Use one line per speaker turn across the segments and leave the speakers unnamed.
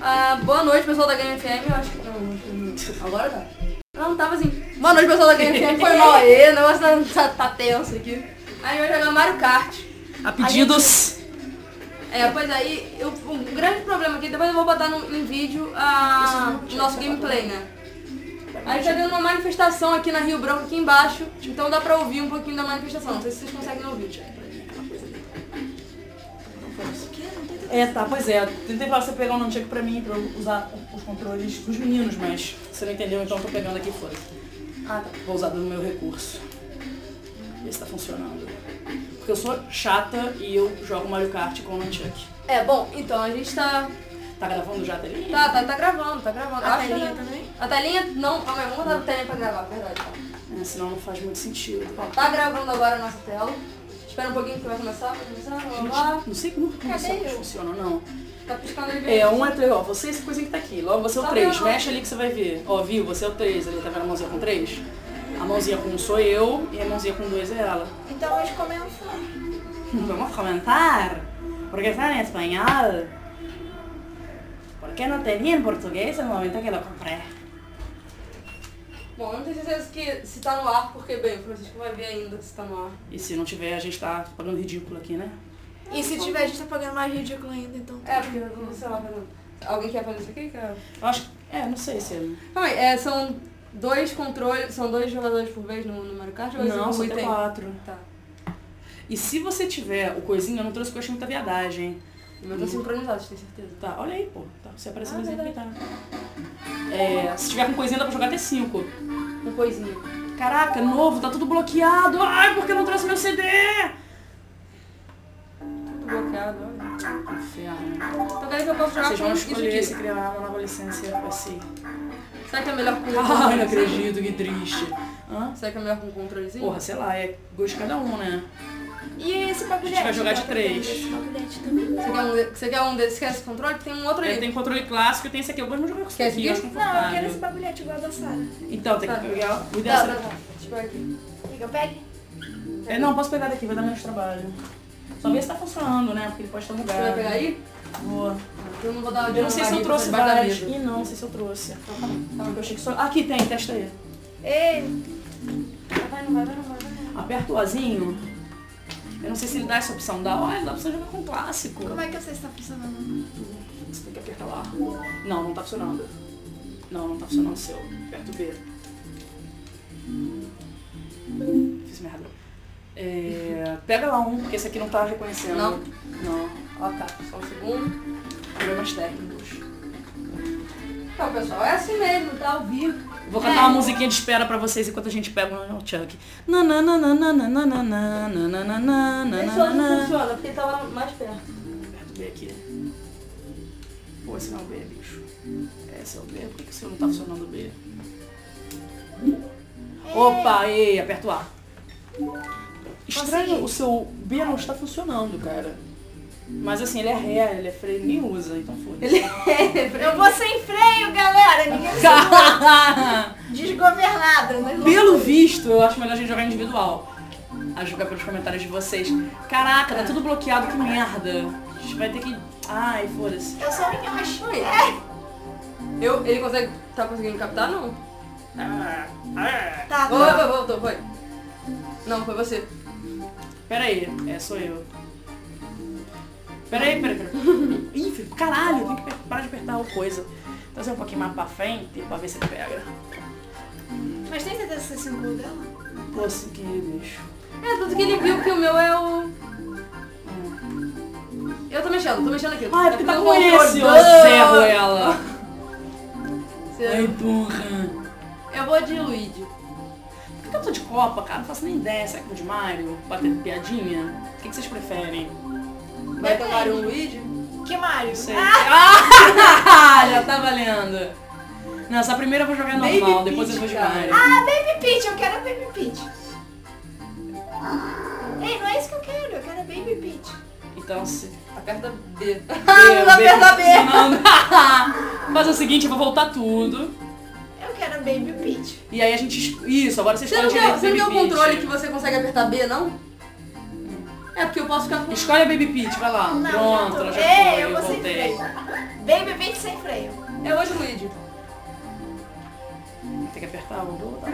Ah, boa noite, pessoal da Game FM. Eu acho que não. acho que não. Agora tá. Não, não tava assim. Boa noite, pessoal da Game FM. Foi mal aí. O negócio tá, tá, tá tenso aqui. Aí vai jogar Mario Kart.
A pedidos.
É, pois aí, eu, um grande problema aqui, depois eu vou botar no, em vídeo a, o nosso gameplay, né? Aí tá dando uma manifestação aqui na Rio Branco, aqui embaixo, então dá pra ouvir um pouquinho da manifestação. Não sei se vocês conseguem ouvir.
É, tá, pois é. Tentei falar você pegar um nunchuck pra mim, pra eu usar os controles dos meninos, mas você não entendeu, então eu tô pegando aqui fora. Ah, tá. Vou usar do meu recurso. Ver se tá funcionando. Porque eu sou chata e eu jogo Mario Kart com o nunchuck.
É, bom, então a gente tá.
Tá gravando já, Thalia?
Tá, tá, tá gravando, tá gravando.
A
Acho que-
telinha também?
A telinha não, calma aí, vamos botar a telinha pra gravar, verdade. tá.
É, senão não faz muito sentido.
Bom, tá gravando agora a nossa tela. Espera um pouquinho que vai começar, vai começar, vamos lá.
Gente, não sei como que
Cadê
isso
eu?
funciona, não.
Tá piscando ali
É, um é três, ó, você é essa coisinha que tá aqui. Logo você é o
Tá
3,
vendo?
mexe ali que você vai ver. Ó, viu? Você é o 3, ali tá vendo a mãozinha com 3? A mãozinha com 1 sou eu e a mãozinha com 2 é ela.
Então hoje começou.
Vamos comentar? Porque está em espanhol. Porque não tenía em português no momento que eu comprei.
Bom, eu não tenho certeza que, se tá no ar, porque, bem, o Francisco vai ver ainda se tá no ar.
E se não tiver, a gente tá pagando ridículo aqui, né?
E se tiver, a gente tá pagando mais ridículo ainda, então.
É, porque, eu sei lá, por exemplo, alguém quer fazer isso aqui? Quer?
Eu acho que. É, não sei se.
Calma aí, é, são dois controles, são dois jogadores por vez no, no Mario Kart? Ou esse
Não,
como
só tem
item?
quatro.
Tá.
E se você tiver o coisinho, eu não trouxe porque eu achei muita viadagem. hein?
O meu tá sincronizado, você tem certeza?
Tá, olha aí, pô. Tá, você apareceu
Ah,
no exemplo aí, tá. É, se tiver com coisinha, dá pra jogar até cinco.
Um coisinho.
Caraca, novo, tá tudo bloqueado. Ai, porque eu não trouxe meu CD?
Tudo bloqueado, olha.
Inferno.
Então quer dizer que eu posso jogar
Vocês vão
com isso
escolher um se
aqui.
criar uma nova licença pra si.
Será que é melhor com o
Ai, não
controlezinho?
acredito, que triste. Hã?
Será que é melhor com o controlezinho?
Porra, sei lá, é gosto de cada um, né?
E esse bagulhete?
A gente vai jogar de
Bota
três.
Esse bagulhete também.
Você quer um, de- você quer um desses que é esse controle? Tem um outro
É,
ali.
tem controle clássico e tem esse aqui. Eu gosto de jogar com esse
Quer
aqui, eu acho
seguir?
Ah, Não, eu quero
confortável.
esse bagulhete igual a da Sara.
Então, tem que
Tá.
pegar... O ideal
Tá,
seria-
tá, tá. Deixa eu pegar aqui.
Liga, pegue.
É, não, posso pegar daqui, vai dar menos trabalho. Só ver se tá funcionando, né? Porque ele pode estar
Você vai pegar
bugado.
aí? Tá Então,
Boa.
Eu não vou dar o
Eu não sei se eu trouxe várias.
várias.
Ih, não, não sei se eu trouxe.
Tá,
Eu achei que só... Aqui tem, testa aí.
Ei! Vai, não vai, vai, não vai, vai.
Aperta o Azinho. Eu não sei se ele dá essa opção. Dá, olha, dá pra você jogar com clássico.
Como é que eu sei se tá funcionando?
Você tem que apertar lá. Não, não tá funcionando. Não, não tá funcionando o seu. Aperta o B. Fiz merda. É, pega lá um, porque esse aqui não tá reconhecendo.
Não?
Não.
Ó, tá. Só um segundo.
Problemas técnicos.
Então, pessoal, é assim mesmo, tá ao vivo.
Vou cantar uma musiquinha de espera pra vocês enquanto a gente pega o Chuck. Deixa
Esse outro não funciona, porque ele tava mais perto.
Aperta o B aqui. né? Pô, esse não é o B, bicho. Esse é o B. Por que que o seu não tá funcionando o B? Opa, ei, aperta o A. Estranho,
Consegui.
o seu B não está funcionando, cara. Mas assim, ele é ré, ele é freio, ninguém usa, então foda-se.
Eu vou sem freio, galera! Ninguém me segura. Desgovernada, né?
Pelo visto, eu acho melhor a gente jogar individual. A jogar pelos comentários de vocês. Caraca, tá tudo bloqueado, que merda. A gente vai ter que... Ai, foda-se.
Eu sou um nhoxo.
Oi. Eu, ele consegue. Tá conseguindo captar? Não.
Tá,
Oi,
tá.
oi, voltou, foi. Não, foi você.
Pera aí, é, sou eu. Pera aí, pera aí, pera aí. Ih, filho, caralho, tem que pe- parar de apertar o coisa. Trazer um pouquinho mais pra frente pra ver se pega.
Mas tem certeza que você segurou dela?
Pô, que bicho.
É, tanto que ele viu que o meu é o. Eu tô mexendo, tô mexendo aqui.
Ai, porque
É
tá
o
com esse,
controle.
ó, Zé Ruela. Ai,
Você-
burra.
Eu vou de Luigi.
Por que eu tô de Copa, cara? Não faço nem ideia. Será que eu vou de Mario? Bater piadinha? O que, que vocês preferem?
Vai tomar um Luigi?
Que Mario?
Não sei. Ah, já tá valendo. Não, essa primeira eu vou jogar
Baby
normal, depois
Peach,
eu vou de
cara.
Mario.
Ah, Baby Peach, eu quero a Baby Peach. Ei, não é isso que eu quero, eu quero a Baby Peach.
Então, se...
Aperta B.
Meu,
Não aperta
bem
B.
funcionando. Mas é o seguinte, eu vou voltar tudo.
Eu quero a Baby Peach.
E aí a gente. es- Isso, agora vocês
Você não
escolhem
quer,
direito.
você não quer o
Baby Peach.
controle que você consegue apertar B, não? É, porque eu posso ficar com.
Escolhe a Baby Peach, vai lá.
Não,
Pronto,
já tô-
ela já
Ei,
foi.
eu vou
É
Tá, vou botar.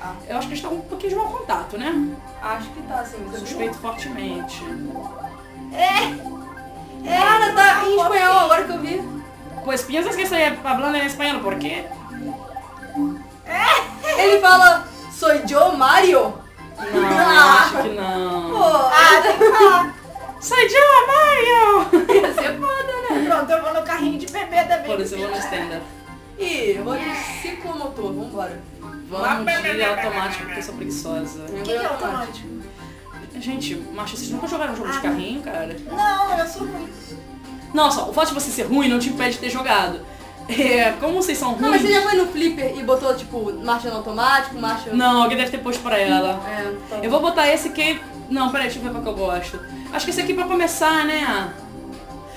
Ah, eu acho que eles estão um pouquinho de mau contato, né?
Acho que tá, assim. mas eu
Suspeito fortemente.
não- Cara, tá em espanhol agora que eu vi.
Pues piensas que estoy hablando en español, ¿por qué?
Ele fala, sou Joe Mario.
Não, acho que não.
Ah,
é.
tem que falar.
Soy yo, Mario!
Ia ser foda, né?
Pronto, eu vou no carrinho de bebê da
Por
minha.
isso eu vou no stand-up.
Ih, eu vou de ciclomotor, vambora.
Vamos de automático, porque eu sou preguiçosa.
O
que é automático?
Gente, macho, vocês nunca jogaram um jogo
Ah,
de carrinho, cara?
Não, eu sou ruim.
Não, só, o fato de você ser ruim não te impede de ter jogado. É, como vocês são
Não,
ruins...
mas você já foi no Flipper e botou, tipo, marcha no automático, marcha...
Não, alguém deve ter posto pra ela.
É, então.
Eu vou botar esse que... Não, peraí, deixa eu ver qual que eu gosto. Acho que esse aqui pra começar, né?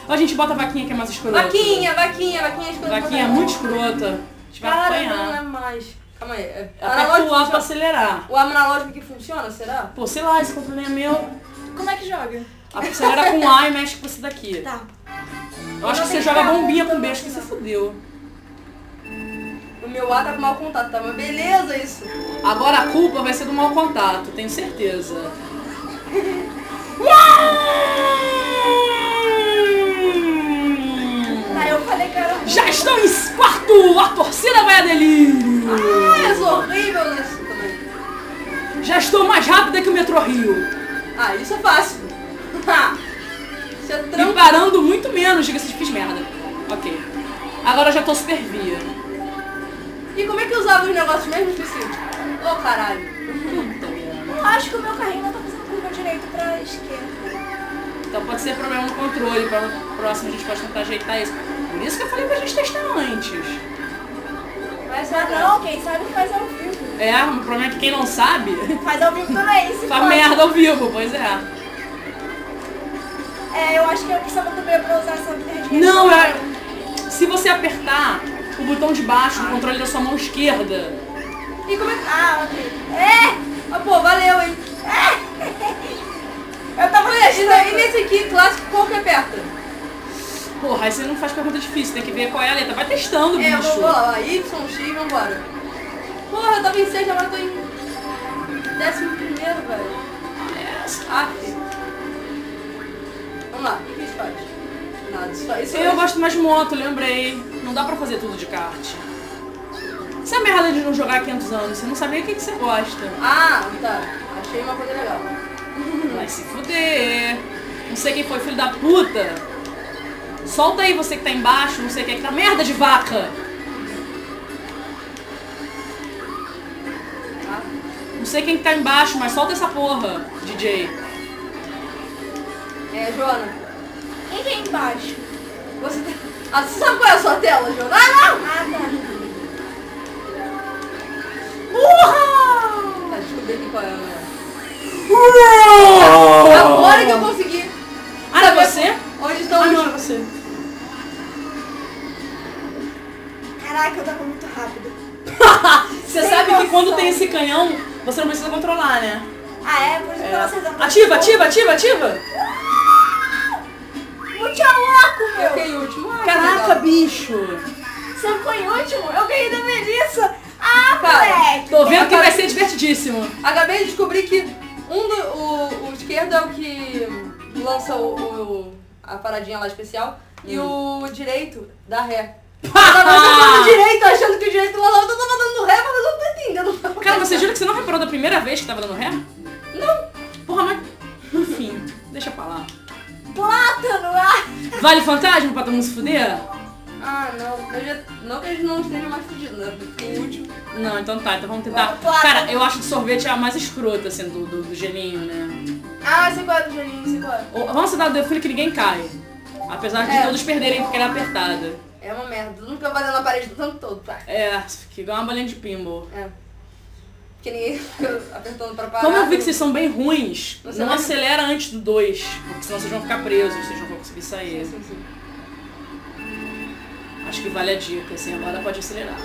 Ó, a gente bota a vaquinha que é mais escrota.
Vaquinha, vaquinha, vaquinha. escolha
Vaquinha é
pra
muito escrota. A gente vai
Cara, não é
apanhar.
mais. Calma aí. é
Aperta o
analógico
A pra
funciona-
acelerar.
O analógico que funciona, será?
Pô, sei lá, esse controle é meu.
Como é que joga?
Acelera com A e mexe com esse daqui.
Tá.
Eu acho que você joga bombinha com B, acho que você fudeu.
O meu A tá com mau contato, tá? Mas beleza isso.
Agora a culpa vai ser do mau contato, tenho certeza.
Aí Tá, eu falei que era um
Já estou em Esparto! A torcida vai a delírio!
Ah, eu sou horrível nisso também.
Já estou mais rápida que o metrô Rio.
Ah, isso é fácil. Ha! isso é
E
trampo.
parando muito menos, diga-se de fiz merda. Ok. Agora eu já tô super via.
E como é que eu usava os negócios mesmo? Esqueci. Ô, caralho.
Puta merda.
Eu acho que o meu carrinho não tá fazendo curva direito pra esquerda.
Então pode ser problema no controle, para próximo a gente pode tentar ajeitar isso. Por isso que eu falei pra gente testar antes.
Mas já não, quem sabe faz ao vivo.
É, o problema é que quem não sabe
Faz ao vivo também, se
faz
pode.
merda ao vivo, pois é.
É, eu acho que eu precisava do B pra usar essa perninha.
Não, é. Se você apertar o botão de baixo do controle da sua mão esquerda,
E como é que...
Ah, ok. É!
Ah, pô, valeu, hein? É?
Eu tava
Olha, e
testando.
na- e nesse aqui, clássico, qual que é aperta?
porra, aí você não faz pergunta difícil, tem que ver qual é a letra. Vai testando,
É,
bicho.
vamos lá, ó, Y, X, vambora. Porra, eu tava em 6, agora eu tô em décimo primeiro, velho. Ah, Vamos lá, o que que isso faz? Nada, isso faz. Isso
É. Eu gosto mais de moto, lembrei. Não dá pra fazer tudo de kart. Essa merda de não jogar há 500 anos, você não sabia o que, que você gosta.
Ah, tá. Achei uma coisa legal.
Vai se fuder. Não sei quem foi, filho da puta. Solta aí você que tá embaixo, não sei quem é que tá. Merda de vaca! Tá? Não sei quem que tá embaixo, mas solta essa porra, DJ.
É, Joana,
Quem que é embaixo?
você tá... Ah, você sabe qual é a sua tela, Joana? Ah, não!
Ah, tá.
Burra! Tá, descobri aqui qual é, né?
Oh!
Agora que eu consegui
Ah, não é você?
onde estão
Ah, não, é
os...
você.
Caraca, eu tava muito rápido.
Você
Sem
sabe que
noção.
quando tem esse canhão, você não precisa controlar, né?
Ah, é? Por isso que eu tipo, não acertando.
Ativa, ativa, ativa, ativa!
Muito louco,
Eu
meu!
fiquei em último. Ah, que
Caraca,
legal.
bicho!
Você ficou em último? Eu ganhei da Melissa! Ah,
Cara,
moleque!
Tô vendo que vai ser divertidíssimo.
Acabei de descobrir que um do, o, o esquerdo é o que lança o, o- a paradinha lá especial e o direito dá ré. Ela vai dando direito, achando que o direito lá, eu tava dando ré, mas eu não tô entendendo.
Cara, você jura que você não reparou da primeira vez que tava dando ré?
Não.
Porra, mas. Enfim, deixa pra lá.
Plátano! Ah!
Vale fantasma pra todo mundo se fuder?
Ah, não. Eu já, não que eles não estejam mais fudidos, né? Porque tem último.
Não, então tá, então vamos tentar.
Vamos, plátano.
Cara, eu acho que sorvete é a mais escrota, assim, do, do, do gelinho, né?
Ah, você gosta do gelinho, você gosta.
Ou- vamos tentar o desfile que ninguém cai. Apesar de
É.
todos perderem porque ele é apertado.
É uma merda. Nunca bateu na parede do tanto todo, tá?
É, que igual uma bolinha de pinball.
É. Porque ninguém fica apertando pra parar.
Como eu vi que vocês são bem ruins,
Você
não
vai-
acelera antes do 2, porque senão vocês vão ficar presos, vocês não vão conseguir sair.
Sim, sim.
Acho que vale a dica, assim, agora pode acelerar.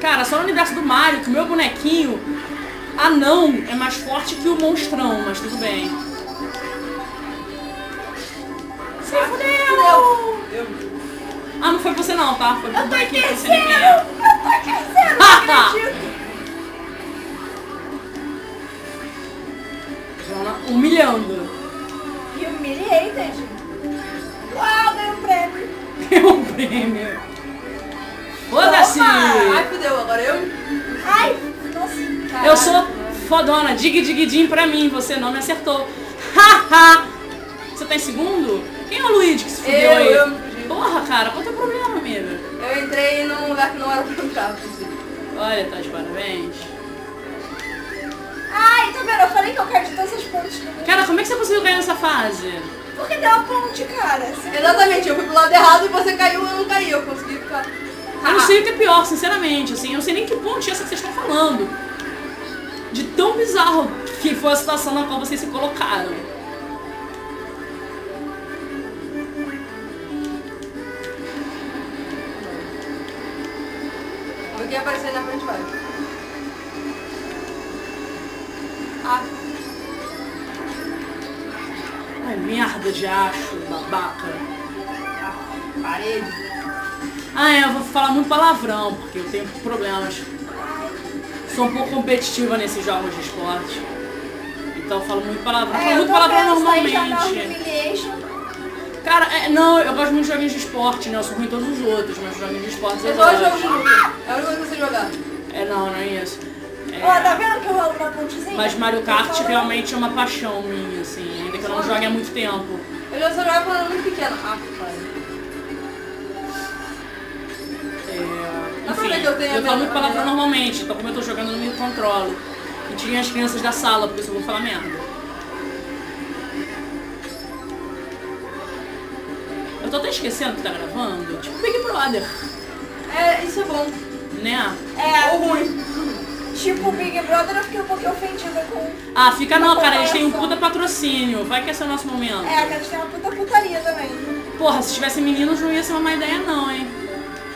Cara, só no universo do Mario que o meu bonequinho anão é mais forte que o monstrão, mas tudo bem. foi você não, tá? Foi
Eu tô em
aqui que você
terceiro! Eu tô em terceiro, não acredito!
Joana humilhando.
E humilhei, tá, gente? Uau, ganhei um prêmio!
Ganhou um prêmio. Foda-se!
Ai, fudeu, agora eu.
Ai, nossa, cara.
Eu sou fodona. Dig dig din pra mim. Você não me acertou. Haha! você tá em segundo? Quem é o Luigi que se fudeu
Eu,
aí?
eu me fudi.
Porra, cara. Qual é o teu problema, amiga?
Eu entrei num lugar que não era pra entrar. inclusive.
Olha, tá de parabéns.
Ai, tá vendo? Eu falei que eu quero de todas as pontes do mundo.
Cara, como é que você conseguiu ganhar nessa fase?
Porque deu a ponte, cara. Você-
Exatamente, eu fui pro lado errado e você caiu, eu não caí, eu consegui ficar. Ah,
Eu não sei o que é pior, sinceramente, assim, eu não sei nem que ponte é essa que vocês estão falando. De tão bizarro que foi a situação na qual vocês se colocaram.
O que aparecer aí na frente vai. Ah,
Ai, merda de acho, babaca.
parede.
Ah, é, eu vou falar muito palavrão, porque eu tenho problemas. Sou um pouco competitiva nesses jogos de esporte. Então eu falo muito palavrão.
É,
falo
eu
muito
tô
palavrão
vendo isso aí já na
normalmente.
humiliation.
Cara, é, não, eu gosto muito de joguinhos de esporte, né? Eu sou ruim em todos os outros, mas joguinhos de esporte eu
É só o jogo
gosto.
de luta. É a única coisa que você jogar.
É, não, não é isso. É,
Ó, tá vendo que eu rolo uma pontezinha?
Mas Mario Kart
Eu tô falando.
realmente é uma paixão minha, assim, ainda que eu não jogue há muito tempo.
Eu já só jogava quando era muito pequena. Ah, pai.
É,
Mas
enfim,
por que que eu tenho a
eu falo
mesma-
muito palavrão normalmente, então como eu tô jogando eu não me controlo. E tinha as crianças da sala, porque eu só vou falar merda. Eu tô até esquecendo que tá gravando, tipo Big Brother,
É, isso é bom.
né?
É,
Ou ruim.
tipo o Big Brother, eu fiquei um pouquinho ofendida com...
Ah, fica não, cara, eles têm um puta patrocínio, vai que esse é o nosso momento.
É, que a gente tem uma puta putaria também.
Porra, se tivesse meninos não ia ser uma má ideia não, hein?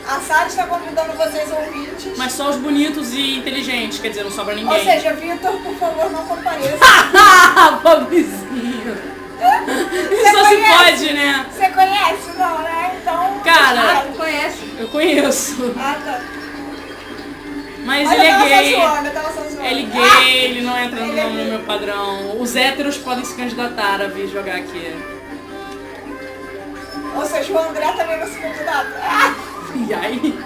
A Sara está convidando vocês ouvintes.
Mas só os bonitos e inteligentes, quer dizer, não sobra ninguém.
Ou seja, Vitor, por favor, não compareça.
Pobrezinho.
Você
Só se
conhece?
pode, né?
Você conhece? Não, né? Então...
Ah,
Cara,
não conhece.
eu conheço.
Ah, tá.
Mas
Mas
ele
eu
é
tava
gay.
só zoando, eu tava só zoando.
Ele é gay, ele não entra
Ele é
no, no
gay.
meu padrão. Os héteros podem se candidatar a vir jogar aqui.
Ou seja, o André também vai se candidato. Ah,
E aí?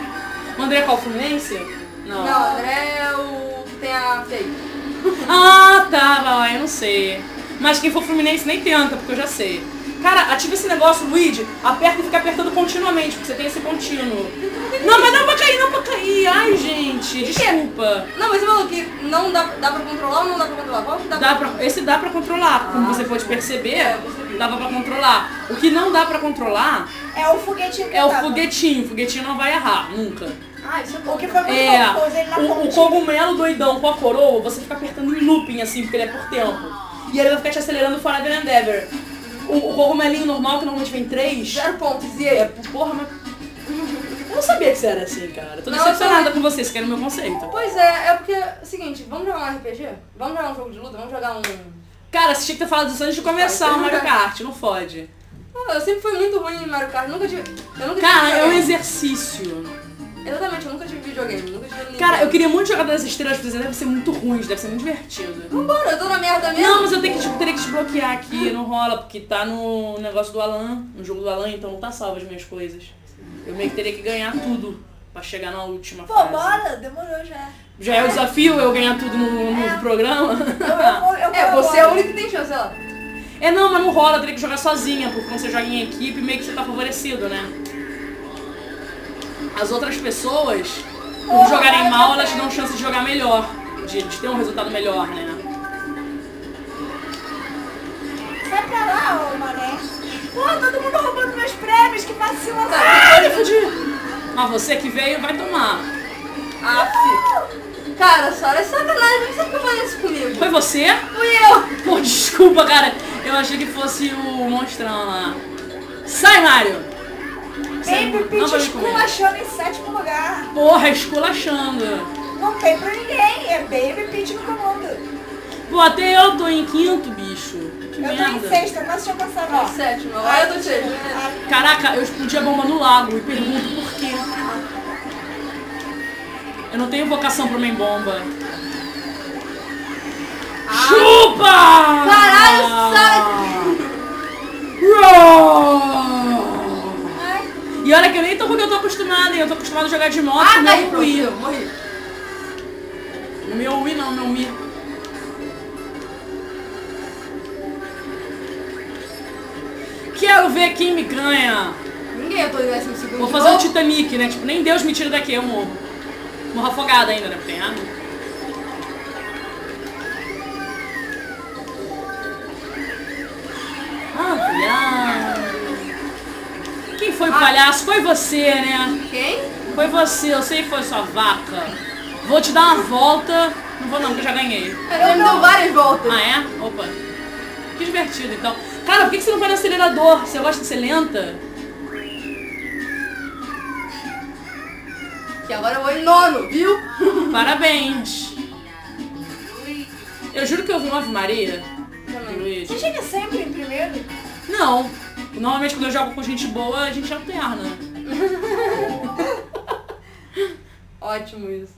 O André é qual Fluminense? Não.
Não, André é o que tem a fake.
Ah, tá, vai, lá, eu não sei. Mas quem for Fluminense nem tenta, porque eu já sei. Cara, ativa esse negócio, Luigi, aperta e fica apertando continuamente, porque você tem esse contínuo.
Então,
Não, mas não pra cair, não pra cair. Ai, gente, desculpa.
Não, mas você falou que não dá, dá pra controlar ou não dá pra controlar? Qual que dá,
Dá pra- esse dá pra controlar, como você pode perceber,
É, eu percebi.
dava pra controlar. O que não dá pra controlar
é o foguetinho que
é o
tava.
foguetinho. O foguetinho não vai errar, nunca.
Ah, isso é bom.
O que foi muito
É,
bom, pôs ele na
o, o
ponte.
cogumelo doidão com a coroa, você fica apertando em looping assim, porque ele é por tempo. E ele vai ficar te acelerando forever and ever. O, o cogumelinho normal, que normalmente vem três,
Zero pontos, e
é,
aí?
porra, mas... Eu não sabia que você era assim, cara. Tô
Não, eu
decepcionada
também.
com você, esse que era o meu conceito.
Pois é, é porque, é o seguinte, vamos jogar um RPG? Vamos jogar um jogo de luta? Vamos jogar um...
Cara, você tinha que ter falado isso antes de começar o
Vai,
Mario
vai.
Kart, não fode.
Ah, Eu sempre fui muito ruim em Mario Kart, nunca tive... Eu nunca
Cara,
tive
é um
videogame.
exercício.
Exatamente, eu nunca tive videogame, nunca tive...
Cara, eu
Nintendo.
queria muito jogar das estrelas, porque deve ser muito ruim, deve ser muito divertido.
Vambora, eu tô na merda mesmo.
Não, mas eu tenho que, tipo, teria que desbloquear aqui, não rola, porque tá no negócio do Alan, no jogo do Alan, então não tá salvo as minhas coisas. Eu meio que teria que ganhar tudo pra chegar na última
Pô,
fase.
bora, demorou já.
Já é o desafio eu ganhar tudo no,
É.
no programa?
Eu,
Ah.
eu, eu,
É,
eu-
você é o único que tem chance, sei lá.
é, não, mas não rola, teria que jogar sozinha, porque quando você joga em equipe, meio que você tá favorecido, né? As outras pessoas, por
Porra,
jogarem
agora
mal,
eu
elas te
sei.
dão chance de jogar melhor, de, de ter um resultado melhor, né?
Sai pra lá, ô mané. Pô, todo mundo roubando meus prêmios, que
Tá,
vacilação.
Ai, me fudi. Mas você que veio vai tomar.
Aff. Cara, Sora, é sacanagem, por que você fica fazendo isso comigo?
Foi você?
Fui eu!
Pô, desculpa, cara. Eu achei que fosse o monstrão lá. Sai, Mário! Sai,
Baby
não
Peach
vai me comer.
esculachando em sétimo lugar.
Porra, esculachando.
Não tem pra ninguém, é Baby Peach no comando.
Pô, até eu tô em quinto, bicho. Que
Eu tô em
merda.
sexta, mas deixa eu cancelar.
Sétimo, agora é eu tô cheio. né?
Caraca, eu explodi a bomba no lago e pergunto por quê. Eu não tenho vocação pra homem bomba. Chupa!
Ah. Caralho,
sai! E olha que eu nem tô porque eu tô acostumada, hein? Eu tô acostumada a jogar de moto,
Ah,
meu
daí, pronto,
Wii.
eu morri.
Meu Wii não, meu Mi. Quero ver quem me ganha.
Ninguém, é eu tô em décimo um segundo.
Vou
de
fazer o
novo.
Titanic, né? Tipo, nem Deus me tira daqui, eu morro. Morro afogada ainda, né? Porque tem água. Ah, viado. Quem foi o palhaço? Foi você, né?
Quem?
Foi você, eu sei que foi sua vaca. Vou te dar uma volta. Não vou não, porque eu já ganhei.
Ele me deu várias voltas.
Ah, é? Opa. Que divertido, então. Cara, por que que você não vai no acelerador? Você gosta de ser lenta?
Que agora eu vou em nono, viu?
Parabéns! Eu juro que eu vi uma Ave Maria. Luiz.
Você chega sempre em primeiro?
Não. Normalmente quando eu jogo com gente boa, a gente alterna.
Ótimo isso.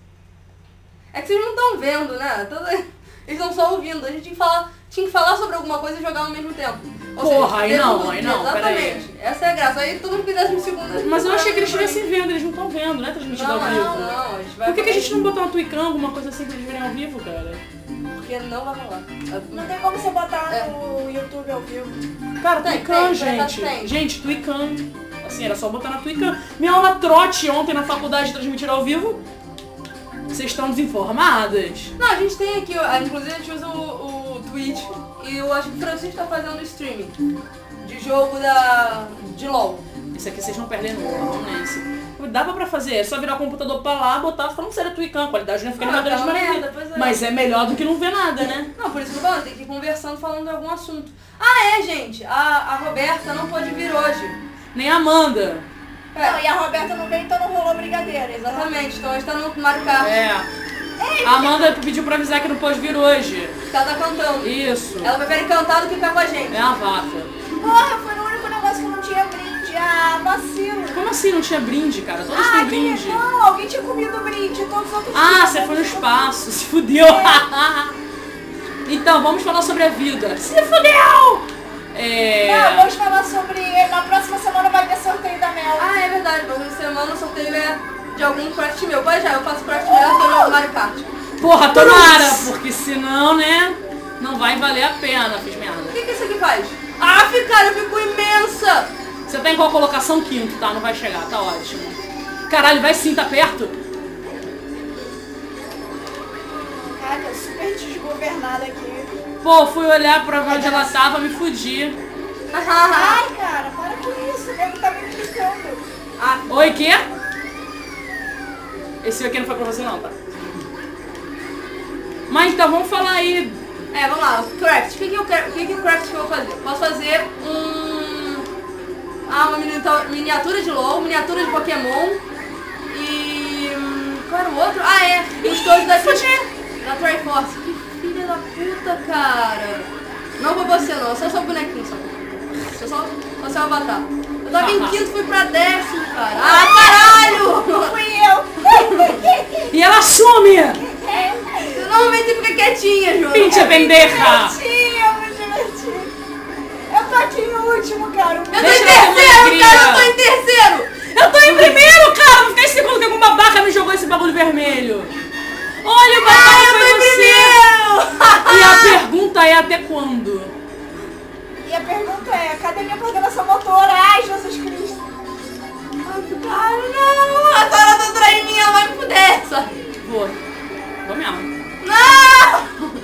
É que vocês não estão vendo, né? Toda- Eles estão só ouvindo. A gente tinha que falar, tinha que falar sobre alguma coisa e jogar ao mesmo tempo. Ou
Porra, aí
ter
não,
tudo-
aí não,
Exatamente. Essa é a graça. Aí todo mundo que décimo segundo.
Mas eu achei que eles
pra mim.
estivessem vendo, eles não estão vendo, né? Transmitido
Não,
ao vivo.
não, não. A gente vai
né? Por que, que a gente não botou uma Twicam, alguma coisa assim pra eles verem ao vivo, cara?
Porque não vai rolar.
Não tem como você botar
É.
no YouTube ao vivo.
Cara,
Tem,
Twicam,
tem, tem,
gente.
tem.
Gente, Twicam. Assim, era só botar na Twicam. Minha aula trote ontem na faculdade transmitir ao vivo. Vocês estão desinformadas.
Não, a gente tem aqui, ó, inclusive a gente usa o, o Twitch e eu acho que o Francisco tá fazendo streaming de jogo da. de LOL.
Isso aqui vocês não perdem nunca, vamos nesse. Dava pra fazer, é só virar o computador pra lá, botar a fronteira Twicam, a qualidade não fica
Ah,
nada
aquela
de maravilha.
merda, pois é.
Mas é melhor do que não ver nada, né?
Não, por isso que eu tô falando, tem que ir conversando, falando de algum assunto. Ah, é, gente, a, a Roberta não pôde vir hoje.
Nem a Amanda.
Não,
É,
e a Roberta não veio, então não rolou brigadeira. Exatamente.
exatamente, então a gente tá no Mario Kart,
É. A Amanda pediu pra avisar que não pôde vir hoje.
ela tá cantando.
Isso.
Ela prefere cantar do que ficar com a gente.
É a vaca.
Porra, foi o único negócio que eu não tinha brinde. Ah, vacilo.
Como assim não tinha brinde, cara? Todos
Ah,
têm
que
brinde.
não, alguém tinha comido o brinde, todos os outros
Ah,
tinham.
você foi no espaço, se fudeu. então, vamos falar sobre a vida. Se fudeu!
Não,
É.
vamos falar sobre. Na próxima semana vai ter sorteio da Mel.
Ah, é verdade, próxima semana o sorteio é de algum craft meu. Pois já, eu faço craft meu, eu tô no Mario Kart. O
Porra, tomara! Porque senão, né? Não vai valer a pena, fiz merda.
que que isso aqui faz? Ah, cara, eu fico imensa!
Você tá em qual colocação? Quinto, tá? Não vai chegar, tá ótimo. Caralho, vai sim, tá perto?
Caraca, super desgovernada aqui.
Pô, fui olhar pra ver onde ela tava, me fudi.
Ai, cara, para com isso, o nego tá me implicando.
ah,
Oi, quê? Esse aqui não foi pra você não, tá? Mas então, vamos falar aí.
é, vamos lá, o craft. O que que, eu quero, o que que o craft que eu vou fazer? Posso fazer um... Ah, uma minita- miniatura de LOL, miniatura de Pokémon e... hum, Qual era o outro? Ah, é, os todos da, da Triforce. Que filha da puta, cara. Não vou você não, só só o bonequinho, só. Só só, só seu avatar. Eu tava em quinto, fui pra décimo, cara. Ah, caralho!
Fui eu.
E ela some!
Normalmente você fica quietinha, João.
Pincha pendeja!
Divertia, muito divertido. Eu tô aqui no último, cara.
Eu tô
Deixa ela
em
ter uma
terceiro,
alegria.
cara, eu tô em terceiro!
Eu tô em primeiro, cara! Não fiquei em segundo que alguma barra me jogou esse bagulho vermelho. Olha, o babaca
Ai, eu tô
foi
em
você!
primeiro!
E a pergunta é até quando?
E a pergunta é, cadê minha coordenação motora? Ai, Jesus Cristo.
Cara, não! A Sara tá traindo minha vai me fuder, só.
Vou. Vou mesmo.
Não!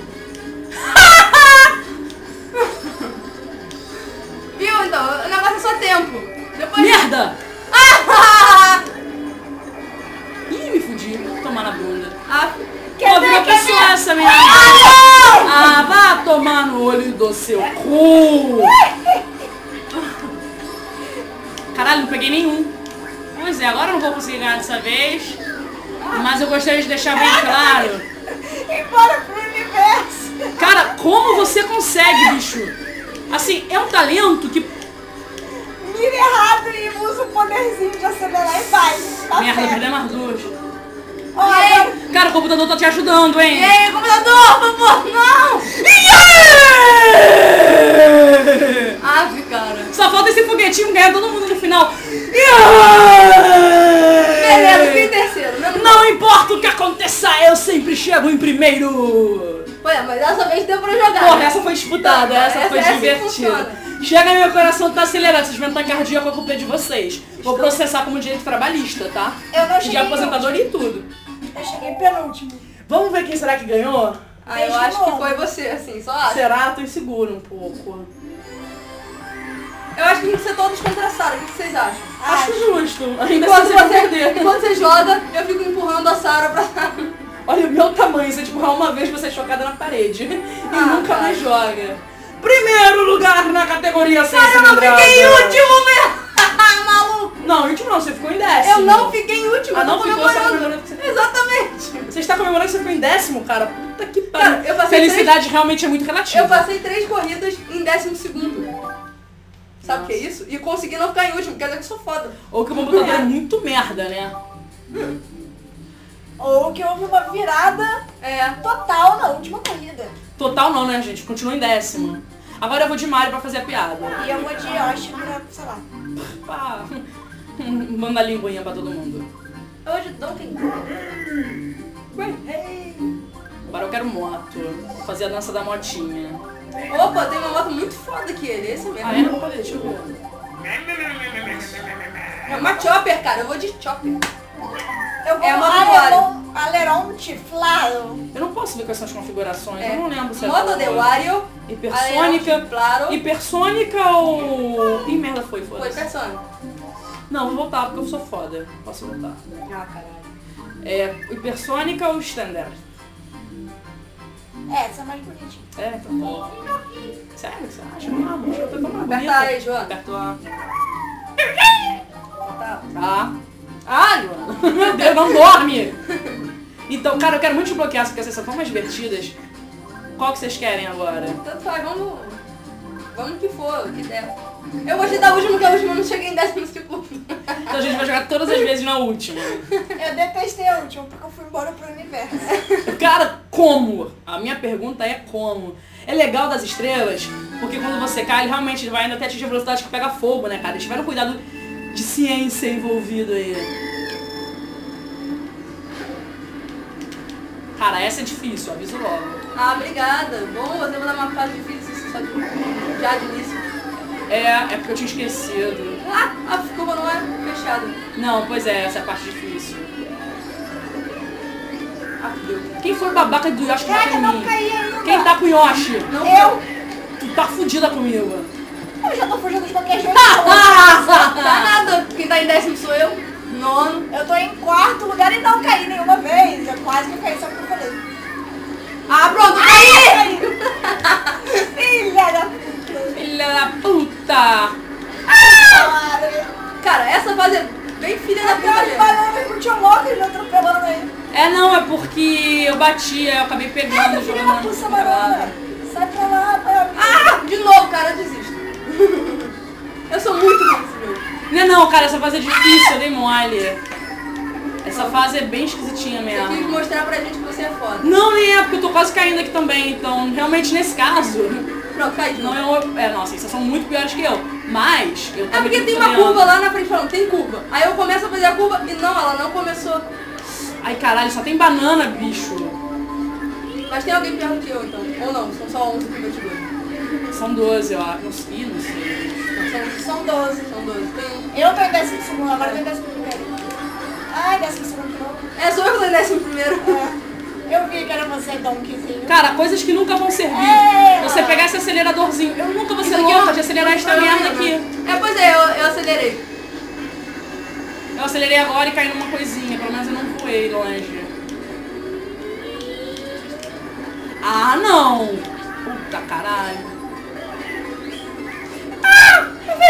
Viu, então? O negócio é só tempo. Depois...
Merda!
Ah!
Ih, me fudi. Tomar na bunda.
Ah,
Quer Pô, minha
ver, quer
pessoa é essa, minha
não!
Ah, vá tomar no olho do seu cu! Caralho, não peguei nenhum. Pois é, agora eu não vou conseguir ganhar dessa vez. Mas eu gostaria de deixar bem claro
Embora pro universo.
Cara, como você consegue, bicho? Assim, é um talento que.
Mira errado e usa o poderzinho de acelerar e vai. Tá
Merda,
certo.
problema as duas.
Ó, agora-
Cara, o computador tá te ajudando, hein?
Ei, computador, por favor, não! Ave, cara.
Só falta esse foguetinho ganhar todo mundo no final.
Beleza, fiquei em terceiro. né? Menos
Não importa o que aconteça, eu sempre chego em primeiro.
Ué, é, mas dessa vez deu pra
Tá.
jogar.
Porra,
né?
essa foi disputada, essa,
Essa-
foi
é
essa
divertida.
funciona.
Chega, meu coração tá acelerado, vocês vão estar cardíaco a culpa é de vocês. Vou processar como direito trabalhista, tá?
Eu não
De
cheguei
aposentadoria e tudo.
Eu cheguei penúltimo.
Vamos ver quem será que ganhou?
Ah, eu
Fez de
acho que
novo.
foi você, assim, só acho.
Será? Tô inseguro um pouco.
Eu acho que a gente ser todos contra a Sara, o que que vocês acham?
Acho justo. Ainda assim
Ah. Enquanto
você vai
você,
perder.
enquanto você joga, eu fico empurrando a Sara pra
Olha o meu tamanho, você empurrar uma vez você é chocada na parede. E
Ah,
nunca
cara.
mais joga. Primeiro lugar na categoria Ciência
eu não
Medrada.
fiquei em último mesmo! Maluco!
Não, em último não, você ficou em décimo.
Eu não fiquei em último,
Ah,
eu tô
não ficou, você tá comemorando
comemorando.
que você-
Exatamente!
Você está comemorando que você ficou em décimo, cara? Puta que
Cara,
pariu.
eu passei
Felicidade realmente é muito relativa.
Eu passei três corridas em décimo segundo. Sabe o que é isso? E consegui não ficar em último, quer dizer que eu sou foda.
Ou que o computador é muito merda, né?
Ou que houve uma virada
É.
total na última corrida.
Total não, né, gente? Continua em décimo. Agora eu vou de Mario pra fazer a piada.
E eu vou de Yoshi pra, sei lá.
Pá. Ah, Manda linguinha pra todo mundo.
Hoje não tem.
Ei,
Agora eu quero moto. Vou fazer a dança da motinha.
Opa, tem uma moto muito foda aqui, ele, esse mesmo.
Ah, é? Cadê? Deixa eu ver. Ah,
É uma chopper, cara, eu vou de chopper.
Eu vou um
É uma
Aleron, Aleronte Flaro.
Eu não posso ver com essas configurações,
É.
eu não lembro se é
Moto
boa.
de Wario.
Hipersônica.
Aero, Claro.
Hipersônica ou. Ih, merda, foi, foi.
Foi persona.
Não, vou voltar porque eu sou foda. Posso voltar.
Ah, caralho.
É. Hipersônica ou standard?
É, essa é mais bonitinha.
É, então tá. Sério, você acha? Ah, mas eu tô tão mais
Aperta
bonita.
aí, Joana.
Aperta a.
Tá.
Tá. Ah, Joana. Meu Deus, não dorme! Então, cara, eu quero muito desbloquear essas, porque essas são tão mais divertidas. Qual que vocês querem agora?
Tanto faz, vamos. Vamos que for, o que der. Eu vou te dar o último, que é o último, eu não cheguei em décimo segundo.
Então a gente vai jogar todas as vezes na última.
Eu detestei a última porque eu fui embora pro universo.
Cara, como? A minha pergunta é como? É legal das estrelas, porque quando você cai, ele realmente vai ainda até atingir a velocidade que pega fogo, né, cara? Eles tiveram cuidado de ciência envolvido aí. Cara, essa é difícil, aviso logo.
Ah, obrigada. Bom, você vai dar uma fase difícil, isso só de, já de início.
É, é porque eu tinha esquecido.
Ah, a curva não é fechada.
Não, pois é, essa é a parte difícil. Ah, fudeu. Quem foi o babaca do Yoshi que bateu em
Caraca, não
mim?
caí ainda.
Quem tá com o Yoshi?
Não
Eu,
Tu tá fudida comigo.
eu já tô fugindo de qualquer jeito. Ah!
Tá nada, quem tá em décimo sou eu. Nono.
Eu tô em quarto lugar e não caí nenhuma vez. Eu quase que caí, só porque eu falei.
Ah, pronto, aí!
Filha da puta.
Filha da puta!
Cara,
Cara, essa fase é bem filha da puta
Aquelas
mesmo.
bananas com o tio Loco ele atropelando aí.
É não, é porque eu bati, aí eu acabei pegando,
Filha
jogando
da
na
puta,
porrada.
banana. Sai pra lá, pra...
Ah, de novo, cara, eu desisto. Eu sou muito ruim nesse jogo.
Não é não, cara, essa fase é difícil, eu dei mole. Essa fase é bem esquisitinha
Você quis
mesmo.
mostrar pra gente que você é foda.
Não, nem é, porque eu tô quase caindo aqui também, então realmente nesse caso,
Pronto, cai de
não
novo.
é uma... É, nossa, vocês são muito piores que eu. Mas, eu
É
também
porque
tô
tem uma
olhando.
curva lá na frente falando, tem curva. Aí eu começo a fazer a curva e não, ela não começou.
Ai, caralho, só tem banana, bicho.
Mas tem alguém pior do que eu então. Ou não, são só 11 competidores.
São 12, ó. Não sei, não sei.
São 12. São 12. Tem... um.
Eu tô em décimo segundo, agora eu tô em décimo primeiro. Ai, décimo segundo de novo.
É, sou eu que tô em décimo primeiro.
Ah,
É, Eu vi que era você, Donkeyzinho.
Cara, coisas que nunca vão servir.
É.
Você pegar esse aceleradorzinho. Eu nunca vou ser
Isso aqui
louca
é-
de acelerar esta
Não,
merda
não.
aqui.
É, pois é, eu, eu acelerei.
Eu acelerei agora e caí numa coisinha. Pelo menos eu não voei longe. Ah, não! Puta caralho.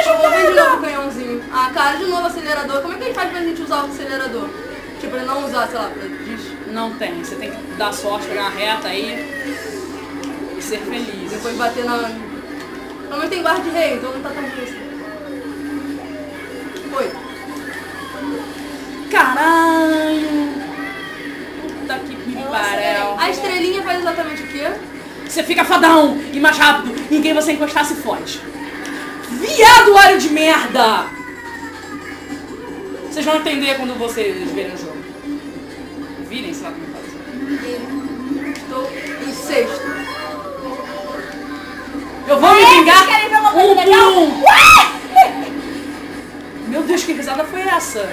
Eu vejo de novo o canhãozinho. Ah, cara, de novo o acelerador. Como é que a gente faz pra gente usar o acelerador? Tipo, ele não usar, sei lá, pra...
Não tem. Você tem que dar sorte, pegar uma reta aí. e ser feliz.
Depois bater na. Pelo menos tem guarda de rei, então não tá tão difícil. Foi.
Caralho! Puta que me pariu.
A estrelinha faz exatamente o quê?
Você fica fadão e mais rápido. E em quem você encostar se foge. Viado óleo de merda! Vocês vão entender quando vocês verem o jogo. Virem, sei lá como é faz.
Estou em sexto.
Eu vou me vingar
querem ver uma
um
coisa
por
legal?
um. Meu Deus, que risada foi essa?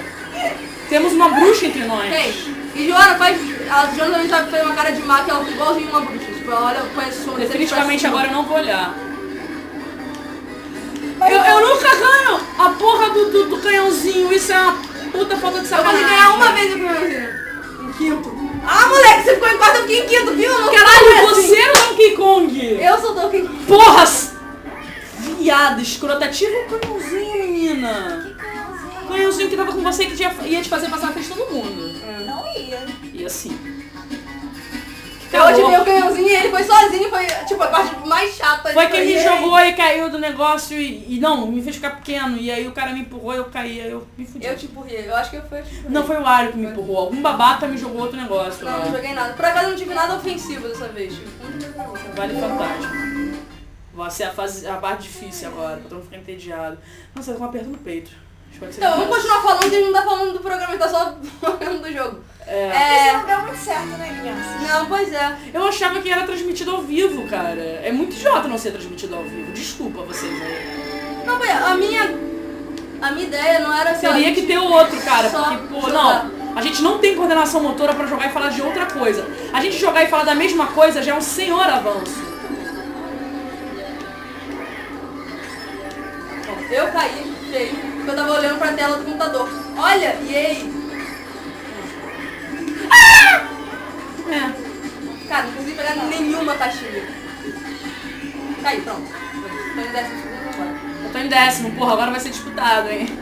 Temos uma bruxa entre nós.
Tem. E Joana faz. A Joana também sabe fazer uma cara de má que ela fica igualzinho uma bruxa. Tipo, ela olha, conhece o som
Definitivamente agora eu não vou olhar. Eu, eu nunca ganho a porra do, do, do canhãozinho. Isso é uma puta falta de
assim. Eu
sacanagem.
consegui ganhar uma vez no primeiro Em quinto.
Ah, moleque, você ficou em quarto, eu fiquei em quinto, viu? Não
Caralho,
foi assim.
você é o Donkey Kong!
Eu sou Donkey Kong.
Porras! Viada, escrota, tira o canhãozinho, menina! O canhãozinho que tava com você que tinha- ia te fazer passar a festa no mundo.
Não ia.
E assim.
Eu odiei
Acabou.
o canhãozinho e ele foi sozinho, foi tipo a parte mais chata.
Foi
de
quem me
fazer.
jogou e caiu do negócio e, e não, me fez ficar pequeno. E aí o cara me empurrou e eu caí, aí eu me fudi.
Eu te empurrei, eu acho que eu fui. eu te empurrei.
Não foi o Ario que me empurrou, algum babaca me jogou outro negócio.
Não,
lá.
não joguei nada. Por acaso eu não tive nada ofensivo dessa vez. tipo, Muito bem.
Vale fantástico. Vai ser a, fase, a parte difícil agora, pra eu não ficar entediado. Nossa, com um aperto no peito. Espero que seja
Então, vamos
fácil.
continuar falando que a gente não tá falando do programa, a gente tá só falando do jogo.
É.
Isso
É.
não deu muito certo, né, criança?
Não, pois é.
Eu achava que era transmitido ao vivo, cara. É muito idiota não ser transmitido ao vivo. Desculpa vocês aí.
Não, pois é, a minha. A minha ideia não era só.
Teria que ter o outro, cara.
Só
Porque, pô,
jogar.
não. A gente não tem coordenação motora pra jogar e falar de outra coisa. A gente jogar e falar da mesma coisa já é um senhor avanço.
Eu caí, feio, porque eu tava olhando pra tela do computador. Olha, e aí?
É.
Cara, não consegui pegar nenhuma caixinha. Caí, pronto. Tô em décimo segundo, vambora.
Eu tô em décimo, porra, agora vai ser disputado, hein?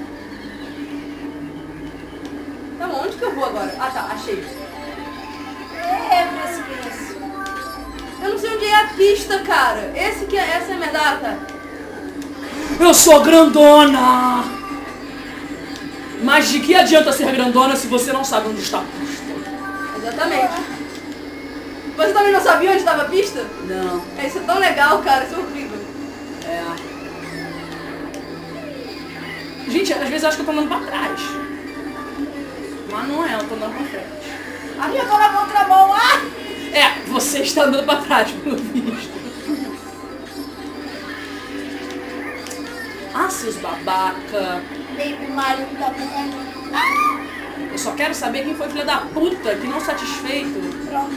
Tá bom, onde que eu vou agora? Ah tá, achei.
É, precipício.
Eu não sei onde é a pista, cara. Esse que é, essa é a minha data.
Eu sou grandona! Mas de que adianta ser grandona se você não sabe onde está a pista?
Exatamente. Você também não sabia onde estava a pista?
Não.
É, isso é tão legal, cara. Isso é horrível.
É. Gente, às vezes eu acho que eu tô andando pra trás. Mas não é, eu tô andando pra frente.
Ah, eu tô na contramão. Ah,
É, você está andando pra trás, pelo visto. Ah, seus babaca.
Baby Mario tá bom.
Eu só quero saber quem foi filha da puta que não satisfeito
Pronto.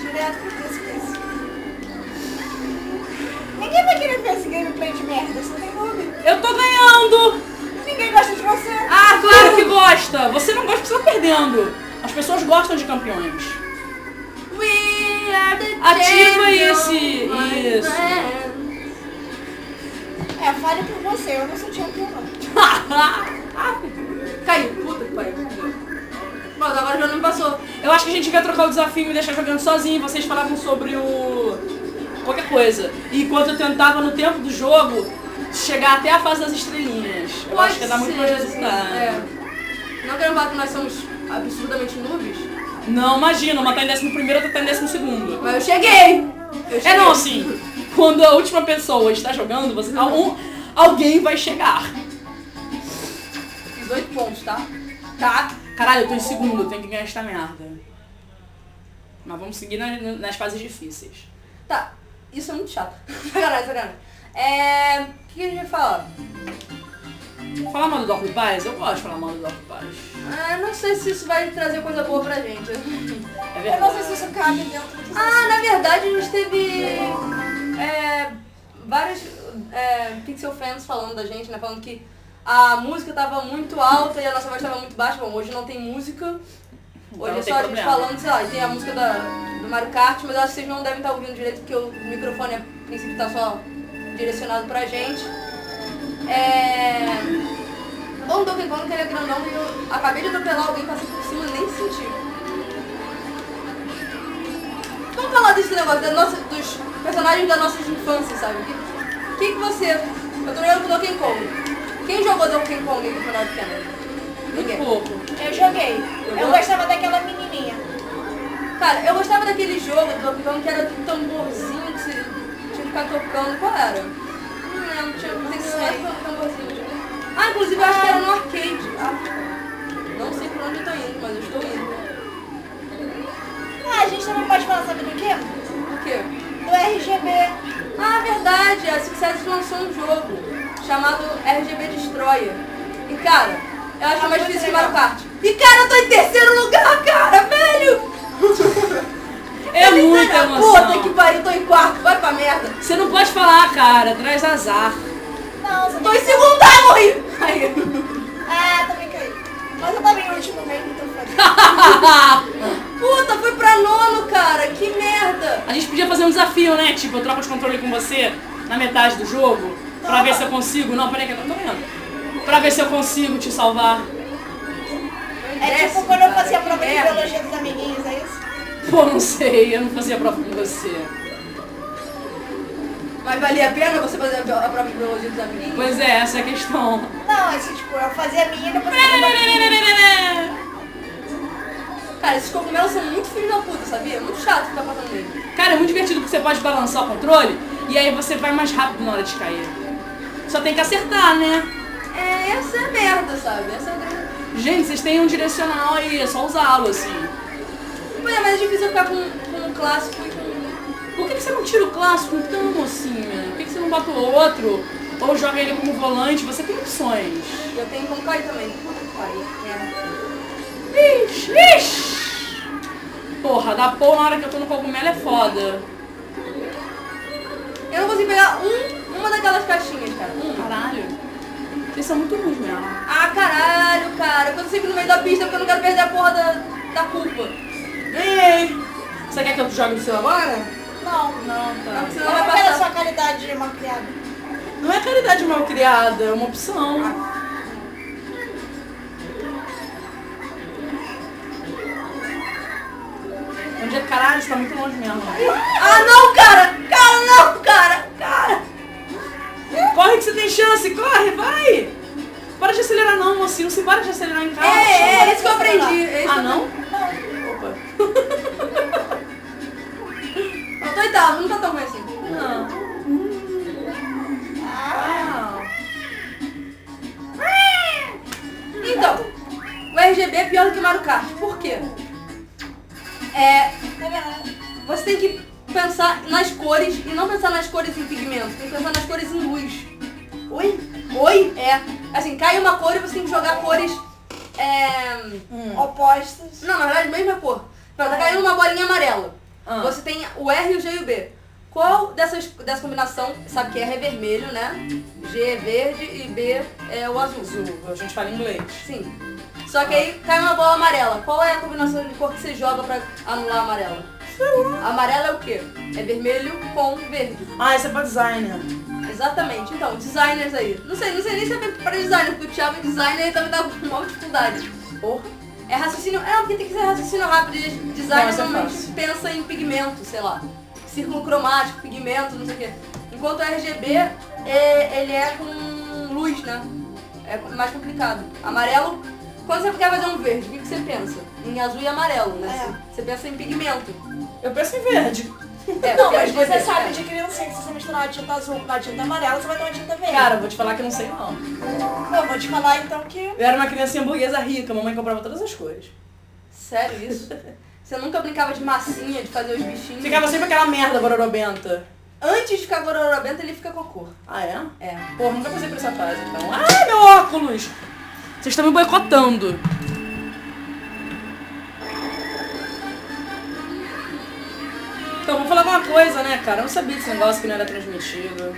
Direto pro precipício. Ninguém vai querer ver esse gameplay de merda, você tem dúvida.
Eu tô ganhando!
Ninguém gosta de você.
Ah, claro que gosta! Você não gosta porque você tá perdendo. As pessoas gostam de campeões.
We are the
Ativa
champions,
esse-
my
isso.
friend.
É, fale por você, eu não sou campeão não.
Caiu, puta que pariu. Pronto, agora já não me passou.
Eu acho que a gente vai trocar o desafio e me deixar jogando sozinho. Vocês falavam sobre o... qualquer coisa. E enquanto eu tentava, no tempo do jogo, chegar até a fase das estrelinhas. Eu acho que ia dar muito mais resultado.
É. Não quero falar que nós somos absurdamente noobs,
Não, imagina. Uma tá em décimo primeiro, outra tá em décimo segundo.
mas eu cheguei. Eu cheguei.
É não, assim, quando a última pessoa está jogando, você, algum, alguém vai chegar.
Fiz oito pontos, tá?
Tá. Caralho, eu tô em segundo, eu tenho que ganhar esta merda. Mas vamos seguir na- nas, fases difíceis.
Tá, isso é muito chato. sacanagem, sacanagem. É... O que a gente vai falar?
Falar mal do Dorco Paz? Eu gosto de falar mal do Dorco Paz.
Ah, não sei se isso vai trazer coisa boa pra gente.
É
Eu não sei
verdade.
se isso cabe dentro do...
assim.
Ah, na verdade a gente teve é, vários é, pixel fans falando da gente, né? Falando que a música tava muito alta e a nossa voz tava muito baixa. Bom, hoje não tem música.
Então
Hoje
não
é
tem
só a gente
problema.
falando, sei lá, e tem a música da, do Mario Kart, mas eu acho que vocês não devem estar ouvindo direito porque o microfone a princípio tá só direcionado pra gente. É... Bom, o Donkey Kong que ele é grandão e eu acabei de atropelar alguém passando por cima e nem senti. Vamos falar desse negócio da nossa, dos personagens da nossa infância, sabe? O que, que você. Eu tô jogando com Donkey Kong. Quem jogou Donkey Kong no final de semana? Ninguém.
Muito pouco.
Eu joguei. Eu gostava daquela menininha.
Cara, eu gostava daquele jogo do Donkey Kong que era do tamborzinho que você tinha que ficar tocando. Qual era? Não lembro, tinha não sei se era do tamborzinho. Ah, inclusive eu acho que era no arcade.
tá?
Ah, Não sei por onde eu tô indo, mas eu estou indo.
Ah, a gente também pode falar, sabe do quê?
Por quê?
Do RGB.
Ah, verdade, a Success lançou um jogo chamado RGB Destroyer. E cara, eu acho mais difícil que Mario Kart. E cara, eu tô em terceiro lugar, cara, velho!
É
Ele
muita
tá na Puta que
emoção.
pariu, tô em quarto, vai pra merda.
Você não pode falar, cara. Traz azar.
Não, você
Tô em segundo, ai, morri! Aí.
Ah, também caí. Mas eu tava em último mesmo, então foda-se.
Puta, fui pra nono, cara, que merda!
A gente podia fazer um desafio, né? Tipo, eu troco os controles com você na metade do jogo. Pra ver se eu consigo. Não, peraí que eu não tô vendo. Pra ver se eu consigo te salvar.
É tipo
Décimo,
quando eu
cara,
fazia a
que
prova de
merda.
biologia dos amiguinhos, é isso?
Pô, não sei. Eu não fazia prova com você.
Mas valia a pena você fazer a bio- a prova de biologia dos amiguinhos?
Pois é, essa é a questão.
Não, isso tipo, eu fazia a minha e depois eu fazia
Cara, esses cogumelos são muito filhos da puta, sabia? Muito chato ficar passando nele.
Cara, é muito divertido porque você pode balançar o controle e aí você vai mais rápido na hora de cair. Só tem que acertar, né?
É, essa é a merda, sabe? Essa é a grande...
Gente, vocês têm um direcional aí, é só usá-lo, assim.
Pois é, mas é difícil eu ficar com, com um clássico e com...
Por que, que você não tira o clássico então, mocinha? Por que, que você não bota o outro? Ou joga ele como volante? Você tem opções.
Eu tenho com Kai também. Puta que pariu, É. que merda.
Ixi, ixi. Porra, dar pô na hora que eu tô no cogumelo é foda.
Eu não consigo pegar um, uma daquelas caixinhas, cara. Uma.
Caralho. Vocês são muito né? ruins mesmo.
Ah, caralho, cara. Eu tô sempre no meio da pista é porque eu não quero perder a porra da, da culpa.
Ei! Você quer que eu jogue no seu agora?
a minha. Não.
Não,
Não, senão
Qual
vai
era a
passar.
sua qualidade de uma criada?
Não é caridade mal criada, é uma opção. Onde é caralho, está muito longe mesmo.
Ah, não, cara! Cara, não, cara! Cara!
Corre que você tem chance, corre, vai! Para de acelerar não, mocinho, se para de acelerar em casa.
É, é, esse que eu aprendi. esse que
Ah,
eu
não?
Não.
Opa.
Eu tô oitavo, não tá tão ruim assim.
Não. Ah.
Então, o RGB é pior do que Mario Kart. Por quê? É,
Tá vendo?
você tem que pensar nas cores e não pensar nas cores em pigmento. Tem que pensar nas cores em luz.
Oi?
Oi? É. Assim, cai uma cor e você tem que jogar cores... É...
Opostos.
Não, na verdade, mesma cor. Pronto, tá caindo uma bolinha amarela.
Ah.
Você tem o R, o G e o B. Qual dessas, dessa combinação, sabe que R é vermelho, né? G é verde e B é o azul.
Azul, a gente fala inglês.
Sim. Só que aí cai uma bola amarela. Qual é a combinação de cor que você joga pra anular a amarela? Amarela é o quê? É vermelho com verde.
Ah, essa é pra designer.
Exatamente. Então, designers aí. Não sei, não sei nem se é pra designer, porque o Thiago é designer e também dá com maior dificuldade.
Porra.
É raciocínio. É, porque tem que ser raciocínio rápido. E
Não,
design
isso é
normalmente
fácil.
pensa em pigmento, sei lá. Círculo cromático, pigmento, não sei o quê. Enquanto o RGB, é, ele é com luz, né? É mais complicado. Amarelo, quando você quer fazer um verde, o que que você pensa? Em azul e amarelo, né? Você pensa em pigmento.
Eu penso em verde.
É,
Não,
porque
mas
RGB,
você sabe
né?
de criancinha que se você misturar a tinta azul com a tinta amarela, você vai ter uma tinta verde.
Cara, eu vou te falar que eu não sei não.
Eu vou te falar então que...
Eu era uma criancinha burguesa rica, mamãe comprava todas as cores.
Sério isso? Você nunca brincava de massinha, de fazer os bichinhos?
Ficava sempre aquela merda gororobenta.
Antes de ficar gororobento, ele fica cocô.
Ah, é?
É.
Porra, nunca passei por essa fase, então. Ai, meu óculos! Vocês estão me boicotando. Então, vou falar uma coisa, né, cara? Eu não sabia desse negócio que não era transmitido.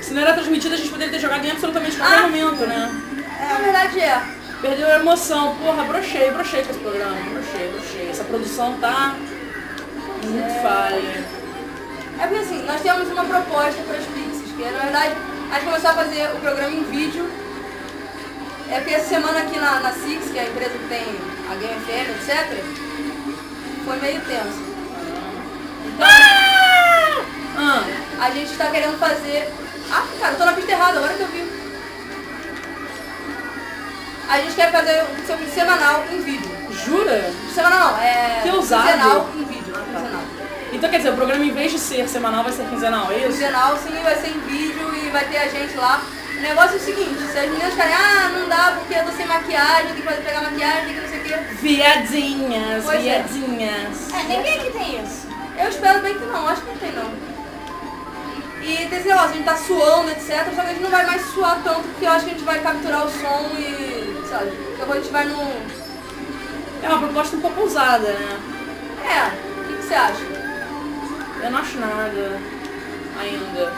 Se não era transmitido, a gente poderia ter jogado em absolutamente qualquer
Ah.
momento, né?
Na verdade é.
Perdeu a emoção. Porra, brochei, brochei com esse programa. Brochei, brochei. Essa produção tá muito falha.
É porque assim, nós temos uma proposta para os Pixies, que é, na verdade a gente começou a fazer o programa em vídeo. É porque essa semana aqui na, na Six, que é a empresa que tem a Game FM, etc., foi meio tenso. Então,
Ah,
a gente tá querendo fazer. Ah, cara, eu tô na pista errada, agora que eu vi. A gente quer fazer um seu semanal em vídeo.
Jura?
Semanal não, é.
Que ousado.
Quinzenal em vídeo.
tá.
Quinzenal.
Então quer dizer, o programa em vez de ser semanal vai ser quinzenal, é isso?
Quinzenal sim, vai ser em vídeo e vai ter a gente lá. O negócio é o seguinte, se as meninas ficarem, ah, não dá porque eu tô sem maquiagem, tem que fazer pegar maquiagem, tem que não sei o quê.
Viadinhas,
Pois é.
viadinhas.
É, ninguém aqui tem isso.
Eu espero bem que não, acho que não tem não. E tem esse negócio, a gente tá suando, etc. Só que a gente não vai mais suar tanto, porque eu acho que a gente vai capturar o som e, sabe, depois a gente vai no...
É uma proposta um pouco ousada, né?
É, o que, que você acha?
Eu não acho nada ainda.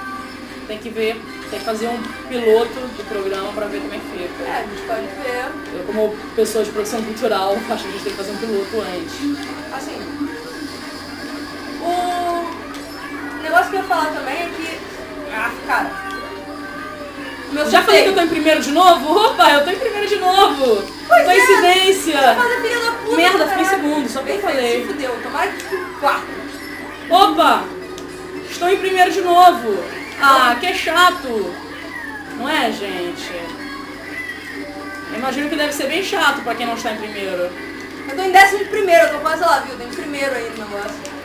Tem que ver, tem que fazer um piloto do programa pra ver como é que fica.
É, a gente pode ver,
Eu, como pessoa de produção cultural, acho que a gente tem que fazer um piloto antes.
assim... O negócio que eu ia falar também é que... Ah, cara... o Meu
Já falei que eu tô
sorteio-
em primeiro de novo? Opa, eu tô em primeiro de novo!
Pois é. Tá
Coincidência!
Mas a filha da puta...
Merda,
caralho.
fiquei em segundo, só que eu
Bem,
falei.
Se fudeu, tomara que fique quarto.
Opa! Estou em primeiro de novo! Ah, que chato! Não é, gente? Eu imagino que deve ser bem chato pra quem não está em primeiro.
Eu tô em décimo primeiro, eu tô quase lá, viu? Tô em primeiro aí no negócio.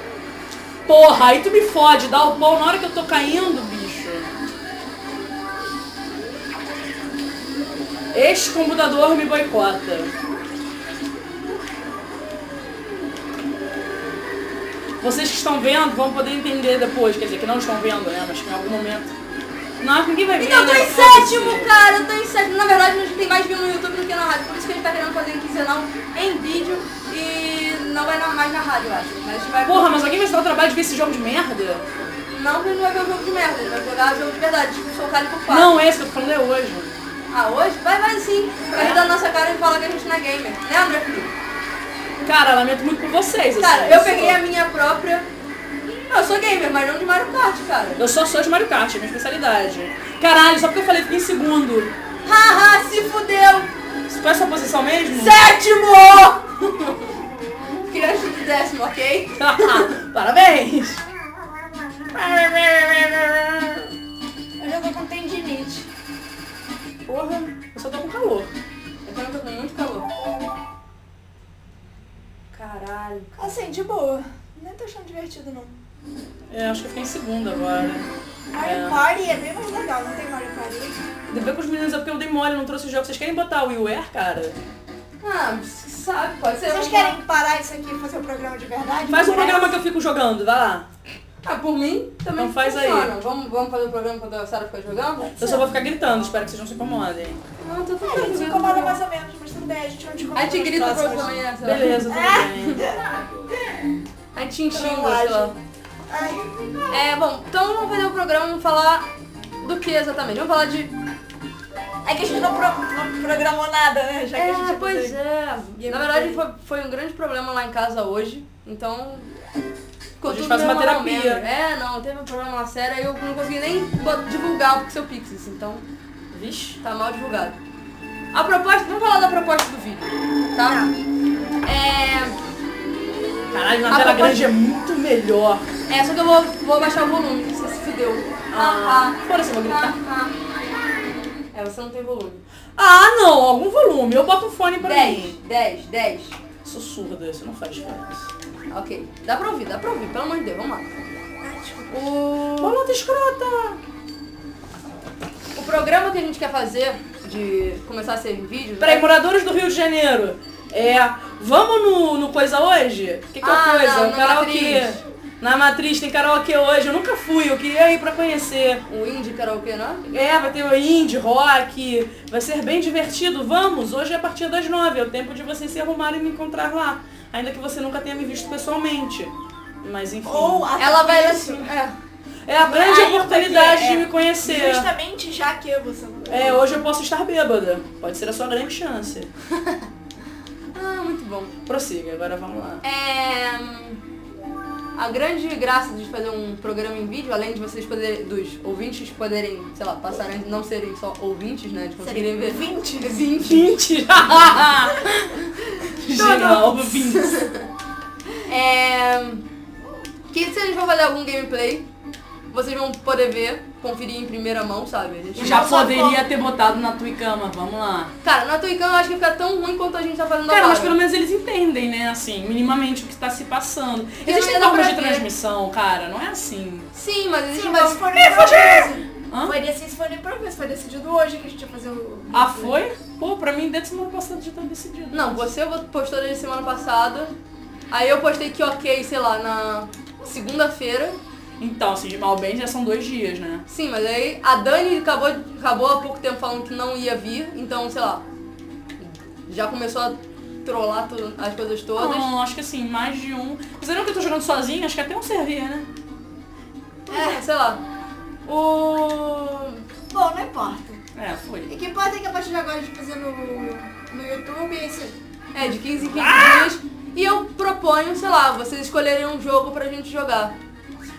Porra, aí tu me fode, dá o pau na hora que eu tô caindo, bicho. Este computador me boicota. Vocês que estão vendo vão poder entender depois, quer dizer, que não estão vendo, né? Mas que em algum momento. Não, ninguém vai ver.
Então eu tô
né?
em
Foda-se.
sétimo, cara, eu tô em sétimo. Na verdade, a gente tem mais view no YouTube do que na rádio, por isso que a gente tá querendo fazer em quinzenal em vídeo e não vai na- mais na rádio, eu acho. Mas a gente vai...
Porra, mas alguém vai se dar o trabalho de ver esse jogo de merda?
Não, porque a gente não vai ver o jogo de merda, a gente vai jogar jogo de verdade, tipo, socar por quatro.
Não, é esse que eu tô falando é hoje.
Ah, hoje? Vai, vai sim. Vai dar a nossa cara e falar que a gente não é gamer. Né, André Felipe?
Cara, lamento muito por vocês.
Cara,
assim,
eu
sou-
peguei a minha própria... Eu sou gamer, mas não de Mario Kart, cara.
Eu só sou de Mario Kart, é minha especialidade. Caralho, só porque eu falei que fiquei em segundo.
Haha, se fudeu!
Isso foi essa posição mesmo?
Sétimo! Criança de décimo, ok?
Parabéns!
Eu já tô com tendinite.
Porra, eu só tô com calor.
Eu também tô com muito calor. Caralho.
Assim, de boa. Nem tô achando divertido, não.
É, acho que eu fiquei em segundo agora.
Mario
É.
Party é bem mais legal, não tem Mario Party.
Depois com os meninos é porque eu dei mole, não trouxe o jogo. Vocês querem botar o WiiWare, cara?
Ah, sabe, pode ser. um
Vocês querem parar isso aqui e fazer um programa de verdade?
um Faz um
Parece-
programa que eu fico jogando, vai lá.
Ah, por mim, também
Então faz aí.
funciona. Vamos, vamos fazer o programa quando a Sarah ficar jogando?
Eu só vou ficar gritando, espero que vocês não se incomodem.
Não, tô
É, a gente se incomoda mais ou menos, mas tudo bem, a gente não te incomoda.
A gente
nos
grita pro
próximos.
também, né? sei lá.
Beleza, tudo bem.
A gente xinga, sei
Então,
lá.
Trollagem. Ai,
É, bom, então vamos fazer o programa, vamos falar do que exatamente? Vamos falar de...
É que a gente não, pro- não programou nada, né? Já que a gente
pois é. Na verdade, foi, foi um grande problema lá em casa hoje, então... Ficou
A gente
tudo
faz uma
meio mal
terapia.
mesmo. É, não, teve um problema lá sério, aí eu não consegui nem bot- divulgar o Pixel Pixies, então...
Vixe.
Tá mal divulgado. A proposta, vamos falar da proposta do vídeo, tá? É,
Caralho,
A
na tela
proposta-
grande é muito melhor.
é, só que eu vou, vou baixar o volume, você se fudeu.
Ah,
Ah, ah.
fora, você vai gritar.
Ah, ah. É, você não tem volume.
Ah, não, algum volume. Eu boto o fone pra
10,
mim.
10, 10.
Sou surda, isso não faz diferença.
Ok, dá pra ouvir, dá pra ouvir, pelo amor de Deus, vamos lá.
Ô, Lota escrota!
O programa que a gente quer fazer, de começar a ser em vídeo... né?
Peraí, moradores do Rio de Janeiro. É. Vamos no, no Coisa hoje? O que, que é o
Ah,
Coisa?
não,
o
na
karaokê.
Matriz.
Na Matriz tem karaokê hoje. Eu nunca fui, eu queria ir pra conhecer.
O indie karaokê, não é?
É, vai ter o indie, rock. Vai ser bem divertido. Vamos, hoje é a partir das nove. É o tempo de vocês se arrumarem e me encontrar lá. Ainda que você nunca tenha me visto pessoalmente. Mas enfim.
Ou até
Ela vai...
isso.
É.
É a grande
Aí,
oportunidade
porque,
de me
é,
conhecer.
Justamente já que você não.
É, hoje eu posso estar bêbada. Pode ser a sua grande chance.
Ah, muito bom.
Prossiga, agora vamos lá.
É, a grande graça de fazer um programa em vídeo, além de vocês poderem, dos ouvintes poderem, sei lá, passarem, não serem só ouvintes, né? De conseguirem ver.
20?
20.
20! Genial, 20.
É, que se a gente for fazer algum gameplay, vocês vão poder ver, conferir em primeira mão, sabe? A gente-
Já poderia ter botado na Twicama, vamos lá.
Cara, na Twicam eu acho que fica tão ruim quanto a gente tá fazendo
Cara,
agora.
mas pelo menos eles entendem, né, assim, minimamente o que está se passando. Existem
não dá
formas
pra
de
ver.
transmissão, cara, não é assim.
Sim, mas existe
Sim,
uma...
mas foi Me fudir!
Hã?
Foi decidido, foi nem pra foi decidido hoje que a gente ia fazer o...
Ah, foi? Pô, pra mim, desde semana passada já tá decidido.
Não, você postou desde semana passada. Aí eu postei que ok, sei lá, na segunda-feira.
Então, assim, de mal bem já são dois dias, né?
Sim, mas aí a Dani acabou, acabou há pouco tempo falando que não ia vir, então, sei lá, já começou a trollar to- as coisas
Não,
todas.
não, não, acho que assim, mais de um. Apesar que eu tô jogando sozinha, acho que até um servia, né?
É, sei lá. O.
Bom, não importa.
É, foi.
E que importa é que a partir de agora a gente fazer no, no YouTube e esse...
É, de 15 em 15 dias. E eu proponho, sei lá, vocês escolherem um jogo pra gente jogar.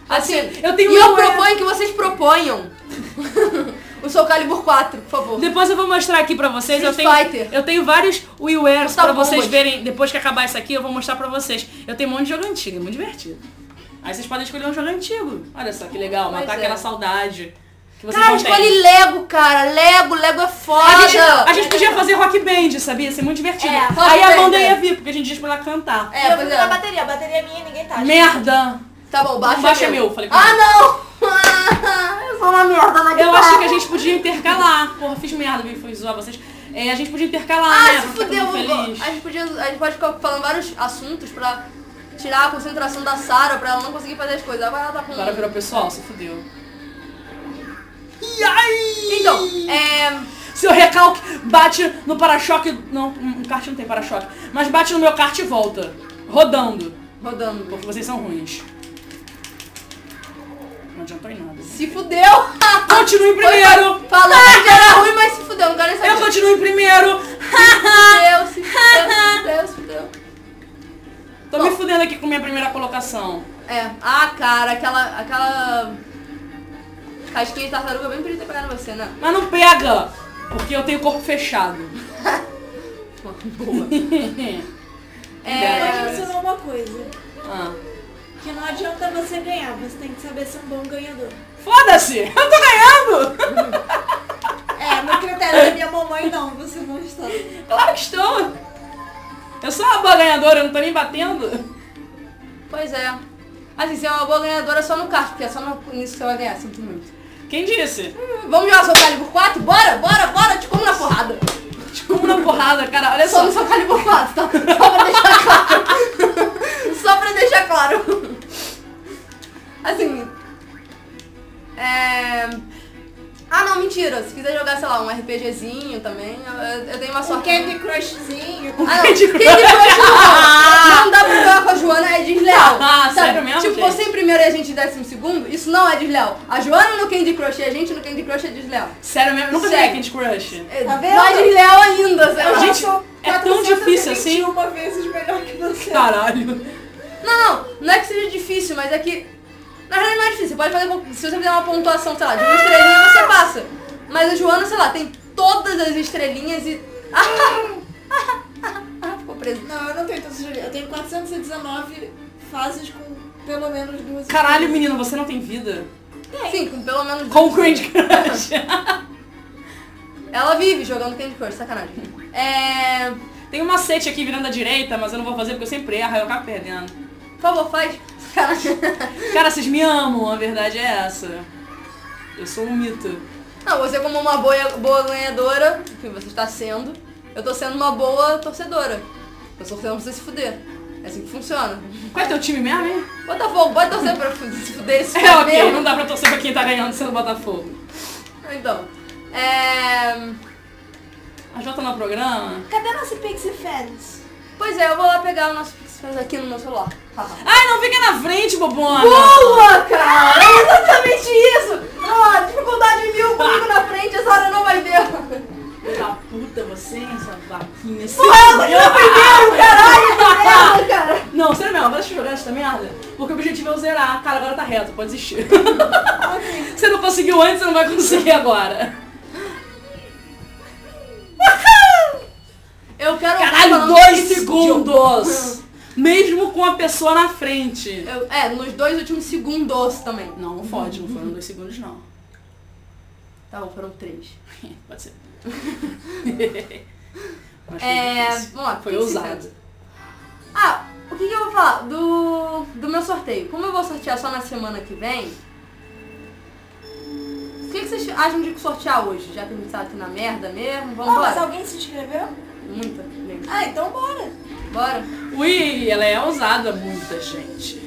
Assim,
eu tenho
e eu
uma- né?
proponho que vocês proponham o Soul Calibur 4, por favor.
Depois eu vou mostrar aqui pra vocês. Eu
Street
tenho,
Fighter.
eu tenho vários WiiWares
Tá
pra
bom,
vocês
mas-
verem. Depois que acabar isso aqui, eu vou mostrar pra vocês. Eu tenho um monte de jogo antigo, é muito divertido. Aí vocês podem escolher um jogo antigo. Olha só que legal,
Pois
matar
é.
aquela saudade que vocês
Cara,
não têm.
escolhe Lego, cara. Lego, Lego é foda.
A gente, a gente podia fazer rock band, sabia? Ia ser muito divertido.
É,
rock
Aí a
band,
banda
é.
ia vir, porque a gente ia esperar cantar.
E
É,
eu
pois
fico na
é.
bateria, a bateria é minha e ninguém tá.
Merda!
Tá bom, baixa,
Baixa
é
meu, falei com
Ah,
ele.
não! eu sou uma merda na
Eu achei que a gente podia intercalar. Porra, fiz merda, viu? fui zoar vocês. É, a gente podia intercalar, né?
Ah, se
Pra ficar todo
fudeu,
mundo
vovó.
feliz.
A gente, podia, a gente pode ficar falando vários assuntos pra tirar a concentração da Sarah, pra ela não conseguir fazer as coisas. Agora ela tá com...
Agora virou pessoal, se fudeu.
Então, é...
Seu recalque bate no para-choque. Não, um kart não tem para-choque. Mas bate no meu kart e volta. Rodando.
Rodando.
Porque vocês são ruins. Não adiantou em nada.
Se fudeu!
Continue em primeiro!
Foi- Falou que era ruim, mas se fudeu. Não quero nem
Eu
saber.
continuo em primeiro!
Se fudeu, se fudeu, se fudeu, se fudeu.
Tô me fudendo aqui com minha primeira colocação.
É. Ah, cara, aquela... Aquela... Casquinha de tartaruga bem bonita pegar em você, né?
Mas não pega! Porque eu tenho corpo fechado.
Boa.
Eu
É...
acho que ensinou Então, uma coisa.
Ah.
Que não adianta você ganhar, você tem que saber ser um bom ganhador.
Foda-se! Eu tô ganhando!
É, no critério da minha mamãe não, você não está.
Claro que estou! Eu sou uma boa ganhadora, eu não tô nem batendo.
Pois é. Assim, você é uma boa ganhadora só no kart, porque é só no- nisso que você vai ganhar, sinto muito.
Quem disse?
Vamos jogar Soul Calibur 4? Bora, bora, bora, te como na porrada.
Como na Tipo, porrada, cara. Olha
Só
só.
no Soul Calibur 4, tá? Só pra deixar claro. Só pra deixar claro. Assim... É... Ah, não, mentira. Se quiser jogar, sei lá, um RPGzinho também, eu, eu tenho uma
Um
sorte.
Candy Crushzinho.
Uhum. Um
Ah, não. Quem depois não dá pra jogar com a Joana é desleal.
Ah,
sabe?
sério mesmo,
Tipo,
gente?
você em primeiro e a gente em décimo segundo, isso não é desleal. A Joana no Candy Crush e a gente no Candy Crush é desleal.
Sério mesmo? Nunca
Sério.
vi Candy Crush.
É
Tá vendo?
Mais desleal ainda, sabe?
Gente, é tão difícil assim?
uma vezes melhor que você.
Caralho.
Não, não, não é que seja difícil, mas é que... Na realidade não é difícil, você pode fazer... com- Se você fizer uma pontuação, sei lá, de uma estrelinha, você passa. Mas a Joana, sei lá, tem todas as estrelinhas e... Ah, ficou preso.
Não, eu não tenho tantos joguinhos. Eu tenho 419 fases com pelo menos duas.
Caralho, menino, você não tem vida.
Sim, com pelo menos...
Com o Candy Crush.
Ela vive jogando Candy Crush, sacanagem. É...
Tem um macete aqui virando à direita, mas eu não vou fazer porque eu sempre erro, aí eu acabo perdendo.
Por favor, faz. Sacanagem.
Cara, vocês me amam, a verdade é essa. Eu sou um mito.
Não, você como uma boa, boa ganhadora, que você está sendo, eu tô sendo uma boa torcedora. Eu sou torcedora pra você se fuder. É assim que funciona.
Qual é teu time mesmo, hein?
Botafogo, bota torcer pra se fuder tá esse
É, ok, não dá pra torcer pra quem tá ganhando sendo Botafogo.
Então. É...
A Jota no programa?
Cadê nosso Pixie Fans?
Pois é, eu vou lá pegar o nosso Pix Friends aqui no meu celular. Tá, Haha.
Ai, não fica na frente, bobona!
Boa, cara! É exatamente isso! Ah, dificuldade mil comigo na frente, a Sara não vai ver.
Da Tá puta, você, hein, sua vaquinha.
Caralho, cara!
Não, sério mesmo, vai jogar essa merda? Porque o objetivo é eu zerar. Cara, agora tá reto, pode desistir. você não conseguiu antes, você não vai conseguir agora.
Eu quero
Caralho,
falando
dois
desse jogo. um-
segundos! mesmo com a pessoa na frente.
Eu- é, nos dois últimos segundos também.
Não, não fode, não foram dois segundos não.
Tá bom, foram três.
Pode ser.
É,
Mas
vamos lá, o que
foi
que você
ousado.
fez? Ah, o que, que eu vou falar do, do meu sorteio? Como eu vou sortear só na semana que vem, o que, que vocês acham de sortear hoje? Já que a gente tá aqui na merda mesmo, vamos
Pô, mas
embora.
alguém se inscreveu?
Muita, gente.
Ah, então bora.
Bora.
Ui, ela é ousada, muita gente.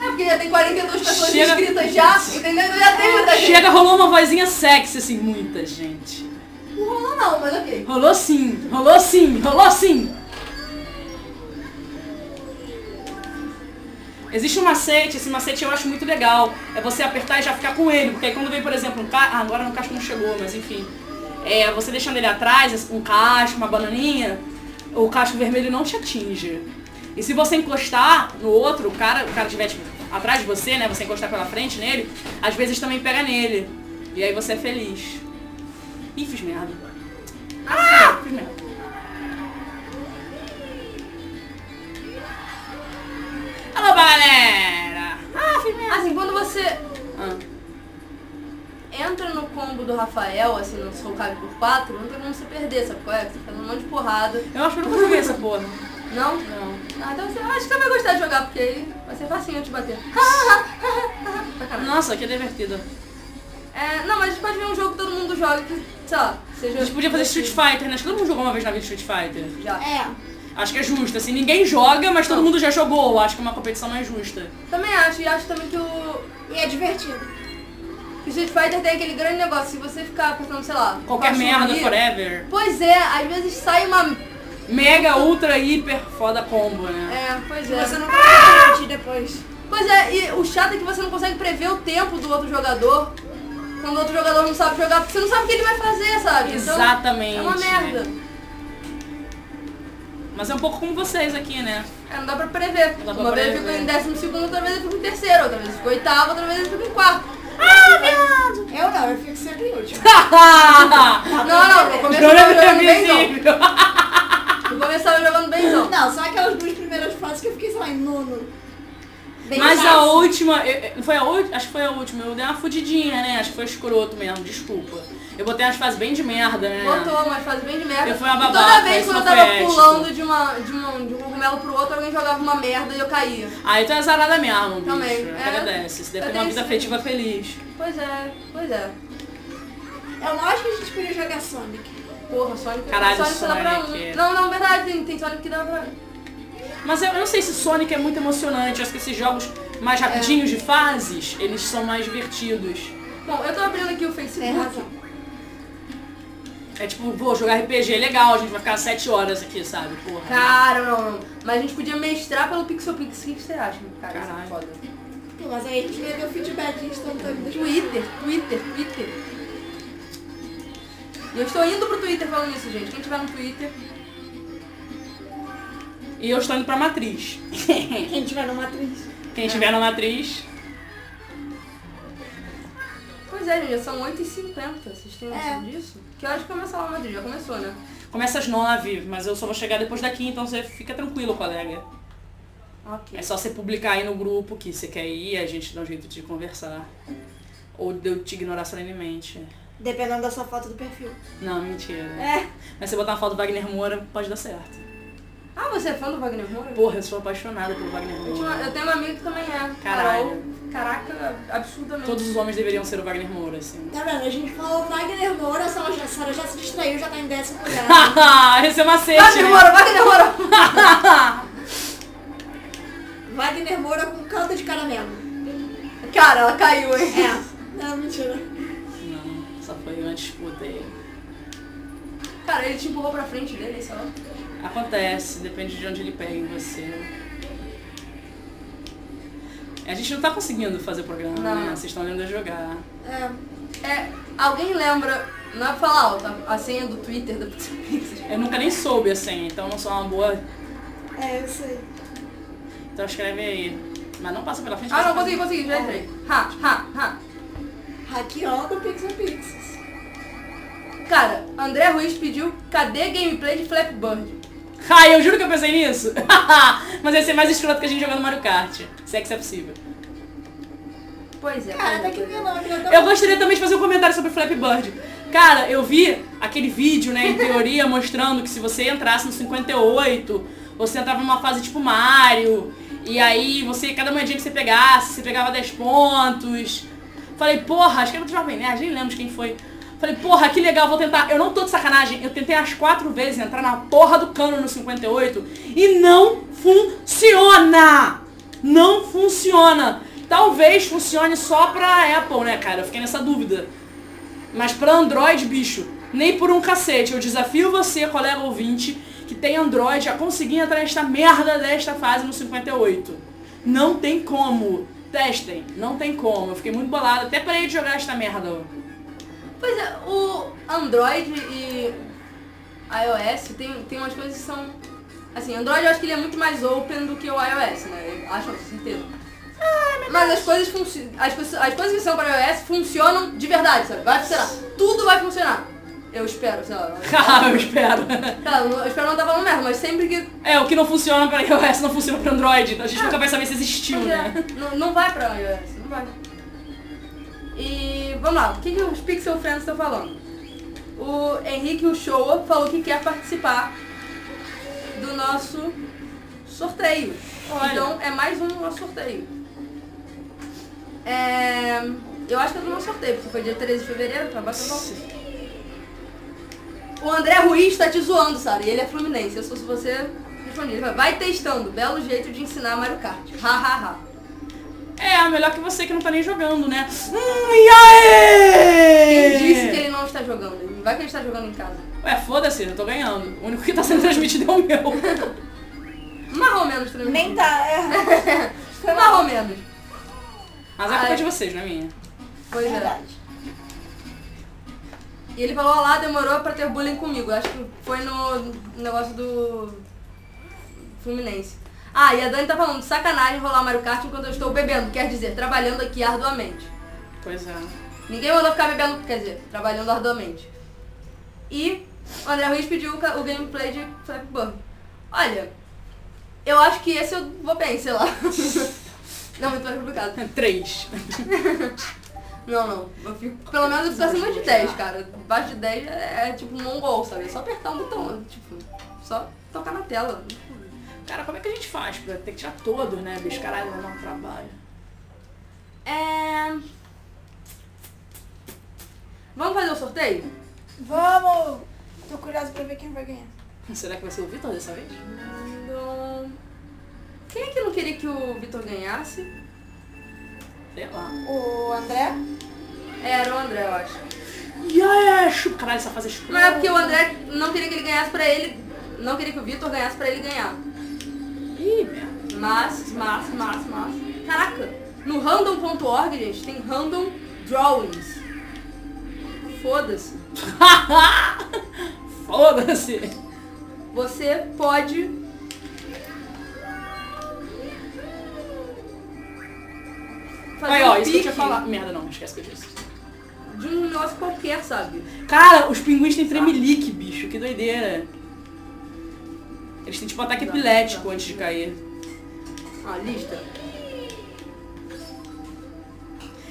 É porque já tem 42 pessoas
Chega-
inscritas já, entendeu? Então já tem muita gente.
Chega, rolou uma vozinha sexy, assim, muita gente.
Não rolou não, mas ok.
Rolou sim, rolou sim, rolou sim. Existe um macete, esse macete eu acho muito legal. É você apertar e já ficar com ele. Porque aí quando vem, por exemplo, um casco. Ah, agora no casco não chegou, mas enfim. É, você deixando ele atrás, um casco, uma bananinha, o casco vermelho não te atinge. E se você encostar no outro, o cara, o cara estiver tipo, atrás de você, né? Você encostar pela frente nele, às vezes também pega nele. E aí você é feliz. Ih, fiz merda. Ah! Fiz merda. Alô, galera! Ah, fiz merda.
Assim, quando você
Ah.
entra no combo do Rafael, assim, no Soul Cabe por 4, não tem como você perder, sabe qual é? Você faz um monte de porrada.
Eu acho que eu nunca joguei essa porra.
Não?
Não.
Ah, então você acho que você vai gostar de jogar, porque aí vai ser facinho eu te bater. Sacanagem.
Nossa, que divertido.
É, não, mas a gente pode ver um jogo que todo mundo joga que, sei lá, seja.
A gente podia fazer Street Fighter, né? Acho que todo mundo jogou uma vez na vida Street Fighter.
Já.
É.
Acho que é justo, assim, ninguém joga, mas todo mundo já jogou. Acho que é uma competição mais justa.
Também acho, e acho também que o.
E é divertido.
que Street Fighter tem aquele grande negócio, se você ficar apertando, sei lá,
Qualquer
baixo
merda,
ali-
forever.
Pois é, às vezes sai uma.
Mega, ultra, hiper, foda combo, né?
É, pois é.
Você não vai divertir depois.
Pois é, e o chato é que você não consegue prever o tempo do outro jogador. Quando o outro jogador não sabe jogar, porque você não sabe o que ele vai fazer, sabe? Então,
Exatamente.
é uma merda.
né? Mas é um pouco como vocês aqui, né?
É, não dá pra prever.
dá pra
uma vez eu fico
prever. né?
em décimo segundo, outra vez eu fico em terceiro, outra vez eu fico em oitavo, outra vez eu fico em quarto.
Ah, Eu não, eu fico sempre em último.
Não, não, no começo eu tava
Programa
jogando bemzão.
previsível.
No começo eu tava jogando bemzão.
Não, só aquelas duas primeiras fases que eu fiquei, sei lá, em nono. Bem
Mas a
fácil.
última, eu- eu- foi a última, acho que foi a última, eu dei uma fudidinha, né? Acho que foi escroto mesmo, desculpa. Eu botei umas fases bem de merda, né?
Botou umas fases bem de merda.
Eu fui uma
E
babaca,
toda vez
isso
quando eu
não
tava
foi ético.
pulando de, uma, de, uma, de um cogumelo pro outro, alguém jogava uma merda e eu caía.
Aí tu é zarada mesmo, bicho.
Também, é.
Agradece. Você deve ter
Eu
uma
tenho
vida
sim.
afetiva feliz.
Pois é, pois é.
Eu não acho É que a gente podia jogar Sonic.
Porra, Sonic,
Caralho,
Sonic, só dá pra
Sonic, é.
um. Não, não, verdade, tem, tem Sonic que dá pra...
Mas eu, eu não sei se Sonic é muito emocionante. Eu acho que esses jogos mais
É.
rapidinhos de fases, eles são mais divertidos.
Bom, eu tô abrindo aqui o Facebook.
Tem razão.
É tipo, vou jogar RPG, legal, a gente vai ficar sete horas aqui, sabe? Porra.
Cara, não, não. Mas a gente podia mestrar pelo Pixel Pix. O que que você acha, cara? Isso é
Caralho.
foda.
Pô, mas aí a gente vai ter o feedback instantâneo.
Twitter, Twitter, Twitter. E eu estou indo pro Twitter falando isso, gente. Quem tiver no Twitter.
E eu estou indo pra matriz.
É, Quem tiver numa atriz.
É.
Quem estiver na matriz,
Pois é, gente, já são 8h50. Vocês têm noção
É.
disso? Que horas que começa lá Madrid? Já começou, né?
começa às nove, mas eu só vou chegar depois daqui, então você fica tranquilo, colega.
Ok.
É só você publicar aí no grupo que você quer ir, a gente dá um jeito de conversar. Ou de eu te ignorar solenemente.
Dependendo da sua foto do perfil.
Não, mentira.
É.
Mas se eu botar uma foto do Wagner Moura, pode dar certo.
Ah, você é fã do Wagner Moura?
Porra, eu sou apaixonada pelo Wagner
Eu, tinha uma-
Moura.
eu tenho uma amiga que também é.
Caralho.
Carol. Caraca, absurdamente.
Todos os homens deveriam ser o Wagner Moura, assim.
Tá vendo? A gente falou Wagner Moura, a Sara já, a Sara já se distraiu, já tá em décimo lugar.
Esse é macete,
Wagner
né?
Moura, Wagner Moura!
Wagner Moura com calda de caramelo.
Cara, ela caiu, hein?
É. Não, mentira.
Não, só foi uma disputa aí.
Cara, ele te empurrou pra frente dele, sei lá.
Acontece, depende de onde ele pega em você. A gente não tá conseguindo fazer o programa,
Não.
né? Vocês estão lendo a jogar.
É.
É, alguém lembra, não é pra falar alto, a senha do Twitter da Pizza Pizza.
Eu nunca nem soube, assim, então não sou uma boa...
É, eu sei.
Então escreve aí. Mas não passa pela frente.
Ah,
passa
não,
pela-
consegui, consegui, já entrei. Ha, ha, ha.
Hackeando o Pixel Pixies.
Cara, André Ruiz pediu, cadê gameplay de Flappy Bird?
Ah, eu juro que eu pensei nisso. Mas ia ser mais escroto que a gente jogando Mario Kart. Se é que isso é possível.
Pois é.
Cara,
pois
tá
é,
que
pois é.
vilão. que tô-
Eu gostaria também de fazer um comentário sobre Flappy Bird. Cara, eu vi aquele vídeo, né, em teoria, mostrando que se você entrasse no 58, você entrava numa fase tipo Mario, e aí você, cada moedinha que você pegasse, você pegava 10 pontos. Falei, porra, acho que era do Jovem Nerd, nem lembro de quem foi. Falei, porra, que legal, vou tentar. Eu não tô de sacanagem, eu tentei as quatro vezes entrar na porra do cano no 58 e não funciona! Não funciona! Talvez funcione só pra Apple, né, cara? Eu fiquei nessa dúvida. Mas pra Android, bicho, nem por um cacete. Eu desafio você, colega ouvinte, que tem Android, a conseguir entrar nesta merda desta fase no 58. Não tem como. Testem, não tem como. Eu fiquei muito bolado. Até parei de jogar esta merda. ó.
Pois é, o Android e iOS tem, tem umas coisas que são. Assim, Android eu acho que ele é muito mais open do que o iOS, né? Eu acho, com certeza.
Ah,
Mas as coisas, funci- as, coisas- as coisas que são para iOS funcionam de verdade, sabe? Vai funcionar. Tudo vai funcionar. Eu espero, sei lá.
Ah, eu espero.
Sei lá, eu espero não estar falando merda, mas sempre que.
É, o que não funciona pra iOS não funciona pra Android. Então a gente nunca vai saber se existiu,
Ah. Pois é,
né?
Não, não vai pra iOS, não vai. E vamos lá, o que, que os Pixel Friends estão falando? O Henrique Uchoa falou que quer participar do nosso sorteio.
Olha.
Então é mais um no nosso sorteio. É, eu acho que é do nosso sorteio, porque foi dia 13 de fevereiro, tá trabalho pra você. O André Ruiz tá te zoando, Sara, e ele é fluminense. Eu sou se você responde. Ele fala, vai testando, belo jeito de ensinar Mario Kart. Ha, ha, ha.
É, melhor que você que não tá nem jogando, né? Hum, e aê!
Quem
É.
disse que ele não está jogando? Ele Vai que ele está jogando em casa.
Ué, foda-se, eu tô ganhando. O único que tá sendo transmitido é o meu.
Mais ou menos também.
Nem tá.
Foi
É
mais ou menos.
Mas a culpa
Ai.
é de vocês, não é minha.
Pois é.
verdade.
E ele falou, lá demorou pra ter bullying comigo. Acho que foi no negócio do Fluminense. Ah, e a Dani tá falando, sacanagem rolar Mario Kart enquanto eu estou bebendo. Quer dizer, trabalhando aqui arduamente.
Pois é.
Ninguém mandou ficar bebendo, quer dizer, trabalhando arduamente. E o André Ruiz pediu o ca- o gameplay de Flappy Bird. Olha, eu acho que esse eu vou bem, sei lá. não, muito mais complicado.
Três.
Não, não. Eu fico pelo menos pra cima de 10, cara. Abaixo de 10 é, é tipo um mongol, sabe? É só apertar um botão, tipo, só tocar na tela.
Cara, como é que a gente faz? Pra ter que tirar todos, né, bicho? Caralho, vai dar um trabalho.
É... Vamos fazer o sorteio?
Vamos! Tô curiosa pra ver quem vai ganhar.
Será que vai ser o Vitor dessa vez?
Então... Quem é que não queria que o Vitor ganhasse?
Sei lá.
O André?
É, Era o André, eu acho.
Yes! Caralho, essa fase é escura.
Mas é porque o André não queria que ele ganhasse pra ele. Não queria que o Vitor ganhasse pra ele ganhar.
Ih, merda.
Mas, mas, mas, mas. Caraca, no random.org, gente, tem random drawings. Foda-se.
Foda-se.
Você pode. Fazer
Aí, ó,
um
isso que eu
pique
tinha falado. Merda, não, esquece que eu disse.
de um negócio qualquer, sabe?
Cara, os pinguins têm tremelique, bicho. Que doideira. Eles têm tipo ataque epilético antes de cair.
Ó, lista.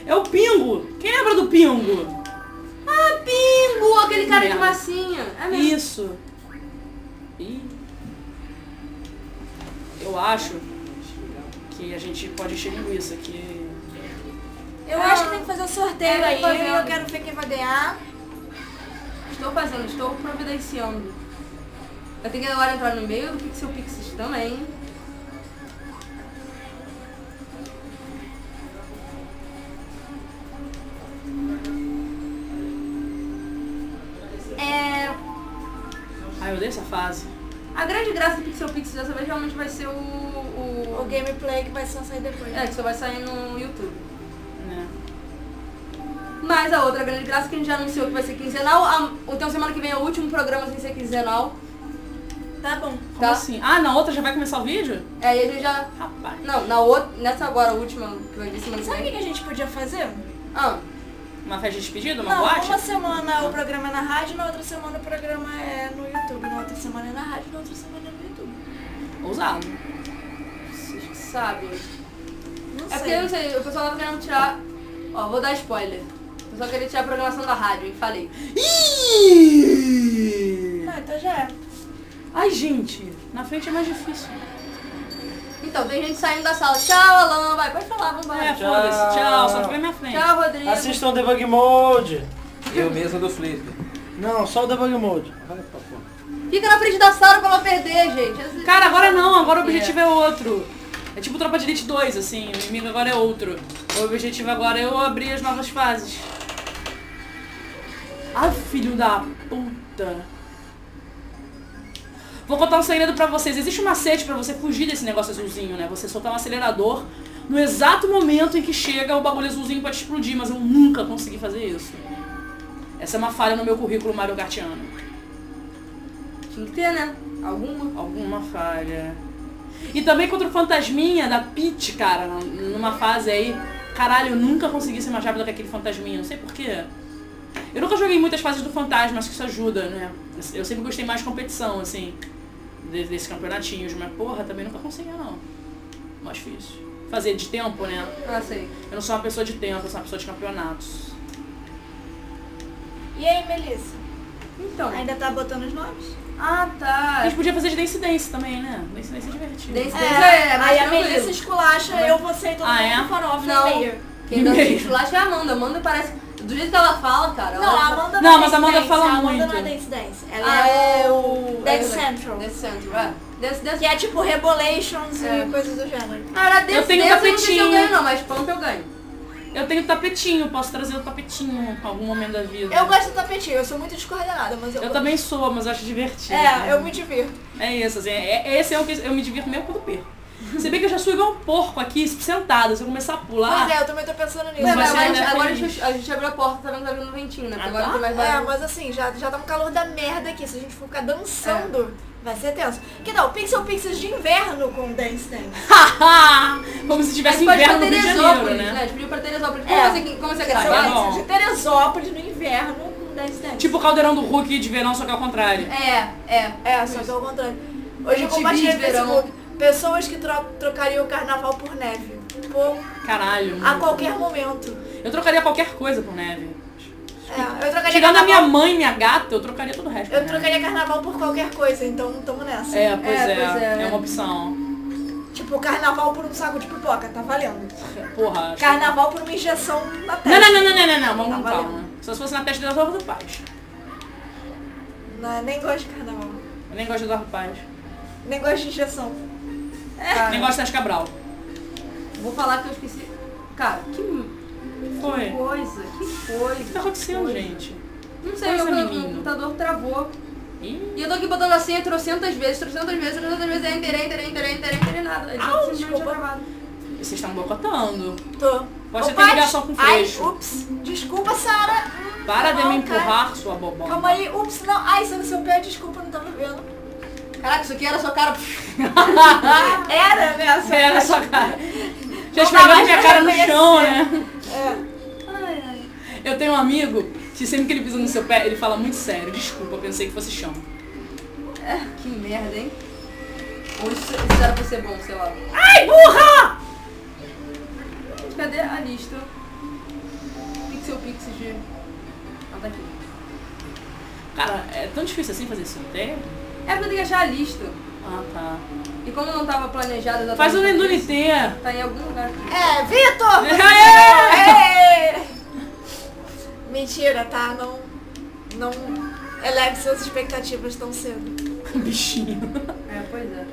É o pingo! Quem lembra do pingo?
Ah, bingo! Aquele cara de
Merda.
massinha. É mesmo.
Isso. Ih. Eu acho que a gente pode encher linguiça aqui.
Eu
Ah.
acho que tem que fazer o sorteio
Peraí,
aí, né? pra ver,
eu-
É, eu quero ver quem vai ganhar.
Estou fazendo, estou providenciando. Eu tenho que agora entrar no e-mail do Pixel Pixies também. É,
Ai, eu odeio essa fase.
a grande graça do Pixel Pixies dessa vez realmente vai ser o... o-
O gameplay que vai só sair depois.
É, que só vai sair no YouTube.
Né?
Mas a outra grande graça é que a gente já anunciou que vai ser quinzenal. a- Então semana que vem é o último programa sem ser quinzenal.
Tá bom.
Como
Tá.
assim? Ah, na outra já vai começar o vídeo?
Aí É, a gente já
Rapaz.
Não, na outra, nessa agora, a última que vai vir semana que
Sabe o que
vem.
a gente podia fazer?
Ah,
Uma festa de despedida? Uma
Não,
boate?
uma semana o programa é na rádio, na outra semana o programa é no YouTube. Na outra semana é na rádio, na outra semana é no YouTube.
Ousado.
Vocês que sabem.
Não
É porque,
sei.
eu não sei, o pessoal tava querendo tirar... Ó, vou dar spoiler. O pessoal queria tirar a programação da rádio, hein? Falei.
Não, então já é.
Ai, gente, na frente é mais difícil.
Então, tem gente saindo da sala. Tchau, Alan. Vai, pode falar, vambora.
É, foda-se. Tchau, só fica na minha frente.
Tchau, Rodrigo.
Assistam Debug Mode.
Eu mesmo do Flip.
Não, só o Debug Mode. Vai pra porra.
Fica na frente da sala pra não perder, gente.
Cara, agora não, agora o objetivo é, outro. É tipo Tropa de Elite 2, assim, o inimigo agora é outro. O objetivo agora é eu abrir as novas fases. Ah, filho da puta. Vou contar um segredo pra vocês. Existe um macete pra você fugir desse negócio azulzinho, né? Você soltar um acelerador no exato momento em que chega o bagulho azulzinho pra te explodir, mas eu nunca consegui fazer isso. Essa é uma falha no meu currículo Mario Kartiano. é-
Tinha que ter, né? Alguma.
Alguma falha. E também contra o Fantasminha da Peach, cara, numa fase aí. Caralho, eu nunca consegui ser mais rápido que aquele Fantasminha, não sei porquê. Eu nunca joguei muitas fases do Fantasma, acho que isso ajuda, né? Eu sempre gostei mais de competição, assim, de- desses campeonatinhos, mas porra, também nunca conseguia, não. Mais difícil. Fazer de tempo, né?
Ah, sei.
Eu não sou uma pessoa de tempo, eu sou uma pessoa de campeonatos.
E aí, Melissa?
Então.
Ainda tá botando os nomes?
Ah,
A
tá.
gente podia fazer de Dance Dance também, né? Dance Dance é divertido.
Dance-
É,
É, mas
aí a
tranquilo.
Melissa esculacha, eu, você e todo
Ah,
mundo
é?
com farofa
Não.
no meio.
Quem dá chulacha é a Amanda. Amanda parece. Do jeito que ela fala, cara.
Não, a
ela... tá
Amanda
Não,
é
mas a Amanda
Dance
fala
Dance, A
muito.
Amanda não é Dance Dance. Ela
Ah,
é,
é o.
Death
é,
Central.
Death Central, é. Death, Death...
Que é tipo Revelations
É.
e coisas do gênero.
Na verdade,
Eu
Death
tenho
Dance eu não sei se eu
tapetinho.
ganho, não, mas ponto eu ganho.
Eu tenho tapetinho, posso trazer o tapetinho em algum momento da vida.
Eu gosto do tapetinho, eu sou muito descoordenada, mas eu,
Eu
gosto.
também sou, mas eu acho divertido. né?
É, eu me divirto.
É isso, assim, é, é- esse é o que eu me divirto mesmo quando perco. Você vê que eu já sou igual um porco aqui, sentada, se eu começar a pular...
Pois é, eu também tô pensando nisso.
Não vai
Não, mas
ser
agora,
ainda
agora a,
feliz.
gente, a gente abriu a porta, tá vendo tá vindo ventinho, né? Porque
Ah,
agora
tá?
tem mais
É,
barulho.
mas assim, já, já tá um calor da merda aqui. Se a gente for ficar dançando,
É.
vai ser tenso. Que tal, Pixel Pixels de inverno com Dance Dance?
Como se
A
tivesse
gente pode ir pra
inverno no Rio de Janeiro,
Teresópolis, né?
né?
A gente pediu pra Teresópolis.
É.
Como você, como você
Pixel
Tá
grava?
bom.
Pixels de Teresópolis no inverno com Dance Dance.
Tipo o caldeirão do Hulk de verão, só que ao contrário.
É, é.
É, só que ao contrário. Hoje eu
MTV
compartilhei no
de verão.
Facebook pessoas que tro- trocariam o carnaval por neve. Por,
Caralho.
a
mano.
qualquer momento.
Eu trocaria qualquer coisa por neve.
É, eu trocaria
Tirando
carnaval.
a minha mãe, minha gata, eu trocaria todo o resto. por
Eu
neve.
trocaria carnaval por qualquer coisa, então tamo nessa.
É, pois
É,
é.
pois é.
É uma opção.
Tipo, carnaval por um saco de pipoca, tá valendo.
Porra. acho-
Carnaval por uma injeção na
Não,
testa.
não, não, não, não, não, não. Vamos com
Tá valendo.
calma. Só se fosse na testa da Zorra do Paz.
Não, nem gosto de carnaval.
Eu nem gosto de Eduardo Paz.
Nem gosto de injeção. É.
Cara,
Nem gosto de Sérgio Cabral.
Vou falar que eu esqueci. Cara, que
Foi. O
coisa, que coisa. O
que tá acontecendo, gente?
Não sei,
Coisa,
meu, meu
menino.
computador travou.
Ih,
E eu tô aqui botando a senha trocentas vezes, trocentas vezes, trocentas vezes, aí enterei, enterei, enterei, enterei, enterei nada. Aí
Au,
simplesmente
desculpa.
já travado.
vocês estão bocotando.
Tô.
Pode
Ô,
ser ter
Paty,
ligação com
Ai,
feixe.
ups. Desculpa, Sara. Hum,
Para de
não,
me
cara.
empurrar, sua bobona.
Calma aí. Ups, não. Ai, saiu do seu pé. Desculpa, não tava vendo.
Caraca, isso aqui era só cara.
É.
Era, né? a sua
Era
caixa?
sua cara. Já
Não dá
esfregando
mais
minha
pra
cara no
reconhecer.
chão, né?
É.
Ai, ai.
Eu tenho um amigo que sempre que ele pisa no seu pé, ele fala muito sério. Desculpa, pensei que fosse chão.
É, que merda, hein? Ou isso, isso era pra ser bom, sei lá.
Ai, burra!
Cadê a lista? Pixel Pixel de. Ah, tá aqui.
Cara, é tão difícil assim fazer sorteio?
É pra ter que achar a lista.
Ah, tá.
E como não tava planejado exatamente.
Faz um o
isso,
Nendunité.
Tá em algum lugar aqui.
É, Vitor! você-
Aê!
Ê! Mentira, tá? Não, não eleve suas expectativas tão cedo.
Bichinho.
É, pois é.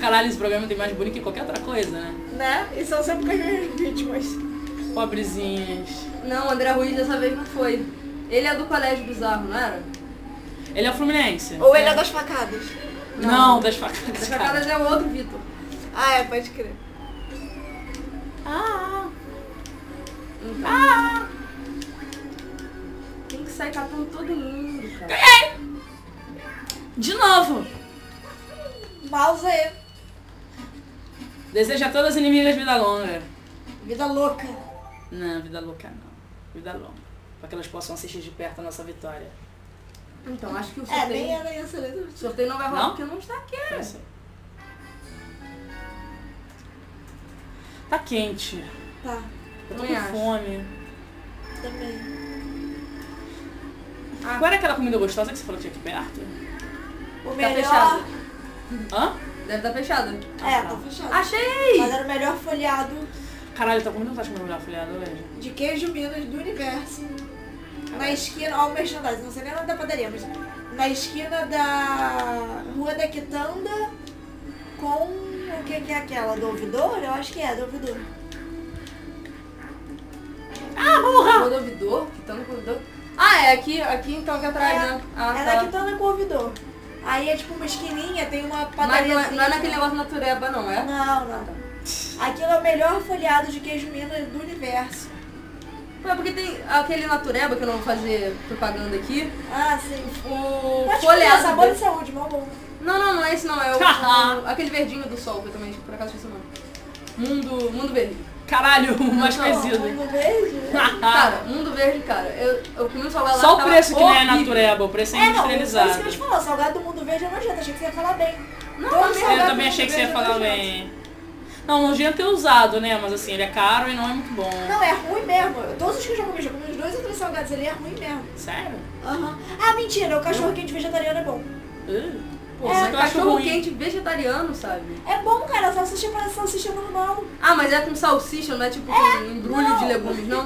Caralho, esse programa tem mais bullying que qualquer outra coisa, né?
Né? E são sempre as minhas vítimas.
Pobrezinhas.
Não, André Ruiz dessa vez não foi. Ele é do colégio bizarro, não era?
Ele é o Fluminense?
Ou ele é das facadas.
Não, das facadas.
As
cara.
facadas é o outro Vitor.
Ah, é, pode crer.
Ah,
Ah! Tem que sair catando todo mundo, cara.
de novo.
Mouse aí.
Deseja a todas as inimigas vida longa.
Vida louca.
Não, vida louca não. Vida longa. Pra que elas possam assistir de perto a nossa vitória.
Então, acho que o
É,
sorteio,
nem era isso, né?
o sorteio não né? vai rolar
Não?
É.
porque não está aqui.
Eu sei. Tá quente.
Tá,
Eu tô
Também
com
acho.
fome.
também.
Ah.
Qual era aquela comida gostosa que você falou que tinha aqui perto?
O
Tá
melhor...
fechado.
Hã?
Deve estar fechado.
É,
Ah,
tá
tá.
fechado.
Achei!
Mas era o melhor folhado
Caralho, eu tô com muita vontade de comer um afilhado hoje.
de queijo Minas do universo. Na esquina, ó, o merchandising, não sei nem o nome da padaria, mas na esquina da Rua da Quitanda com o que, que é aquela? Do ouvidor? Eu acho que é, do ouvidor.
O ouvidor, que tá no ouvidor. Ah, é aqui, aqui então aqui atrás,
É,
né? Ah,
é
tá.
da Quitanda com o ouvidor. Aí é tipo uma esquininha, tem uma
Mas
padaria.
não é, não é naquele negócio natureba, não, é?
Não, não. Aquilo é o melhor folhado de queijo Minas do universo.
É porque tem aquele natureba, que eu não vou fazer propaganda aqui.
Ah, sim.
O
Mas, tipo,
folhado...
sabor e saúde, mó bom.
Não, não, não é esse não, é
Ah.
o, o- aquele verdinho do sol, que eu também, por acaso, fiz o nome. Mundo, mundo verde.
Caralho, mais
não,
conhecido.
Não vejo.
Cara, mundo verde, cara, eu, eu comi um salgado
Ah.
lá
Só
que
o
tava
preço que não é
horrível.
natureba, o preço é
É, não, por isso
industrializado.
que eu te falo, salgado do mundo verde é nojento, achei que você ia falar bem.
Não,
Todo
também-
salgado
Eu
do
também
mundo
achei que você ia
verde é
falar
nojento.
bem. Não, não devia ter usado, né? Mas assim, ele é caro e não é muito bom.
Não, é ruim mesmo. Eu- Todos os que eu já comi, já comi uns dois ou três salgados ali, é ruim mesmo.
Sério?
Aham. Ah, mentira, o cachorro quente vegetariano é bom.
Uh, pô,
É,
você que eu acho
cachorro
ruim.
quente vegetariano, sabe?
É bom, cara, a salsicha parece salsicha normal.
Ah, mas é com salsicha, não é tipo com embrulho de
não.
legumes, não?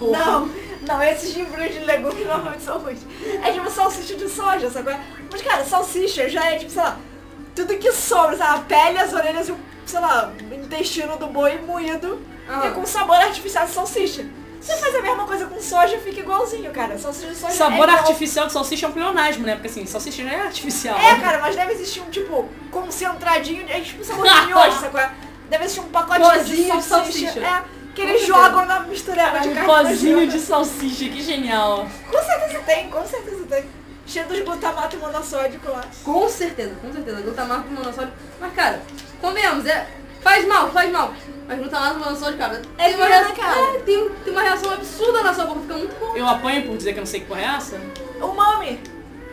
Porra.
Não, não, esses de embrulho de legumes normalmente são ruins. É tipo salsicha de soja, sabe? qual é? Mas, cara, salsicha já é tipo, sei lá, tudo que sobra, sabe? A pele, as orelhas e o, sei lá, o intestino do boi moído
Ah.
e com sabor artificial de salsicha. Você faz a mesma coisa com soja, fica igualzinho, cara. Salsicha de soja
Sabor
é igual.
artificial de salsicha é um pleonasmo, né? Porque assim, salsicha já é artificial.
É, cara, mas deve existir um, tipo, concentradinho, de- é tipo sabor de miojo, sabe? qual é? Deve existir um pacotinho de
Pozinho de
salsicha.
salsicha.
É, que
Com
eles
certeza.
jogam na mistureba de
um
carne.
pozinho
nojenta.
de salsicha, que genial.
Com certeza tem, com certeza tem. Cheio de glutamato monossódico lá.
Com certeza, com certeza. Glutamato monossódio. Mas, cara, convenhamos, é. Faz mal, faz mal. Mas glutamato monossódio, cara.
É
tem uma
vida,
reação,
cara.
É, tem, tem uma reação absurda na sua boca, fica muito bom.
Eu apanho por dizer que eu não sei que porra é essa?
Umami.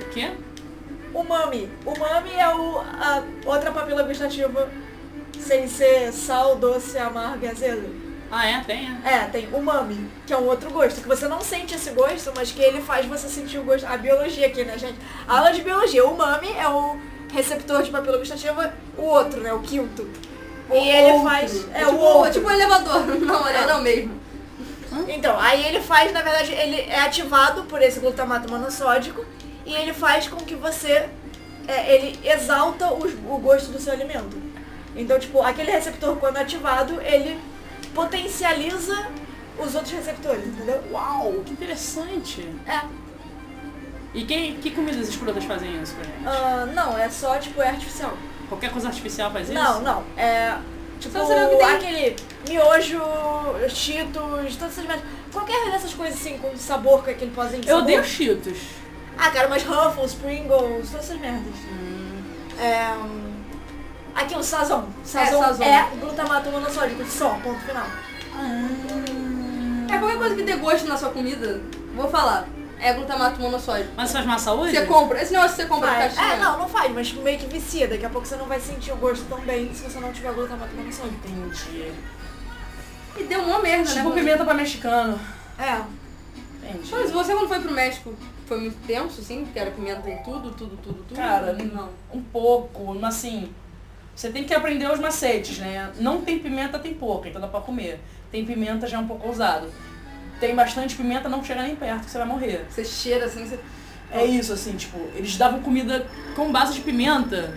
O quê?
Umami. Umami é o, a outra papila gustativa sem ser sal, doce, amargo e azedo.
Ah, é? Tem, é.
É, tem umami, que é um outro gosto, que você não sente esse gosto, mas que ele faz você sentir o gosto. A biologia aqui, né, gente? Aula de biologia. O umami é o receptor de papila gustativa, o outro, né, o quinto.
O
e ele
outro.
faz... É,
tipo,
o outro.
tipo um elevador. Não, ele não mesmo.
Então, aí ele faz, na verdade, ele é ativado por esse glutamato monossódico e ele faz com que você, é, ele exalta os- o gosto do seu alimento. Então, tipo, aquele receptor quando ativado, ele potencializa os outros receptores, entendeu?
Uau, que interessante.
É.
E quem, que comidas escrotas fazem isso pra gente?
Ah, não, é só, tipo, é artificial.
Qualquer coisa artificial faz isso?
Não, não. É, tipo,
Só será que tem-
aquele miojo, cheetos, todas essas... merdas. Qualquer dessas coisas, assim, com sabor, com aquele pozinho de
Eu
sabor.
odeio cheetos.
Ah, cara, mas Ruffles, Pringles, todas essas merdas. É... hum, Aqui o Sazon. Sazon é,
Sazon.
glutamato monossódico, só, ponto final.
É qualquer coisa que dê gosto na sua comida, vou falar. É glutamato monossódio.
Mas isso faz má saúde?
Você compra, esse negócio que você compra de
Faz.
caixinha.
É, não, não faz, mas meio que vicia. Daqui a pouco você não vai sentir o gosto tão bem se você não tiver glutamato monossódico.
Entendi.
E deu uma merda, né?
Tipo
Porque-
pimenta pra mexicano.
É.
Entendi.
Mas você quando foi pro México, foi muito tenso, assim? Porque era pimenta em tudo, tudo, tudo, tudo?
Cara,
não.
um pouco, mas assim, você tem que aprender os macetes, né? Não tem pimenta, tem pouca, então dá pra comer. Tem pimenta, já é um pouco ousado. Tem bastante pimenta, não chega nem perto, que você vai morrer.
Você cheira assim, você...
É isso, assim, tipo, eles davam comida com base de pimenta.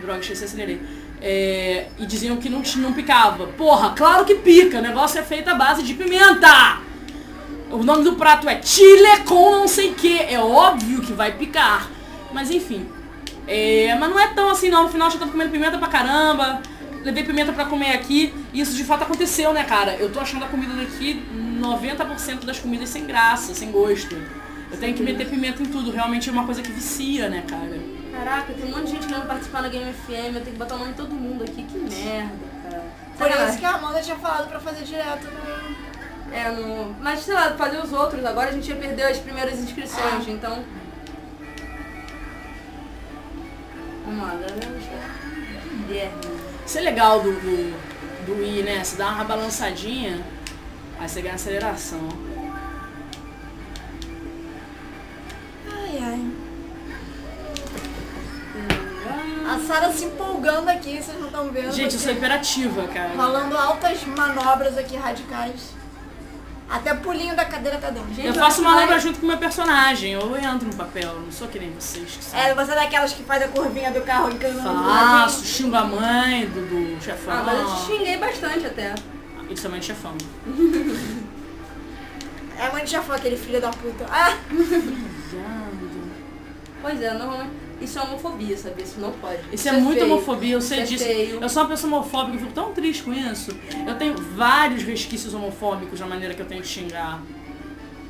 Droga, esqueci, acelerei. É, e diziam que não, t- não picava. Porra, claro que pica, o negócio é feito à base de pimenta! O nome do prato é chile com não sei o que, é óbvio que vai picar. Mas enfim, é, mas não é tão assim não, no final eu já tava comendo pimenta pra caramba, levei pimenta pra comer aqui, e isso de fato aconteceu, né cara? Eu tô achando a comida daqui 90% das comidas sem graça, sem gosto. Eu tenho que meter pimenta em tudo, realmente é uma coisa que vicia, né cara?
Caraca, tem um monte de gente querendo participar na Game FM, eu tenho que botar o nome de todo mundo aqui, que merda, cara.
Por
Sacanagem.
isso que a Amanda tinha falado pra fazer direto no...
É, no... Mas sei lá, fazer os outros, agora a gente ia perder as primeiras inscrições, então... Vamos lá, agora vamos lá. Guilherme.
Isso é legal é do, do, do Wii, né? Você dá uma balançadinha, aí você ganha aceleração.
Ai, ai. A Sara se empolgando aqui, vocês não estão vendo.
Gente, eu sou
porque-
hiperativa, cara.
Rolando altas manobras aqui radicais. Até pulinho da cadeira tá dando.
Eu
Então,
faço uma manobra junto com o meu personagem, eu entro no papel, não sou que nem vocês que sabem.
É, você é daquelas que faz a curvinha do carro encanando do
Faço,
ladinho.
xingo a mãe do, do chefão.
Ah, mas eu te xinguei bastante até.
E também do chefão.
É a mãe já foi aquele filho da puta. Ah,
Pois é, normalmente. Isso é homofobia, sabia? Isso não pode.
Isso é muito
feio.
homofobia, eu sei
Isso é
disso.
feio.
Eu sou uma pessoa homofóbica, eu fico tão triste com isso. Eu tenho vários resquícios homofóbicos na maneira que eu tenho que xingar.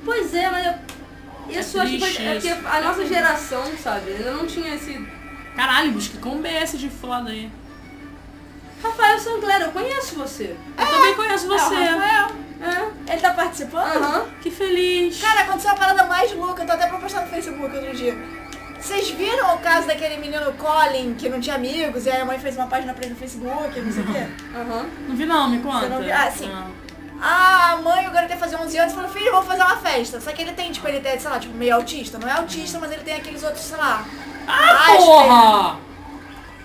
Pois é, mas eu. Isso
É
acho que foi-
triste
é porque
isso.
a nossa geração, sabe? Ainda não tinha esse.
Caralho, bicho, que combo é esse de foda aí?
Rafael Sancler, eu conheço você.
Eu também conheço você.
É o Rafael.
É.
Ele tá participando?
Aham.
que feliz.
Cara, aconteceu uma parada mais louca, eu tô até pra postar no Facebook outro dia. Vocês viram o caso daquele menino Colin que não tinha amigos e aí a mãe fez uma página pra ele no Facebook, não sei o quê?
Aham.
Não vi não, me conta.
Você não viu? Ah, sim.
Não.
Ah, a mãe, agora tem que fazer 11 anos, falou, filho, vamos fazer uma festa. Só que ele tem, tipo, ele tem, sei lá, tipo, meio autista. Não é autista, mas ele tem aqueles outros, sei lá.
Ah,
Asperger.
porra!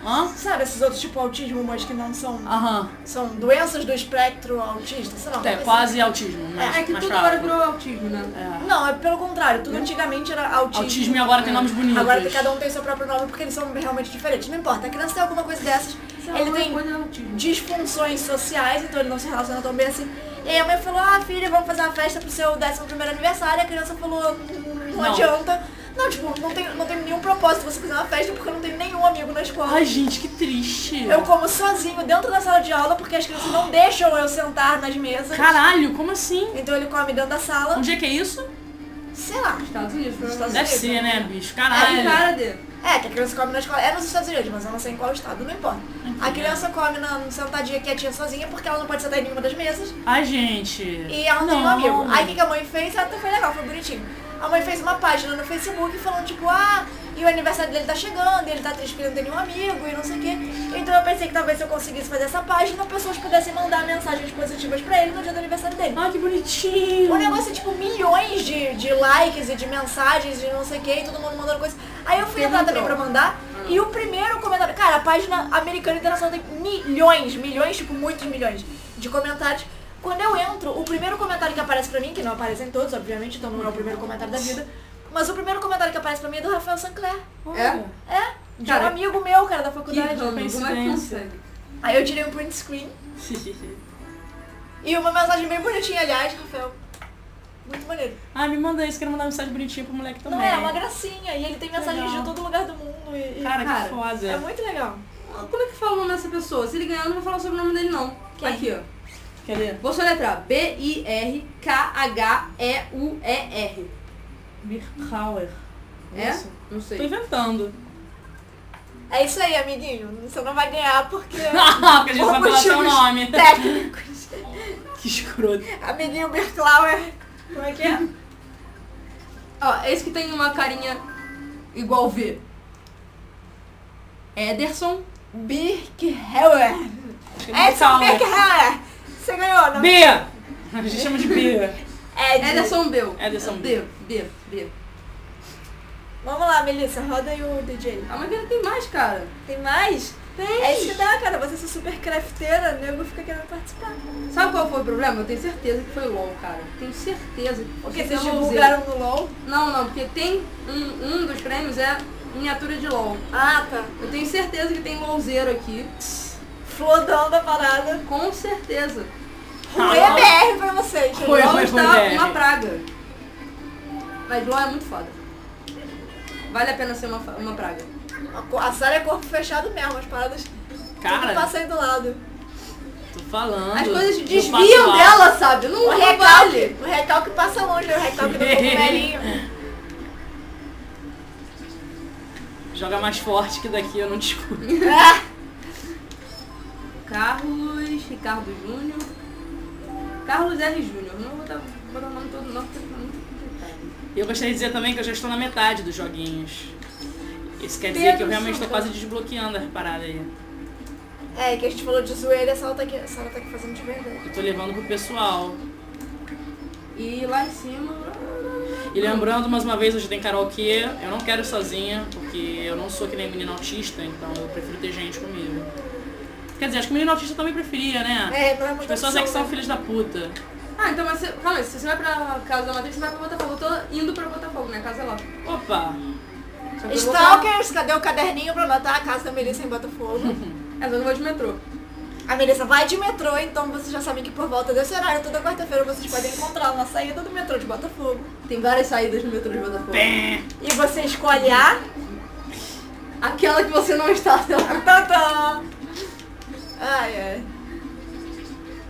Hã?
Sabe esses outros, tipo, autismo, mas que não são...
Aham.
São doenças do espectro autista, sei lá. uma
É
coisa
quase autismo, mas
É que
mas
tudo
claro.
agora virou autismo, né?
assim. Não, é pelo contrário. Tudo antigamente era autismo. É.
Autismo e agora tem nomes bonitos.
Agora tem- cada um tem seu próprio nome porque eles são realmente diferentes. Não importa, a criança tem alguma coisa dessas.
Isso é
ele
uma
tem
coisa autismo.
disfunções sociais, então ele não se relaciona tão bem assim. E aí a mãe falou, ah filha, vamos fazer uma festa pro seu 11 primeiro aniversário. E a criança falou, não, não
Não.
adianta. Não, tipo, não tem, não tem nenhum propósito você fazer uma festa porque eu não tenho nenhum amigo na escola.
Ai, gente, que triste.
Eu como sozinho dentro da sala de aula porque as crianças não deixam eu sentar nas mesas.
Caralho, como assim?
Então ele come dentro da sala.
Onde é que é isso?
Sei lá.
Estados Unidos, provavelmente.
Deve ser, né, bicho?
Aí o
Caralho.
cara dele.
É, que a criança come na escola. É nos Estados Unidos, mas eu não sei em qual estado, não importa. A criança come na, sentadinha quietinha sozinha porque ela não pode sentar em nenhuma das mesas
Ai, gente.
e ela não, tem um amigo. Aí o que que a mãe fez? Ela até foi legal, foi bonitinho. A mãe fez uma página no Facebook falando tipo, ah, e o aniversário dele tá chegando, e ele tá triste porque não tem nenhum amigo e não sei o quê. Então eu pensei que talvez se eu conseguisse fazer essa página, pessoas pudessem mandar mensagens positivas pra ele no dia do aniversário dele.
Ai, que bonitinho.
O negócio é tipo milhões de, de likes e de mensagens de não sei o que, e todo mundo mandando coisa. Aí eu fui entrar também pra mandar,
Ah.
e o primeiro comentário. Cara, a página americana internacional tem milhões, milhões, tipo muitos milhões de comentários. Quando eu entro, o primeiro comentário que aparece pra mim, que não aparece em todos, obviamente, então não é o primeiro comentário da vida, mas o primeiro comentário que aparece pra mim é do Rafael Sancler.
É?
É, de um
Cara,
amigo meu, cara, da
Que
faculdade.
ramo, como é que
coincidência.
consegue?
Aí eu tirei um print screen e uma mensagem bem bonitinha, aliás, Rafael. Muito maneiro.
Ai, me manda isso, quero mandar uma mensagem bonitinha pro moleque também.
Não, é uma gracinha. E ele tem mensagens
Legal.
de todo lugar do mundo. E, e-
Cara, que
Cara,
foda.
é muito legal.
Como é que fala o nome dessa pessoa? Se ele ganhar, eu não vou falar sobre o nome dele, não.
Quem?
Aqui, ó.
Quer ler?
Vou soletrar. B-I-R-K-H-E-U-E-R.
Birkhauer.
É?
Isso.
Não
Tô
sei.
inventando.
É isso aí, amiguinho. Você não vai ganhar porque... é um
Porque a gente
Por
sabe pelo seu
motivos
nome.
Técnicos.
Que escroto.
Amiguinho Berklauer. Como é que é?
Ó, esse que tem uma carinha igual V. Ederson.
Birkhauer.
Acho que ele
Edson
fala.
Birkhauer. Você ganhou, não?
B! A gente chama de B.
Ed.
Ederson Bel.
Ederson
B. B. B.
Vamos lá, Melissa. Roda aí o DJ.
Ah, mas ainda tem mais, cara.
Tem mais?
Tem.
É isso que dá, cara. Você ser super crafteira, nego fica querendo participar.
Sabe qual foi o problema? Eu tenho certeza que foi LOL, cara. Tenho certeza que foi
Porque
ser
vocês
LOLzeiro.
divulgaram no LOL.
Não, não, porque tem um, um dos prêmios é miniatura de LOL.
Ah, tá.
Eu tenho certeza que tem LOLzeiro aqui.
Flodão da parada.
Com certeza.
Um EBR pra vocês.
Foi,
LOL
foi, foi,
está
BR.
tá uma praga. Mas LOL é muito foda. Vale a pena ser uma, fa- uma praga.
A co- A Sara é corpo fechado mesmo, as paradas tudo
Cara,
passa aí do lado.
tô falando.
As coisas
Eu
desviam
passo lá. um
dela, sabe?
O
Não, não
recalque,
vale.
o recalque passa longe, o recalque do é cogumelinho.
Joga mais forte que daqui eu não te escuto.
Carlos, Ricardo Júnior. Carlos R. Júnior. Não vou botar, botar o nome todo não, porque tá muito complicado.
E eu gostaria de dizer também que eu já estou na metade dos joguinhos. Isso quer dizer que eu
Pedro
realmente estou
Silva.
quase desbloqueando a parada aí.
É, que a gente falou de zoeira, a Sara tá aqui, a Sara tá aqui fazendo de verdade.
Eu tô levando pro pessoal.
E lá em cima.
E lembrando, mais uma vez, hoje tem karaokê. Eu não quero ir sozinha, porque eu não sou que nem menino autista, então eu prefiro ter gente comigo. Quer dizer, acho que menino autista também preferia, né?
É, não é
As
muito
pessoas é que são
né?
filhas da puta.
Ah, então mas você. Calma aí, se você vai pra casa da matriz, você vai pra Botafogo. Eu tô indo pra Botafogo, minha casa é lá.
Opa!
Só que eu vou pra-
né? Stalkers, cadê o caderninho pra anotar a casa da Melissa em Botafogo?
É, só que eu vou de metrô.
a Melissa vai de metrô, então vocês já sabem que por volta desse horário, toda quarta-feira, vocês podem encontrar na saída do metrô de Botafogo.
Tem várias saídas no metrô de Botafogo.
E você escolhe a...
Aquela que você não está até lá.
Tantã! Ai, ai.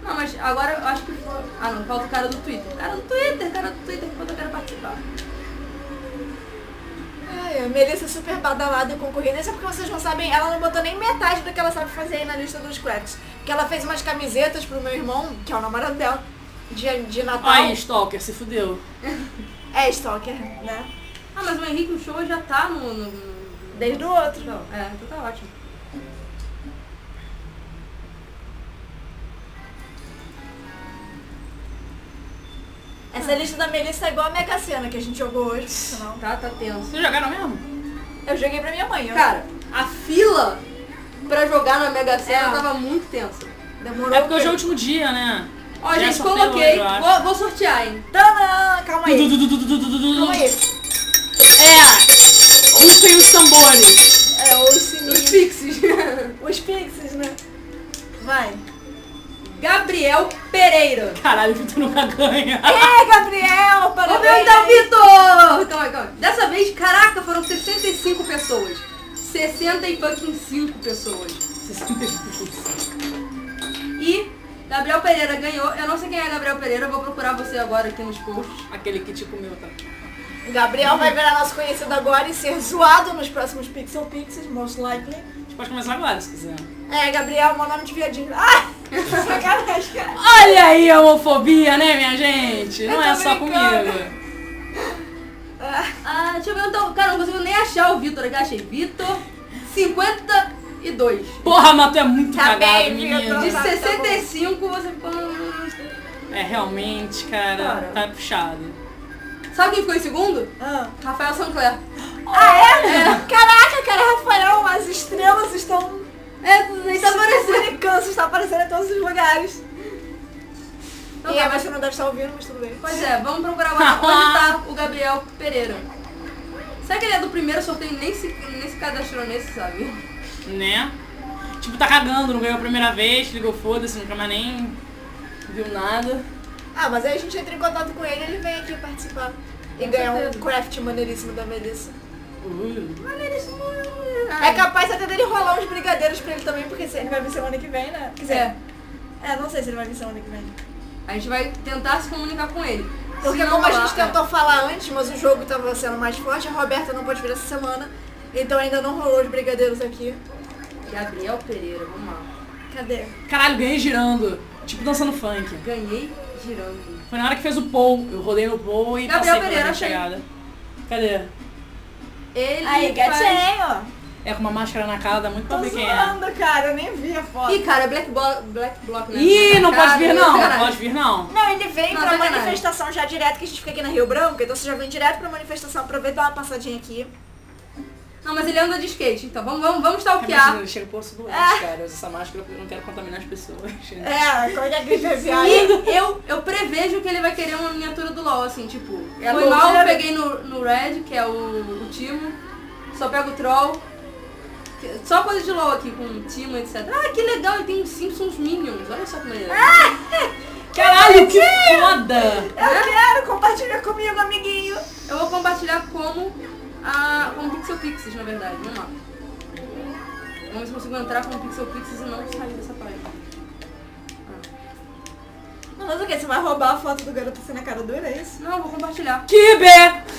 Não, mas agora eu acho que. foi- Ah, não, falta o cara do Twitter. Cara do Twitter, cara do Twitter, quando eu quero participar.
Ai, a Melissa é super badalada e concorrida. Isso é porque vocês não sabem, ela não botou nem metade do que ela sabe fazer aí na lista dos cracks. Porque ela fez umas camisetas pro meu irmão, que é o namorado dela, de, de Natal.
Aí, Stalker, se fudeu.
É stalker, né?
Ah, mas o Henrique, o show já tá no. no- no-
Desde o outro.
Então, é, então tá ótimo.
Ah.
Essa lista da Melissa é igual a Mega Sena que a gente jogou hoje, por sinal.
Tá, tá tenso.
Vocês jogaram mesmo?
Eu joguei pra minha mãe. eu-
Tá.
Cara, a fila pra jogar na Mega Sena
É.
tava muito tensa.
demorou.
É porque hoje é o
eu...
último dia, né?
Ó,
Já
gente,
sorteou
coloquei.
hoje, eu acho.
Vou, vou sortear, hein?
Tadã! Calma aí. Calma aí.
É! Um sem os tambores.
É, os
Os
sininhos.
pixies.
Os pixies, né? Vai.
Gabriel Pereira.
Caralho, o Vitor nunca ganha.
É, Gabriel!
Vou
Parabéns!
perguntar ao Vitor! Calma aí, calma aí. Dessa vez, caraca, foram 65 pessoas. 60 e fucking 5 pessoas. E Gabriel Pereira ganhou. Eu não sei quem é Gabriel Pereira, eu vou procurar você agora aqui nos posts.
Aquele que te comeu, tá?
Gabriel vai virar nosso conhecido agora e ser zoado nos próximos Pixel Pixies, most likely.
A gente pode começar agora, se quiser.
É, Gabriel, meu nome de viadinho. Ah! Sacanagem, cara.
Olha aí a homofobia, né, minha gente? Não
Eu
é
tô
só
brincando.
comigo.
Ah, deixa eu ver então. Cara, eu não consigo nem achar o Vitor aqui. Achei Vitor 52.
Porra, Mato é muito
Tá
cagado,
bem,
menino.
Vitor.
De
tá bom.
65 você ficou. no-
É, realmente, cara,
Cara.
tá puxado.
Sabe quem ficou em segundo?
Ah,
Rafael Sancler.
é? Caraca, cara, Rafael, as estrelas estão...
É, nem tá aparecendo.
O câncer está aparecendo em todos os lugares.
Então
e
tá,
aí,
mas-
você não deve estar ouvindo, mas tudo bem.
Pois é, vamos procurar agora onde tá o Gabriel Pereira. Será que ele é do primeiro sorteio e nem se, nem se cadastrou nesse, sabe?
né? Tipo, tá cagando, não ganhou a primeira vez, ligou foda-se, nunca mais nem viu nada.
Ah, mas aí a gente entra em contato com ele, ele vem aqui participar. E
Com
ganhar um
certeza.
craft maneiríssimo da Melissa.
Uh,
É capaz até dele rolar uns brigadeiros pra ele também, porque se ele vai vir semana que vem, né? Quer dizer,
É.
é, não sei se ele vai vir semana que vem.
A gente vai tentar se comunicar com ele.
Porque
Se não é,
como a
rolar-
gente tentou falar antes, mas o jogo tava sendo mais forte, a Roberta não pode vir essa semana, então ainda não rolou os brigadeiros aqui.
é. Gabriel Pereira, vamos lá.
Cadê?
caralho, ganhei girando. Tipo, dançando funk.
Ganhei girando.
Foi na hora que fez o Paul. Eu rodei no Paul e
Gabriel
passei pela
Pereira,
minha
achei.
chegada. Cadê?
Ele
Aí,
faz-
gatinho!
É com uma máscara na cara, dá muito pra
Tô
ver quem é.
zoando, cara, eu nem vi a foto.
Ih, cara, é Black, Bo... Black Block, né?
Ih, não pode vir não, não
Caralho.
pode vir não.
Não, ele vem
Não,
pra
sacanagem.
manifestação já direto, que a gente fica aqui na Rio Branco, então você já vem direto pra manifestação, aproveita e dá uma passadinha aqui.
Não, mas ele anda de skate, então vamos, vamos, vamos stalkear.
Imagina, ele Tá chega pro osso doente,
É.
cara. Eu uso essa máscara porque eu não quero contaminar as pessoas.
É, qualquer gripe aviária.
E eu, eu prevejo que ele vai querer uma miniatura do LoL, assim, tipo,
É
foi
louco,
mal,
né?
eu peguei no, no Red, que é o, o Timo, só pego o Troll. Que- Só coisa de LoL aqui, com Timo, etc. Ah, que legal, ele tem os Simpsons Minions, olha só é. que maneiro.
Caralho, que foda!
É.
Eu quero, compartilha comigo, amiguinho.
Eu vou compartilhar como a com o Pixel Pixies, na verdade. Vamos lá. Vamos ver se eu consigo entrar com o Pixel Pixies e não sair dessa página.
Não, Mas o que? Você vai roubar a foto do garoto assim na cara dura, é isso?
Não, eu vou compartilhar
Que be!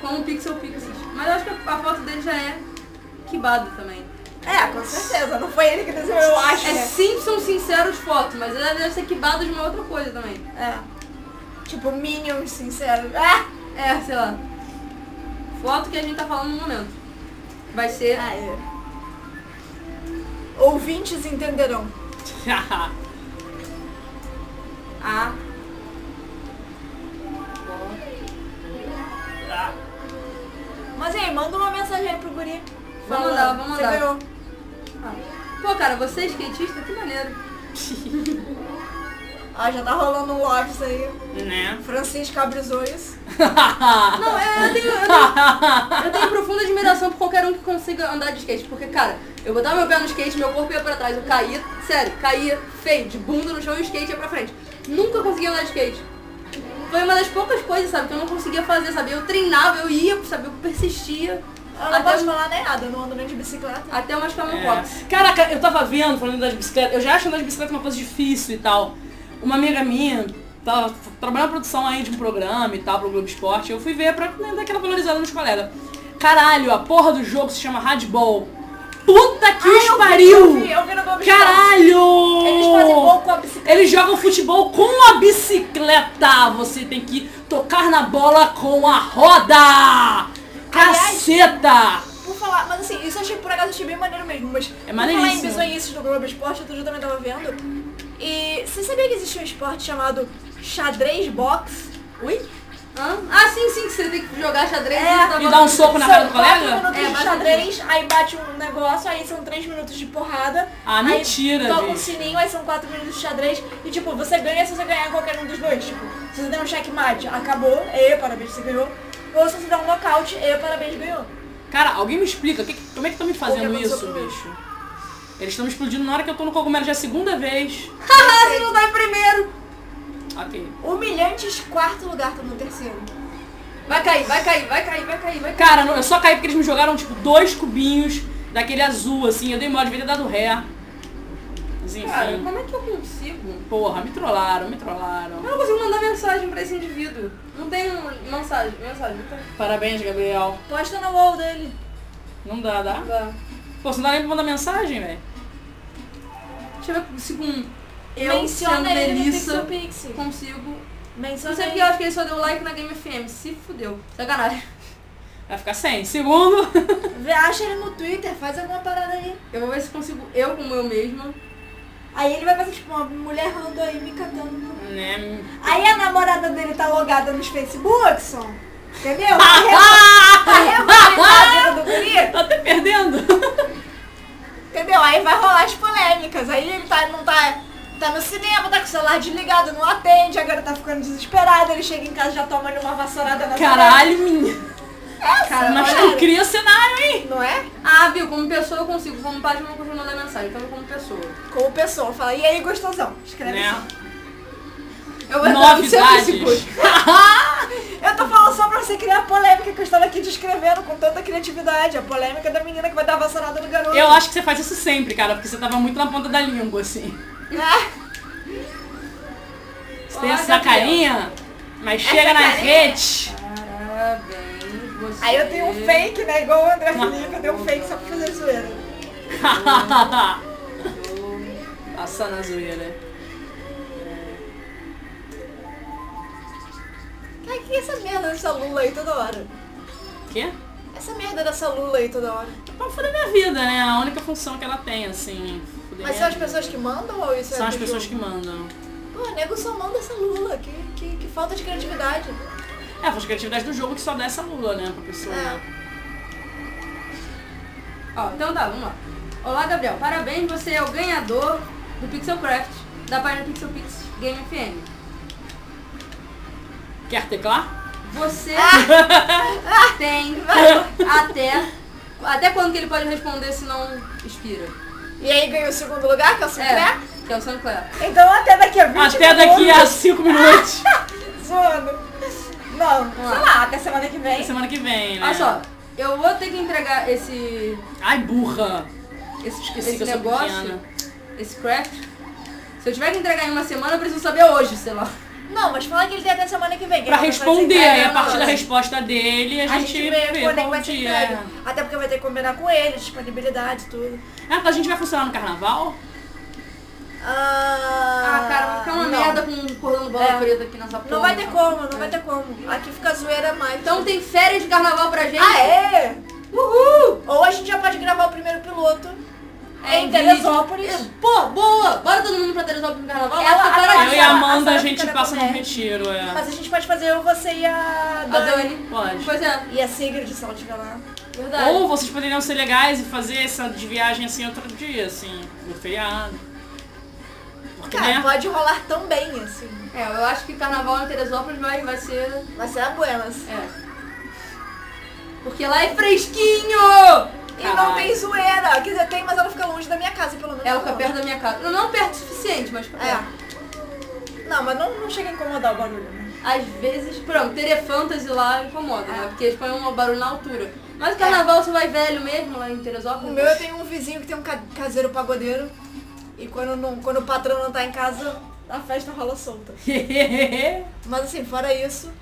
com o Pixel Pixies. Mas eu acho que a foto dele já é quibada também.
É, com certeza. Não foi ele que desenhou, eu acho.
É
né?
Simpsons Sinceros Fotos, mas ela deve ser quibada de uma outra coisa também.
É. Tipo, Minions, sincero. Ah!
É, sei lá. Foto que a gente tá falando no momento. Vai ser
é. Ah, Ouvintes entenderão.
Ah,
Mas e aí, manda uma mensagem aí pro guri.
Vamos
Fala,
mandar, vamos mandar.
Você ganhou.
pô, cara, você é skatista? Que maneiro.
Ah, já tá rolando um Lopes aí.
né?
Francisca abre os olhos.
Não, é, eu tenho, eu, tenho, eu tenho profunda admiração por qualquer um que consiga andar de skate. Porque, cara, eu botava meu pé no skate, meu corpo ia pra trás, eu caía, sério, caía feio, de bunda no chão e o skate ia pra frente. Nunca consegui andar de skate. Foi uma das poucas coisas, sabe, que eu não conseguia fazer, sabe? Eu treinava, eu ia, sabe, eu persistia.
Eu Ah, não
até,
posso falar nem nada, eu não ando nem de bicicleta.
até umas calma
É. Caraca, eu tava vendo, falando das bicicletas, eu já acho andar de bicicleta uma coisa difícil e tal. Uma amiga minha tava trabalhando na produção aí de um programa e tal, pro Globo Esporte, eu fui ver pra né, dar aquela valorizada nos colegas. Caralho, a porra do jogo se chama Radball. Puta que os
Eu
pariu!
vi, eu vi no Globo
Caralho!
Eles fazem gol com a bicicleta.
Eles jogam futebol com a bicicleta. Você tem que tocar na bola com a roda. Caceta!
Por falar, mas assim, isso eu achei por acaso achei bem maneiro mesmo, mas por falar em
maneiríssimo.
bizonhices do Globo Esporte, outro dia eu também tava vendo. E você sabia que existe um esporte chamado xadrez box?
Ui?
Hã? Ah, sim, sim, que você tem que jogar xadrez
É.
tá
E dá um soco na cara do
São quatro
colega?
minutos
É,
de
bate
xadrez, aí bate um negócio, aí são três minutos de porrada.
Ah,
aí
mentira,
Toca um
gente.
sininho, aí são quatro minutos de xadrez. E tipo, você ganha se você ganhar qualquer um dos dois. Tipo, se você der um checkmate, acabou, e parabéns, você ganhou. Ou se você der um nocaute, e parabéns, ganhou.
Cara, alguém me explica, que- como é que estão me
O
fazendo
que aconteceu
isso,
comigo?
bicho? Eles estão me explodindo na hora que eu tô no cogumelo, já é a segunda vez.
Ah, você não tá em primeiro.
Ok.
Humilhantes, quarto lugar, tô no terceiro.
Vai cair, vai cair, vai cair, vai cair, vai cair.
Cara, não- eu só caí porque eles me jogaram, tipo, dois cubinhos daquele azul, assim. Eu dei mole, devia ter dado ré. Mas enfim.
Cara, como é que eu consigo?
Porra, me trollaram, me trollaram.
Eu não consigo mandar mensagem pra esse indivíduo. Não tem mensagem, mensagem, Então, não tem.
Parabéns, Gabriel.
Posta no wall dele.
Não dá, dá?
Dá.
Pô, você não dá nem pra mandar mensagem, velho?
Deixa eu ver se com eu, sendo
Menciona ele
Melissa,
no Pixel Pix.
consigo. Não
Menciona
sei porque
ele.
eu acho que ele só deu like na Game FM. Se fudeu. Sacanagem.
Vai ficar sem. Segundo.
Vê, Acha ele no Twitter, faz alguma parada aí.
Eu vou ver se consigo eu como eu mesma.
Aí ele vai fazer tipo uma mulher andou aí me catando.
né?
Aí a namorada dele tá logada nos Facebooks, ó. entendeu? Tá revo- tá revoltada do guri,
Tá até perdendo.
entendeu? Aí vai rolar as polêmicas. Aí ele tá, não tá, tá no cinema, tá com o celular desligado, não atende, agora tá ficando desesperado, ele chega em casa já toma ali uma vassourada na
Caralho, menina.
cabeça.
Cara,
Mas
olha.
tu cria cenário, hein?
Não é?
Ah, viu? Como pessoa eu consigo. Como página eu não consigo mandar mensagem. Então eu como pessoa.
Como pessoa, fala, e aí gostosão? Escreve
Né?
assim.
Eu vou entrar no seu
Novidades.
Facebook.
Eu tô falando só pra você criar a polêmica que eu estava aqui descrevendo com tanta criatividade. A polêmica da menina que vai dar vassourada no garoto.
Eu acho que você faz isso sempre, cara, porque você tava muito na ponta da língua, assim.
Ah,
Você tem
Ah,
essa
Gabriel.
carinha, mas chega na rede.
Parabéns, você.
Aí eu tenho um
É.
fake, né? Igual o André Felipe, eu tenho um fake só pra fazer zoeira.
Passar na zoeira.
Ai, que é essa merda dessa Lula aí toda hora?
Quê?
Essa merda dessa Lula aí toda hora.
Pra foder minha vida, né? A única função que ela tem, assim. foder
Mas são
minha
as
vida.
pessoas que mandam ou isso é
São as
do
pessoas que
jogo?
mandam.
Pô, nego só manda essa Lula. Que, que, que falta de criatividade.
É, foi a criatividade do jogo que só dá essa lula, né, pra pessoa.
É.
Ó, então tá, vamos lá. Olá, Gabriel. Parabéns, você é o ganhador do Pixelcraft da página Pixel Pix Game FM.
Quer teclar?
Você
Ah!
tem até. Até quando que ele pode responder se não expira?
E aí ganhou o segundo lugar, que é o Sinclair.
que é o Sancler.
Então até daqui a 20
Até daqui a
minutos.
5 minutos.
tá Zoando. Não, sei lá, até semana que vem.
Semana que vem, né?
Olha só, eu vou ter que entregar esse.
Ai, burra.
esse,
Esqueci
esse
que eu sou
negócio,
pequena.
esse craft. Se eu tiver que entregar em uma semana, eu preciso saber hoje, sei lá.
Não, mas fala que ele tem até semana que vem. que
Pra
ele vai fazer
responder,
entrega,
aí a
não,
partir da
assim,
resposta dele, a,
A gente vê quando é que
qual
vai ser
dia. é.
entregue. Até porque vai ter que combinar com ele, disponibilidade e tudo.
Ah, a gente vai funcionar no carnaval?
Ah,
Ah, cara, fica uma
não.
merda com um cordão bola
É.
preta aqui nessa porra.
Não vai ter como, não vai ter como. Aqui fica zoeira mais.
Então tem férias
Ah, é?
de carnaval pra gente.
Aê!
Uhul!
Ou a gente já pode gravar o primeiro piloto.
é
em
vídeo.
Teresópolis.
Pô, boa! Bora todo mundo pra Teresópolis no carnaval?
Ela
Lá fica
adora-
barato.
Eu e a Amanda,
a
a
Sara
gente
fica na
passa num
comédia.
retiro, é.
Mas a gente pode fazer eu, você e a
A
Dani.
Dani.
Pode.
Pois é,
E a Sigrid, se ela estiver lá.
verdade.
Ou vocês poderiam ser legais e fazer essa de viagem assim outro dia, assim, no feriado. Porque,
Cara,
né?
pode rolar tão bem, assim.
É, eu acho que carnaval em Teresópolis vai, vai ser.
Vai ser a Buenas.
É. Porque lá é fresquinho!
E não
Caralho.
tem zoeira. Quer dizer, tem, mas ela fica longe da minha casa, pelo menos.
É, o que é
não.
perto da minha casa. Não, não perto o suficiente, mas fica perto.
É. Não, mas não, não chega a incomodar o barulho. né?
Às vezes, pronto, teria fantasy lá incomoda,
É.
né? Porque eles põem um barulho na altura. Mas o carnaval você vai velho mesmo lá em
O
Teresópolis?
meu eu tenho um vizinho que tem um ca- caseiro pagodeiro. E quando, não, quando o patrão não tá em casa, a festa rola solta. Mas assim, fora isso,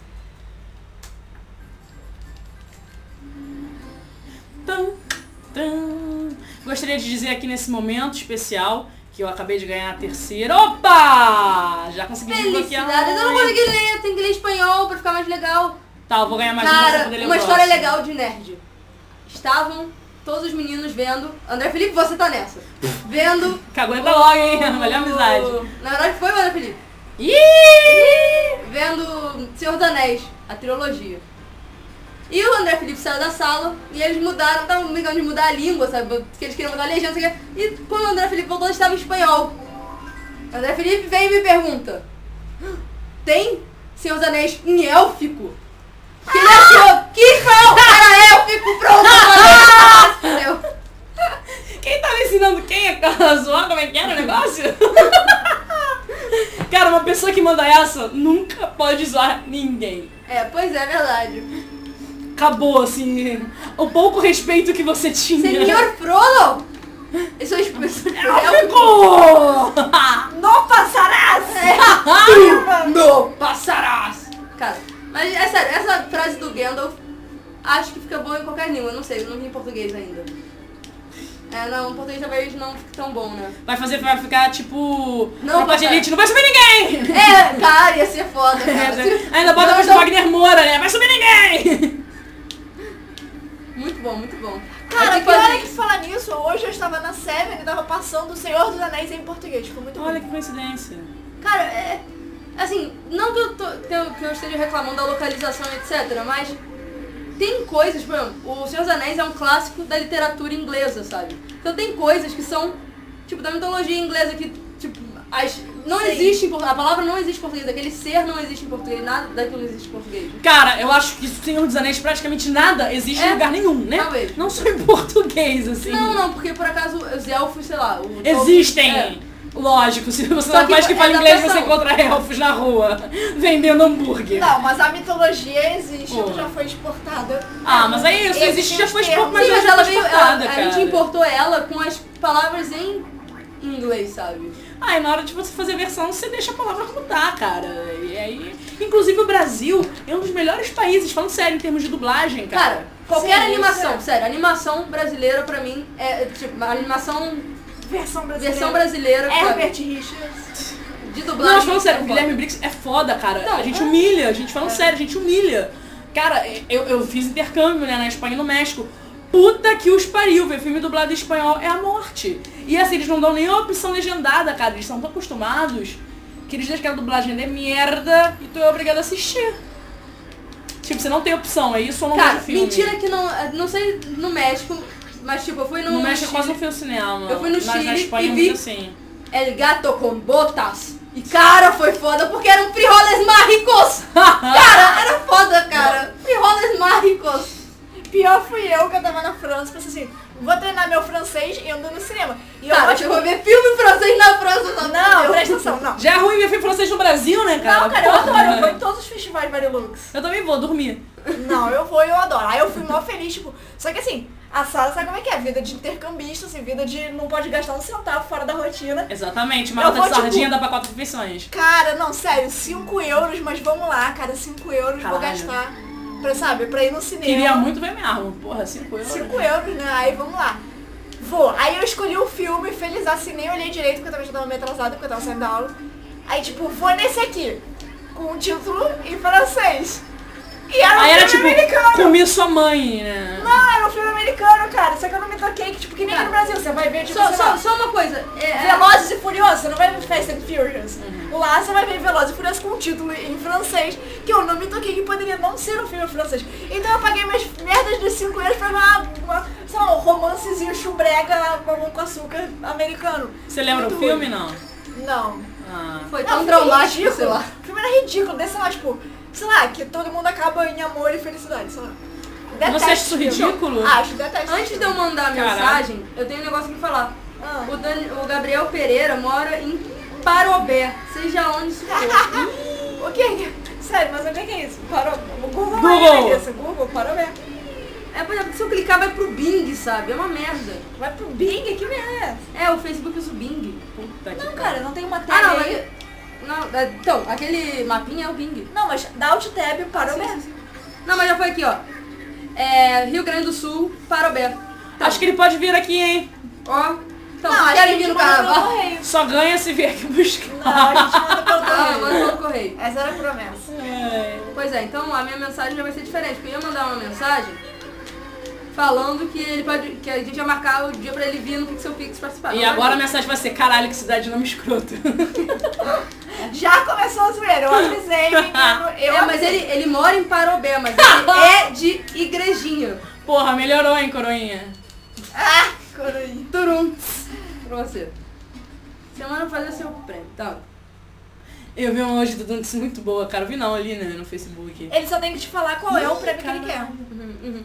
Tum, tum. Gostaria de dizer aqui nesse momento especial que eu acabei de ganhar a terceira. Opa! Já consegui desbloquear.
Felicidades, eu não
uma.
consegui ler, tem que ler espanhol pra ficar mais legal.
Tá, eu vou ganhar mais uma pra
Cara,
poder ler o
uma história
próximo.
legal de nerd. Estavam todos os meninos vendo. André Felipe, você tá nessa. Vendo.
Que aguenta logo, hein? Melhor
Uh.
amizade.
Na verdade foi o André Felipe.
Ih!
Vendo Senhor dos Anéis, a trilogia. E o André Felipe saiu da sala e eles mudaram, estavam brincando de mudar a língua, sabe? Porque eles queriam mudar a legenda, não sei o quê. E quando o André Felipe voltou, estava em espanhol. O André Felipe vem e me pergunta: "Ah, Tem Senhor dos Anéis em élfico? Que ele achou que espanhol era élfico, pronto! Entendeu?
Quem tava ensinando quem a zoar como é que era o negócio? Cara, uma pessoa que manda essa nunca pode zoar ninguém.
É, pois é, é verdade.
Acabou, assim, o pouco respeito que você tinha.
Senhor Frollo? Isso é expressão.
Ficou!
não passarás!
Não passarás!
Cara, mas é sério, essa frase do Gandalf acho que fica boa em qualquer língua, não sei, eu não vi em português ainda. É, não, em português talvez não fique tão bom, né?
Vai fazer, vai ficar tipo. Não,
Não,
de
papai.
elite, não vai subir ninguém!
É, cara, ia ser foda, cara.
Ainda bota a voz
assim, Não,
do
não.
Wagner Moura, né? Vai subir ninguém!
Muito bom, muito bom. Aí,
Cara, que
tipo,
hora
assim,
que falar nisso, hoje eu estava na Seven e tava passando o Senhor dos Anéis em português. Ficou muito
Olha
bom.
que coincidência.
Cara, é. Assim, não que eu, tô, que eu- que eu esteja reclamando da localização, etc., mas tem coisas, por exemplo, O Senhor dos Anéis é um clássico da literatura inglesa, sabe? Então tem coisas que são, tipo, da mitologia inglesa que, tipo, as, não
Sim.
existe em português. A palavra não existe em português, aquele ser não existe em português, nada daquilo existe em português.
Cara, eu acho que Senhor dos Anéis praticamente nada existe
É.
em lugar nenhum, né?
Talvez.
Não só em português, assim.
Não, não, porque por acaso os elfos, sei lá. o-
Existem!
É.
Lógico, se você
Só
não
que
faz que
é
fala inglês, você
adaptação.
encontra elfos na rua vendendo hambúrguer.
Não, mas a mitologia existe,
Pô.
já foi exportada.
Ah, mas aí isso
Existem
existe já foi
os termos.
exportado, mas
Sim, mas
hoje
ela
ela
veio.
foi
ela-
exportada,
a gente
cara.
importou ela com as palavras em inglês, sabe?
Ah, e na hora de você fazer a versão, você deixa a palavra mudar, cara. E aí, inclusive o Brasil é um dos melhores países, falando sério, em termos de dublagem, cara.
Cara, qualquer
Sim,
animação, sério, animação brasileira pra mim é tipo, a animação
Versão brasileira.
versão brasileira
Herbert
sabe,
Richards.
de
É, Não,
dublagem.
mas falando sério, o
é
Guilherme Briggs é foda, cara.
Não,
a gente
é.
humilha, a gente falando sério, a gente humilha. Cara, eu, eu fiz intercâmbio, né, na Espanha e no México. Puta que os pariu, ver filme dublado em espanhol é a morte. E assim, eles não dão nenhuma opção legendada, cara. Eles são tão acostumados que eles deixam aquela dublagem de merda e tu é obrigado a assistir. Tipo, você não tem opção, é isso ou não
Cara,
vejo filme.
mentira que não, não sei no México, mas tipo, eu fui no,
No México eu
Chile,
quase um não fui ao cinema.
Eu fui no
mas na
Chile
Espanha
e
eu
vi-
assim.
El Gato com Botas. E cara, foi foda porque eram frijoles marricos. Cara, era foda, cara. Frijoles marricos.
Pior fui eu que eu tava na França, pensei assim, vou treinar meu francês e ando no cinema. E eu
Cara,
gosto-
eu vou ver filme francês na França. só
Não,
fudeu.
presta atenção, não.
Já é ruim ver filme francês no Brasil, né, cara?
Não, cara, eu
Porra.
adoro, eu vou em todos os festivais Barilux.
Eu também vou dormir.
Não, eu vou e eu adoro. Aí eu fui mó feliz, tipo. Só que assim, a Sara sabe como é que é? Vida de intercambista, assim, vida de não pode gastar um centavo fora da rotina.
Exatamente, uma
Eu
lata de
vou,
sardinha
tipo-
dá pra quatro refeições.
Cara, não, sério, 5 euros, mas vamos lá, cara, 5 euros vou
Caralho.
gastar pra, sabe, pra ir no cinema.
Queria muito ver minha arma, porra, cinco euros.
5 euros, né? Aí vamos lá. Vou. Aí eu escolhi o filme, feliz assim, nem olhei direito porque eu também já tava meio atrasada, porque eu tava saindo da aula. Aí tipo, vou nesse aqui, com o título em um francês. E E era um
Aí era
filme
tipo,
americano.
comi sua mãe, né?
Não, era um filme americano, cara. Só que eu não me toquei, que, tipo, que nem
Tá.
no Brasil. Você vai ver, tipo,
Só,
sei
só,
lá,
só uma coisa. É, é,
Velozes e Furiosos. Você não vai ver Fast and Furious.
Uhum.
Lá você vai ver Velozes e Furiosos com um título em francês, que eu não me toquei, que poderia não ser um filme francês. Então eu paguei minhas merdas de 5 euros pra ver uma, uma, sei lá, um romancezinho chubrega, mamão com açúcar americano.
Você lembra o
Muito
filme, não?
ruim. Não.
Ah.
é, foi
Não,
tão
foi
tá um traumático,
ridículo.
sei lá.
O filme era ridículo, desse sei lá, tipo, sei lá, que todo mundo acaba em amor e felicidade, sei lá. Detesto
Você acha isso
filme.
ridículo?
Acho, detesto.
Antes de eu mandar a
Caralho.
mensagem, eu tenho um negócio pra falar.
Ah.
O, Dan- o Gabriel Pereira mora em Parobé, seja onde isso for.
O que? Sério, mas o que é isso? Parou. O Google,
Google.
Vai ver isso. Google, parou mesmo.
É, por exemplo, se eu clicar vai pro Bing, sabe? É uma merda.
Vai pro Bing, que merda é essa?
É, o Facebook usa o Bing.
Puta
Não,
que
cara, não tem uma tab
Ah, não,
aí.
mas... Não, é, então, aquele mapinha é o Bing.
Não, mas dá alt tab, parou
Sim,
mesmo.
sim, Não, mas já foi aqui, ó. É, Rio Grande do Sul, Parobé.
Acho que ele pode vir aqui, hein?
Ó. Então,
não,
vocês
a
querem
gente
vir no Ah,
manda pelo
carnaval?
correio.
Só ganha se vier aqui buscar.
Não, a gente manda pelo
Ah,
correio.
manda pelo correio.
Essa era a promessa.
É.
Pois é, então a minha mensagem já vai ser diferente, porque eu ia mandar uma mensagem falando que ele pode. que a gente ia marcar o dia pra ele vir no Pixel Pix participar.
E
Não, é?
agora a
mas-
mensagem vai ser, caralho, que cidade não me escroto.
Já começou a zoeira, eu avisei, menino. Eu
É, mas
avisei.
ele, ele mora em Parobé, mas ele é de igrejinha.
Porra, melhorou, hein, coroinha?
Ah, coroinha.
Turum. Pra você. Semana fazer seu prêmio. Então,
Eu vi uma hoje do Dantes muito boa, cara. Eu Vi não ali, né, no Facebook.
Ele só tem que te falar qual é o prêmio que ele quer.
Caralho.
Uhum,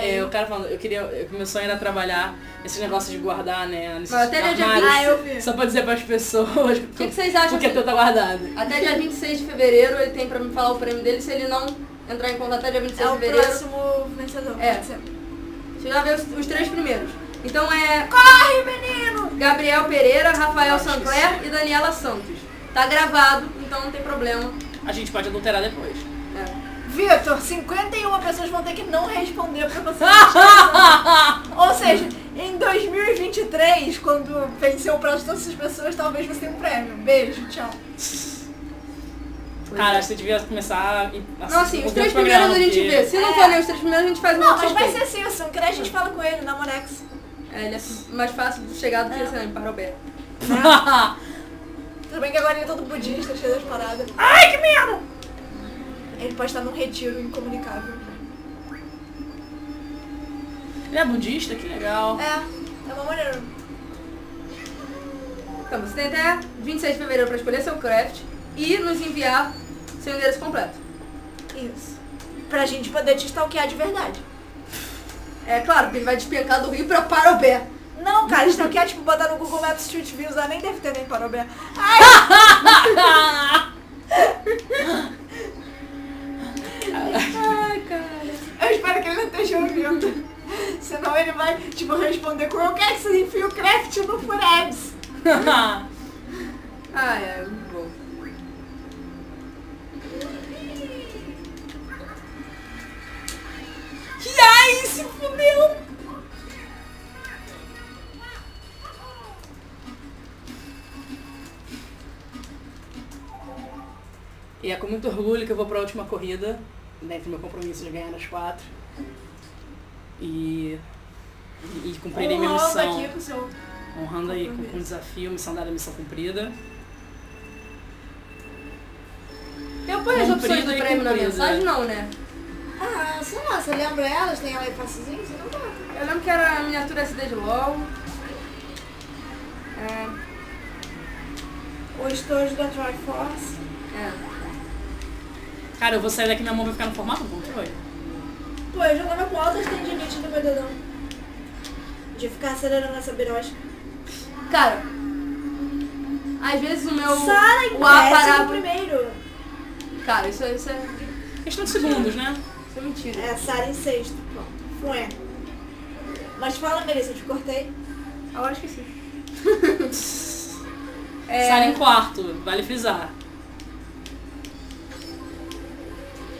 É, o cara falando, eu queria, eu, meu sonho era trabalhar esse negócio de guardar, né, nesses
Mas até dia de
armários,
Ah, eu vi.
só pra dizer pras pessoas
o que, que vocês acham?
porque teu tá guardado.
Até dia 26 de fevereiro ele tem pra me falar o prêmio dele. Se ele não entrar em contato até dia 26
É
de
o
fevereiro,
próximo vencedor.
É.
pode ser.
você já vê os, os três primeiros. Então é
Corre, menino!
Gabriel Pereira, Rafael Sancler e Daniela Santos. Tá gravado, então não tem problema.
A gente pode adulterar depois.
É.
Vitor, 51 pessoas vão ter que não responder pra você. responder. Ou seja, em 2023, quando vencer o prazo de todas essas pessoas, talvez você tenha um prêmio. Beijo, tchau.
Cara, acho que você devia começar a... a-
Não, assim, os
ouvir o
três primeiros
programa,
a gente
porque-
vê. Se não
É.
for nem os três primeiros, a gente faz um
Não,
outro
mas vai
sorteio.
ser Silson, que daí a gente fala com ele, na Monex.
É, ele é mais fácil de chegar do que esse ano, para o Bé.
Tudo bem que agora ele é todo budista, cheio das paradas. Ai, que merda! Ele pode estar num retiro incomunicável.
Ele é budista, que legal.
É, é uma maneira.
Então, você tem até 26 de fevereiro pra escolher seu craft e nos enviar seu endereço completo.
Isso. Pra gente poder te stalkear de verdade.
É claro, porque ele vai despencar do Rio pra Parobé.
Não, cara, stalkear, tipo, botar no Google Maps Street View, usar nem deve ter nem parobé.
Ai, cara.
Eu espero que ele não esteja ouvindo. Senão ele vai, tipo, responder com eu quero que você enfie o craft no Furebs.
Ai, ai, Ah, é, muito bom.
E aí, se fudeu!
e é com muito orgulho que eu vou pra última corrida, dentro do meu compromisso de ganhar nas quatro. E... E, e
Um
cumprirei minha
Honrando
missão.
aqui com o seu...
Honrando aí com, com o desafio, missão dada, missão cumprida.
Eu ponho as
Cumprido
opções do
e
prêmio na
cumprido,
mensagem,
né?
não, né?
Ah, sei lá, você lembra elas? Tem ela aí facezinho? Você não bota.
Eu lembro que era a miniatura SD de LOL. É,
O estojo da Triforce.
é.
Cara, eu vou sair daqui, minha mão vai ficar no formato do controle.
Pô, eu jogava com altas tendinite no meu dedão. De ficar acelerando essa birosca.
Cara, às vezes o meu.
Sara em
Então, o A
décimo
parava.
primeiro.
Cara, isso, isso, é, isso
Questão de segundos, né?
é mentira.
É, Sara em sexto. Bom, ué. Mas fala, Melissa, eu te cortei.
Agora eu esqueci.
É... Sara em quarto, vale frisar.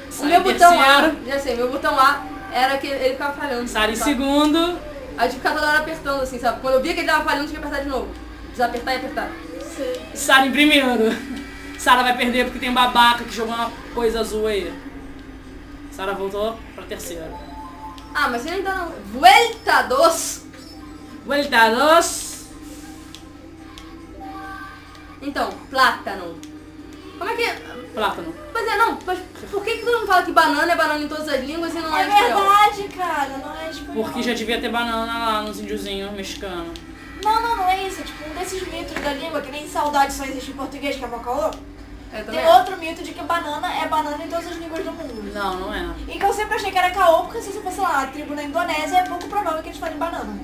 O
Sara
meu
em
botão
terceiro,
A, já sei, meu botão A era que ele ficava falhando.
Sara em
sabe?
segundo.
Aí eu tive que ficar toda hora apertando, assim, sabe? Quando eu via que ele tava falhando, eu tinha que apertar de novo. Desapertar e apertar.
Sei.
Sara em primeiro. Sara vai perder porque tem babaca que jogou uma coisa azul aí. Sara voltou pra terceira.
Ah, mas ele ainda não. Vuelta dos!
Vuelta dos.
Então, plátano. Como é que.
Plátano.
Pois é, não, mas por que, que todo mundo fala que banana é banana em todas as línguas e não é,
É
espanhol?
verdade, cara, não é espanhol.
Porque já devia ter banana lá nos índiozinhos mexicanos.
Não, não, não é isso. É tipo um desses mitos da língua, que nem saudade só existe em português, que é bocaô.
Eu também é.
Tem
acho.
outro mito de que banana é banana em todas as línguas do mundo.
Não, não é.
E que eu sempre achei que era caô, porque se você fosse lá, a tribo na Indonésia, é pouco provável que eles falem banana.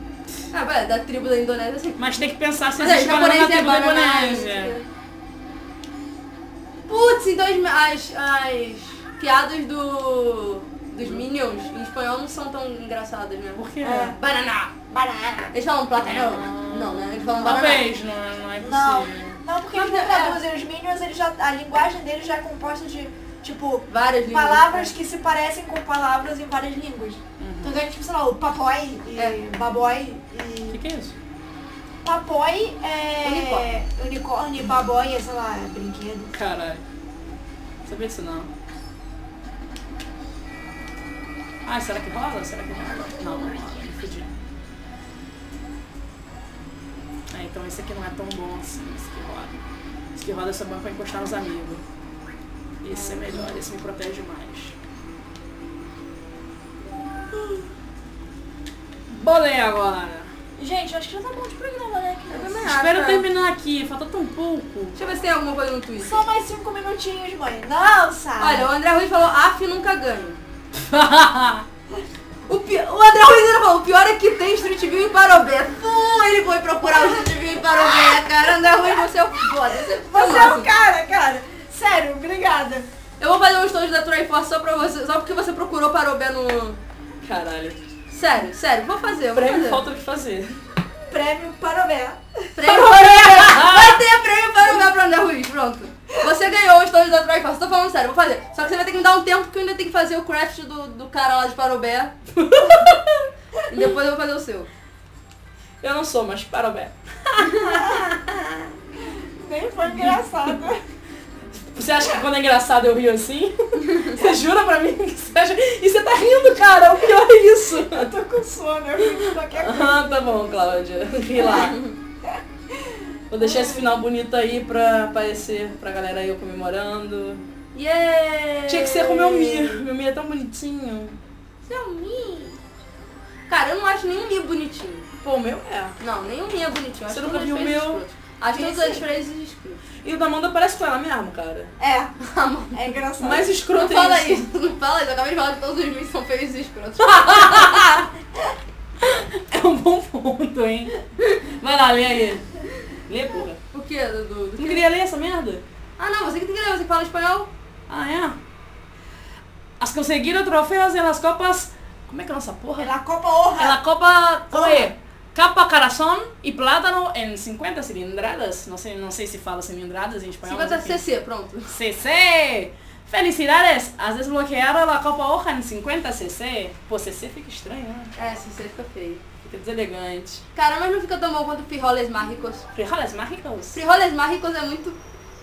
Ah, vai, da tribo da Indonésia, assim.
Mas tem que pensar se
Mas é,
existe banana na
japonês é
tribo da
banana, né?
Indonésia.
Putz, então as, as, as piadas do, dos Minions em espanhol não são tão engraçadas, né?
Por quê?
Banana!
Banana.
Eles falam platanão? Não, né? Eles falam banana.
Talvez, não, é- não é
Não,
possível.
não, porque eles não
é.
traduzem. Os Minions, eles já, a linguagem deles já é composta de, tipo,
Várias línguas.
palavras que se parecem com palavras em várias línguas. Então, tipo, sei lá, o papói e
Uhum. É.
babói
O que,
e...
que é isso?
Papói é... Unicórnio. e babói é, sei lá, brinquedo.
Caralho. Sabia disso não. Ah, será que rola? Será que rola? Não, não rola. Me fudi. É, então esse aqui não é tão bom assim, esse que roda. Esse que roda é só bom pra encostar nos amigos. Esse é melhor, esse me protege mais. Bolei agora!
Gente, eu acho que já tá bom de programa, né?
Eu
Que-
também acho,
Espera eu
né?
terminar aqui, falta tão pouco.
Deixa eu ver se tem alguma coisa no Twitter.
Só mais cinco minutinhos, mãe. Não, Sara.
Olha, o André Ruiz falou, af, nunca ganho.
Ai,
O, pi... o André Ruiz ainda falou, o pior é que tem Street View em Parobé. Pum, ele foi procurar o Street View em Parobé, cara. André Ruiz, você é o foda. Você, é
Você é
máximo.
o cara, cara. Sério, obrigada.
Eu vou fazer um story da Troy Force só pra você, só porque você procurou Parobé no...
Caralho.
Sério, sério, vou fazer, vou
Prêmio
fazer.
falta o que fazer.
Prêmio Parobé.
Prêmio
né?
Parobé! Vai ter prêmio Parobé pro André Ruiz, pronto. Você ganhou o story da Troy Force, tô falando sério, vou fazer. Só que você vai ter que me dar um tempo que eu ainda tenho que fazer o craft do, do cara lá de Parobé. e depois eu vou fazer o seu.
Eu não sou, mas parabéns.
Nem foi engraçado.
Você acha que quando é engraçado eu rio assim? Você jura pra mim que você acha? E você tá rindo, cara, o pior é isso.
Eu tô com sono, eu fico qualquer coisa.
Ah, tá bom, Cláudia. Ri lá. Vou deixar esse final bonito aí pra aparecer pra galera aí eu comemorando.
Yeah!
Tinha que ser com o meu Mi. Meu Mi é tão bonitinho.
Seu Mi. Cara, eu não acho nenhum Mi bonitinho.
Pô, o meu é.
Não, nenhum Mi é bonitinho. Acho
Você
todas
nunca
as
viu o
frases
meu?
escrotas. Acho todas
Esse?
as frases escrotas.
E o da Amanda parece com ela mesmo, cara.
É,
Ah, mano.
é engraçado.
O mais
Não
escroto
fala
é isso.
isso, não fala isso. Eu acabei de falar que todos os meus são feios e escrotos.
É um bom ponto, hein? Vai lá, lê aí. Lê, porra.
Por quê? Do, do- do
Não
quê?
queria ler essa merda?
Ah, não, você que tem que ler, você que fala espanhol.
Ah, é? As conseguiram troféus e nas copas... Como é que é essa porra?
Na Copa Honra.
La copa foi capa coração e plátano em 50 cilindradas. Não sei, não sei se fala cilindradas em espanhol. mas
50
enfim.
cc, pronto.
CC! Felicidades! Has desbloqueado a Copa Hoja em 50 CC. Pô, CC fica estranho, né?
É, cc fica feio.
Fica deselegante.
Cara, mas não fica tão bom quanto frijoles marricos.
Frijoles mágicos.
Frijoles marricos é muito,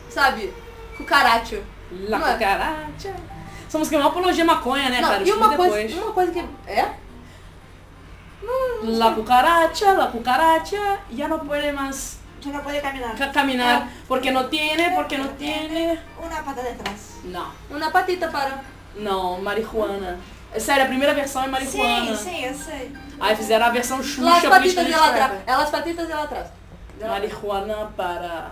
sabe, cucaracho.
La
Não é?
cucaracha. Essa música é uma apologia à maconha, né,
não,
cara?
e
Escuta
uma coisa,
depois.
uma coisa que... É?
La cucaracha, la cucaracha, ya no puede más
Já não poder caminhar.
ca- caminar. Porque não tiene, porque não tiene.
Uma pata de trás.
Não.
Uma é patita para...
Não, marihuana. É Sério, a primeira versão é marihuana.
Sim, sim, eu sei.
Aí fizeram a versão
Las
Xuxa política
patitas é de lá
incorreta.
atrás. Elas patitas de lá atrás.
Marihuana para.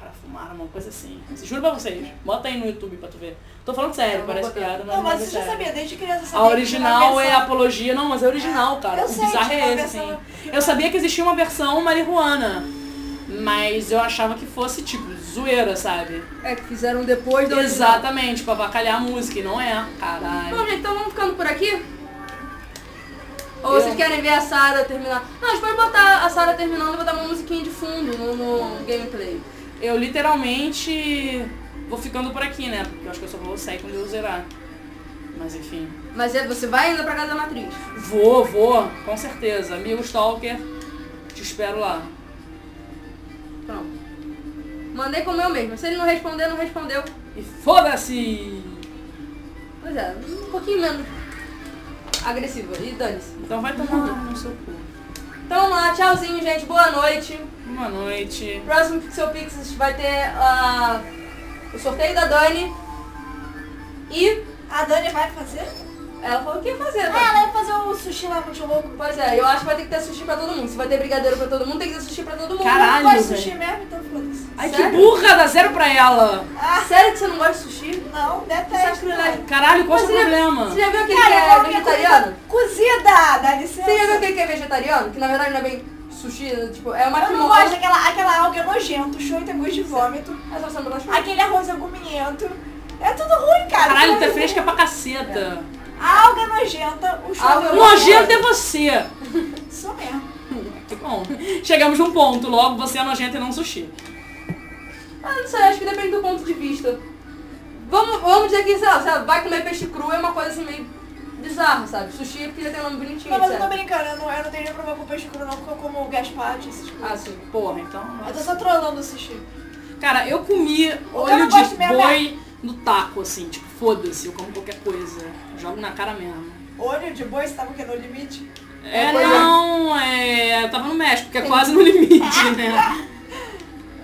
para fumar, uma coisa assim. Juro pra vocês. Bota aí no YouTube pra tu ver. Tô falando sério,
Eu vou
parece
botar.
piada, mas.
Não, mas
é
você já
sério.
sabia, desde criança eu sabia.
A original é
a
a apologia, não, mas é original, cara.
Eu
o
sei,
bizarro
tinha
é
uma
esse,
versão-
assim. Eu sabia que existia uma versão marihuana, mas eu achava que fosse, tipo, zoeira, sabe?
É, que fizeram depois do original.
Exatamente, pra avacalhar a música, e não é, caralho.
Bom, gente, então vamos ficando por aqui? Ou
Eu-
vocês querem ver a Sarah terminar? Não, a gente pode botar a Sarah terminando e botar uma musiquinha de fundo no, no gameplay.
Eu literalmente vou ficando por aqui, né? Porque eu acho que eu só vou sair quando eu zerar. Mas enfim.
Mas é, você vai ainda pra casa da matriz.
Vou, vou, com certeza. Amigo Stalker, te espero lá.
Pronto. Mandei como eu mesmo. Se ele não responder, não respondeu.
E foda-se!
Pois é, um pouquinho menos agressiva. E dane-se.
Então vai tomar no seu cu.
Então vamos lá, tchauzinho, gente. Boa noite.
Boa noite.
Próximo Pixel Pixels vai ter ah, o sorteio da Dani. E
A Dani vai fazer?
ela falou que ia fazer,
Ah,
né?
ela vai fazer o sushi lá muito louco.
Pois é, eu acho que vai ter que ter sushi pra todo mundo. Se vai ter brigadeiro pra todo mundo, tem que ter sushi pra todo mundo.
Caralho.
Não gosto de
velho.
sushi mesmo, então foda-se.
Ai, que
Sério?
burra! Dá zero pra ela!
Ah, sério que você não gosta de sushi?
Não, detesto.
Sacrilégio.
Caralho, qual é o
Mas
seu
você já-
problema?
Você já viu aquele
Cara, eu amo
que é
minha
vegetariano?
comida Cozida, dá licença.
Você já viu aquele que é vegetariano? Que na verdade não é bem sushi, tipo, é uma
Eu não
quimona.
gosto daquela aquela alga é nojento, o show tem gosto de vômito.
Mas você não gosta de
Aquele arroz é gominhento. É tudo ruim, cara.
Caralho, tu
Tudo
é
ruim.
fresca pra caceta.
A alga é nojenta, o show
Alga
é
Nojento é você!
Isso mesmo.
Que bom. Chegamos num ponto, logo você é nojento e não sushi.
Ah, não sei, acho que depende do ponto de vista. Vamos, vamos dizer que, sei lá, você vai comer peixe cru é uma coisa assim meio bizarra, sabe? Sushi é porque já tem um nome bonitinho,
Não, mas eu tô
sabe?
brincando, eu não, eu não tenho nenhum problema com peixe cru não, porque eu como gaspacho, essas coisas.
Ah, sim.
Porra, então.
tipo, Eu tô só trollando o sushi.
Cara, eu comi
Eu
olho
não
de
gosto mesmo,
boi no taco, assim, tipo, foda-se, eu como qualquer coisa. Jogo na cara mesmo.
Olho de boi, você tava o quê? No limite?
É,
Pois é.
não, é. Eu tava no México, que é quase no limite, né?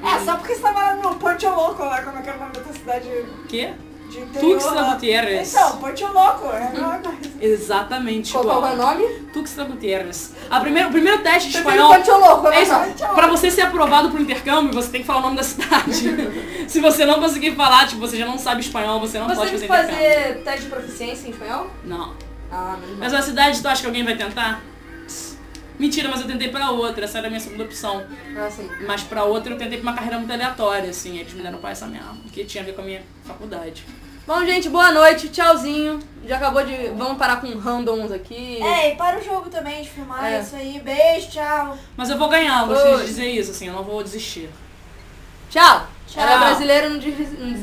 É, só porque você tava no Ponte Louco lá, como é que era o nome da tua cidade
O quê?
de interior
Tuxtla
lá.
Gutierrez.
Então, Ponte Louco, é a mesma coisa.
Exatamente
Qual qual é o
igual.
nome?
Tuxtla Gutierrez. A primeira, o primeiro teste de
Prefiro
espanhol.
Pancho Louco,
É
é
isso.
melhor.
Pra você ser aprovado pro intercâmbio, você tem que falar o nome da cidade. Se você não conseguir falar, tipo, você já não sabe espanhol, você não
Você
pode
tem que
fazer intercâmbio.
fazer teste de proficiência em espanhol?
Não.
Ah, menos mal.
Mas a cidade, tu acha que alguém vai tentar? Mentira, mas eu tentei pra outra, essa era a minha segunda opção.
Ah, sim.
Mas pra outra eu tentei pra uma carreira muito aleatória, assim, eles me deram pra essa mesmo, que tinha a ver com a minha faculdade.
Bom, gente, boa noite, tchauzinho. Já acabou de... Vamos parar com randoms aqui.
É, e para o jogo também de filmar
É.
isso aí. Beijo, tchau.
Mas eu vou ganhar, eu gostaria de
Oi.
dizer isso, assim, eu não vou desistir.
Tchau.
Tchau.
Era brasileiro, não diz- não desiste.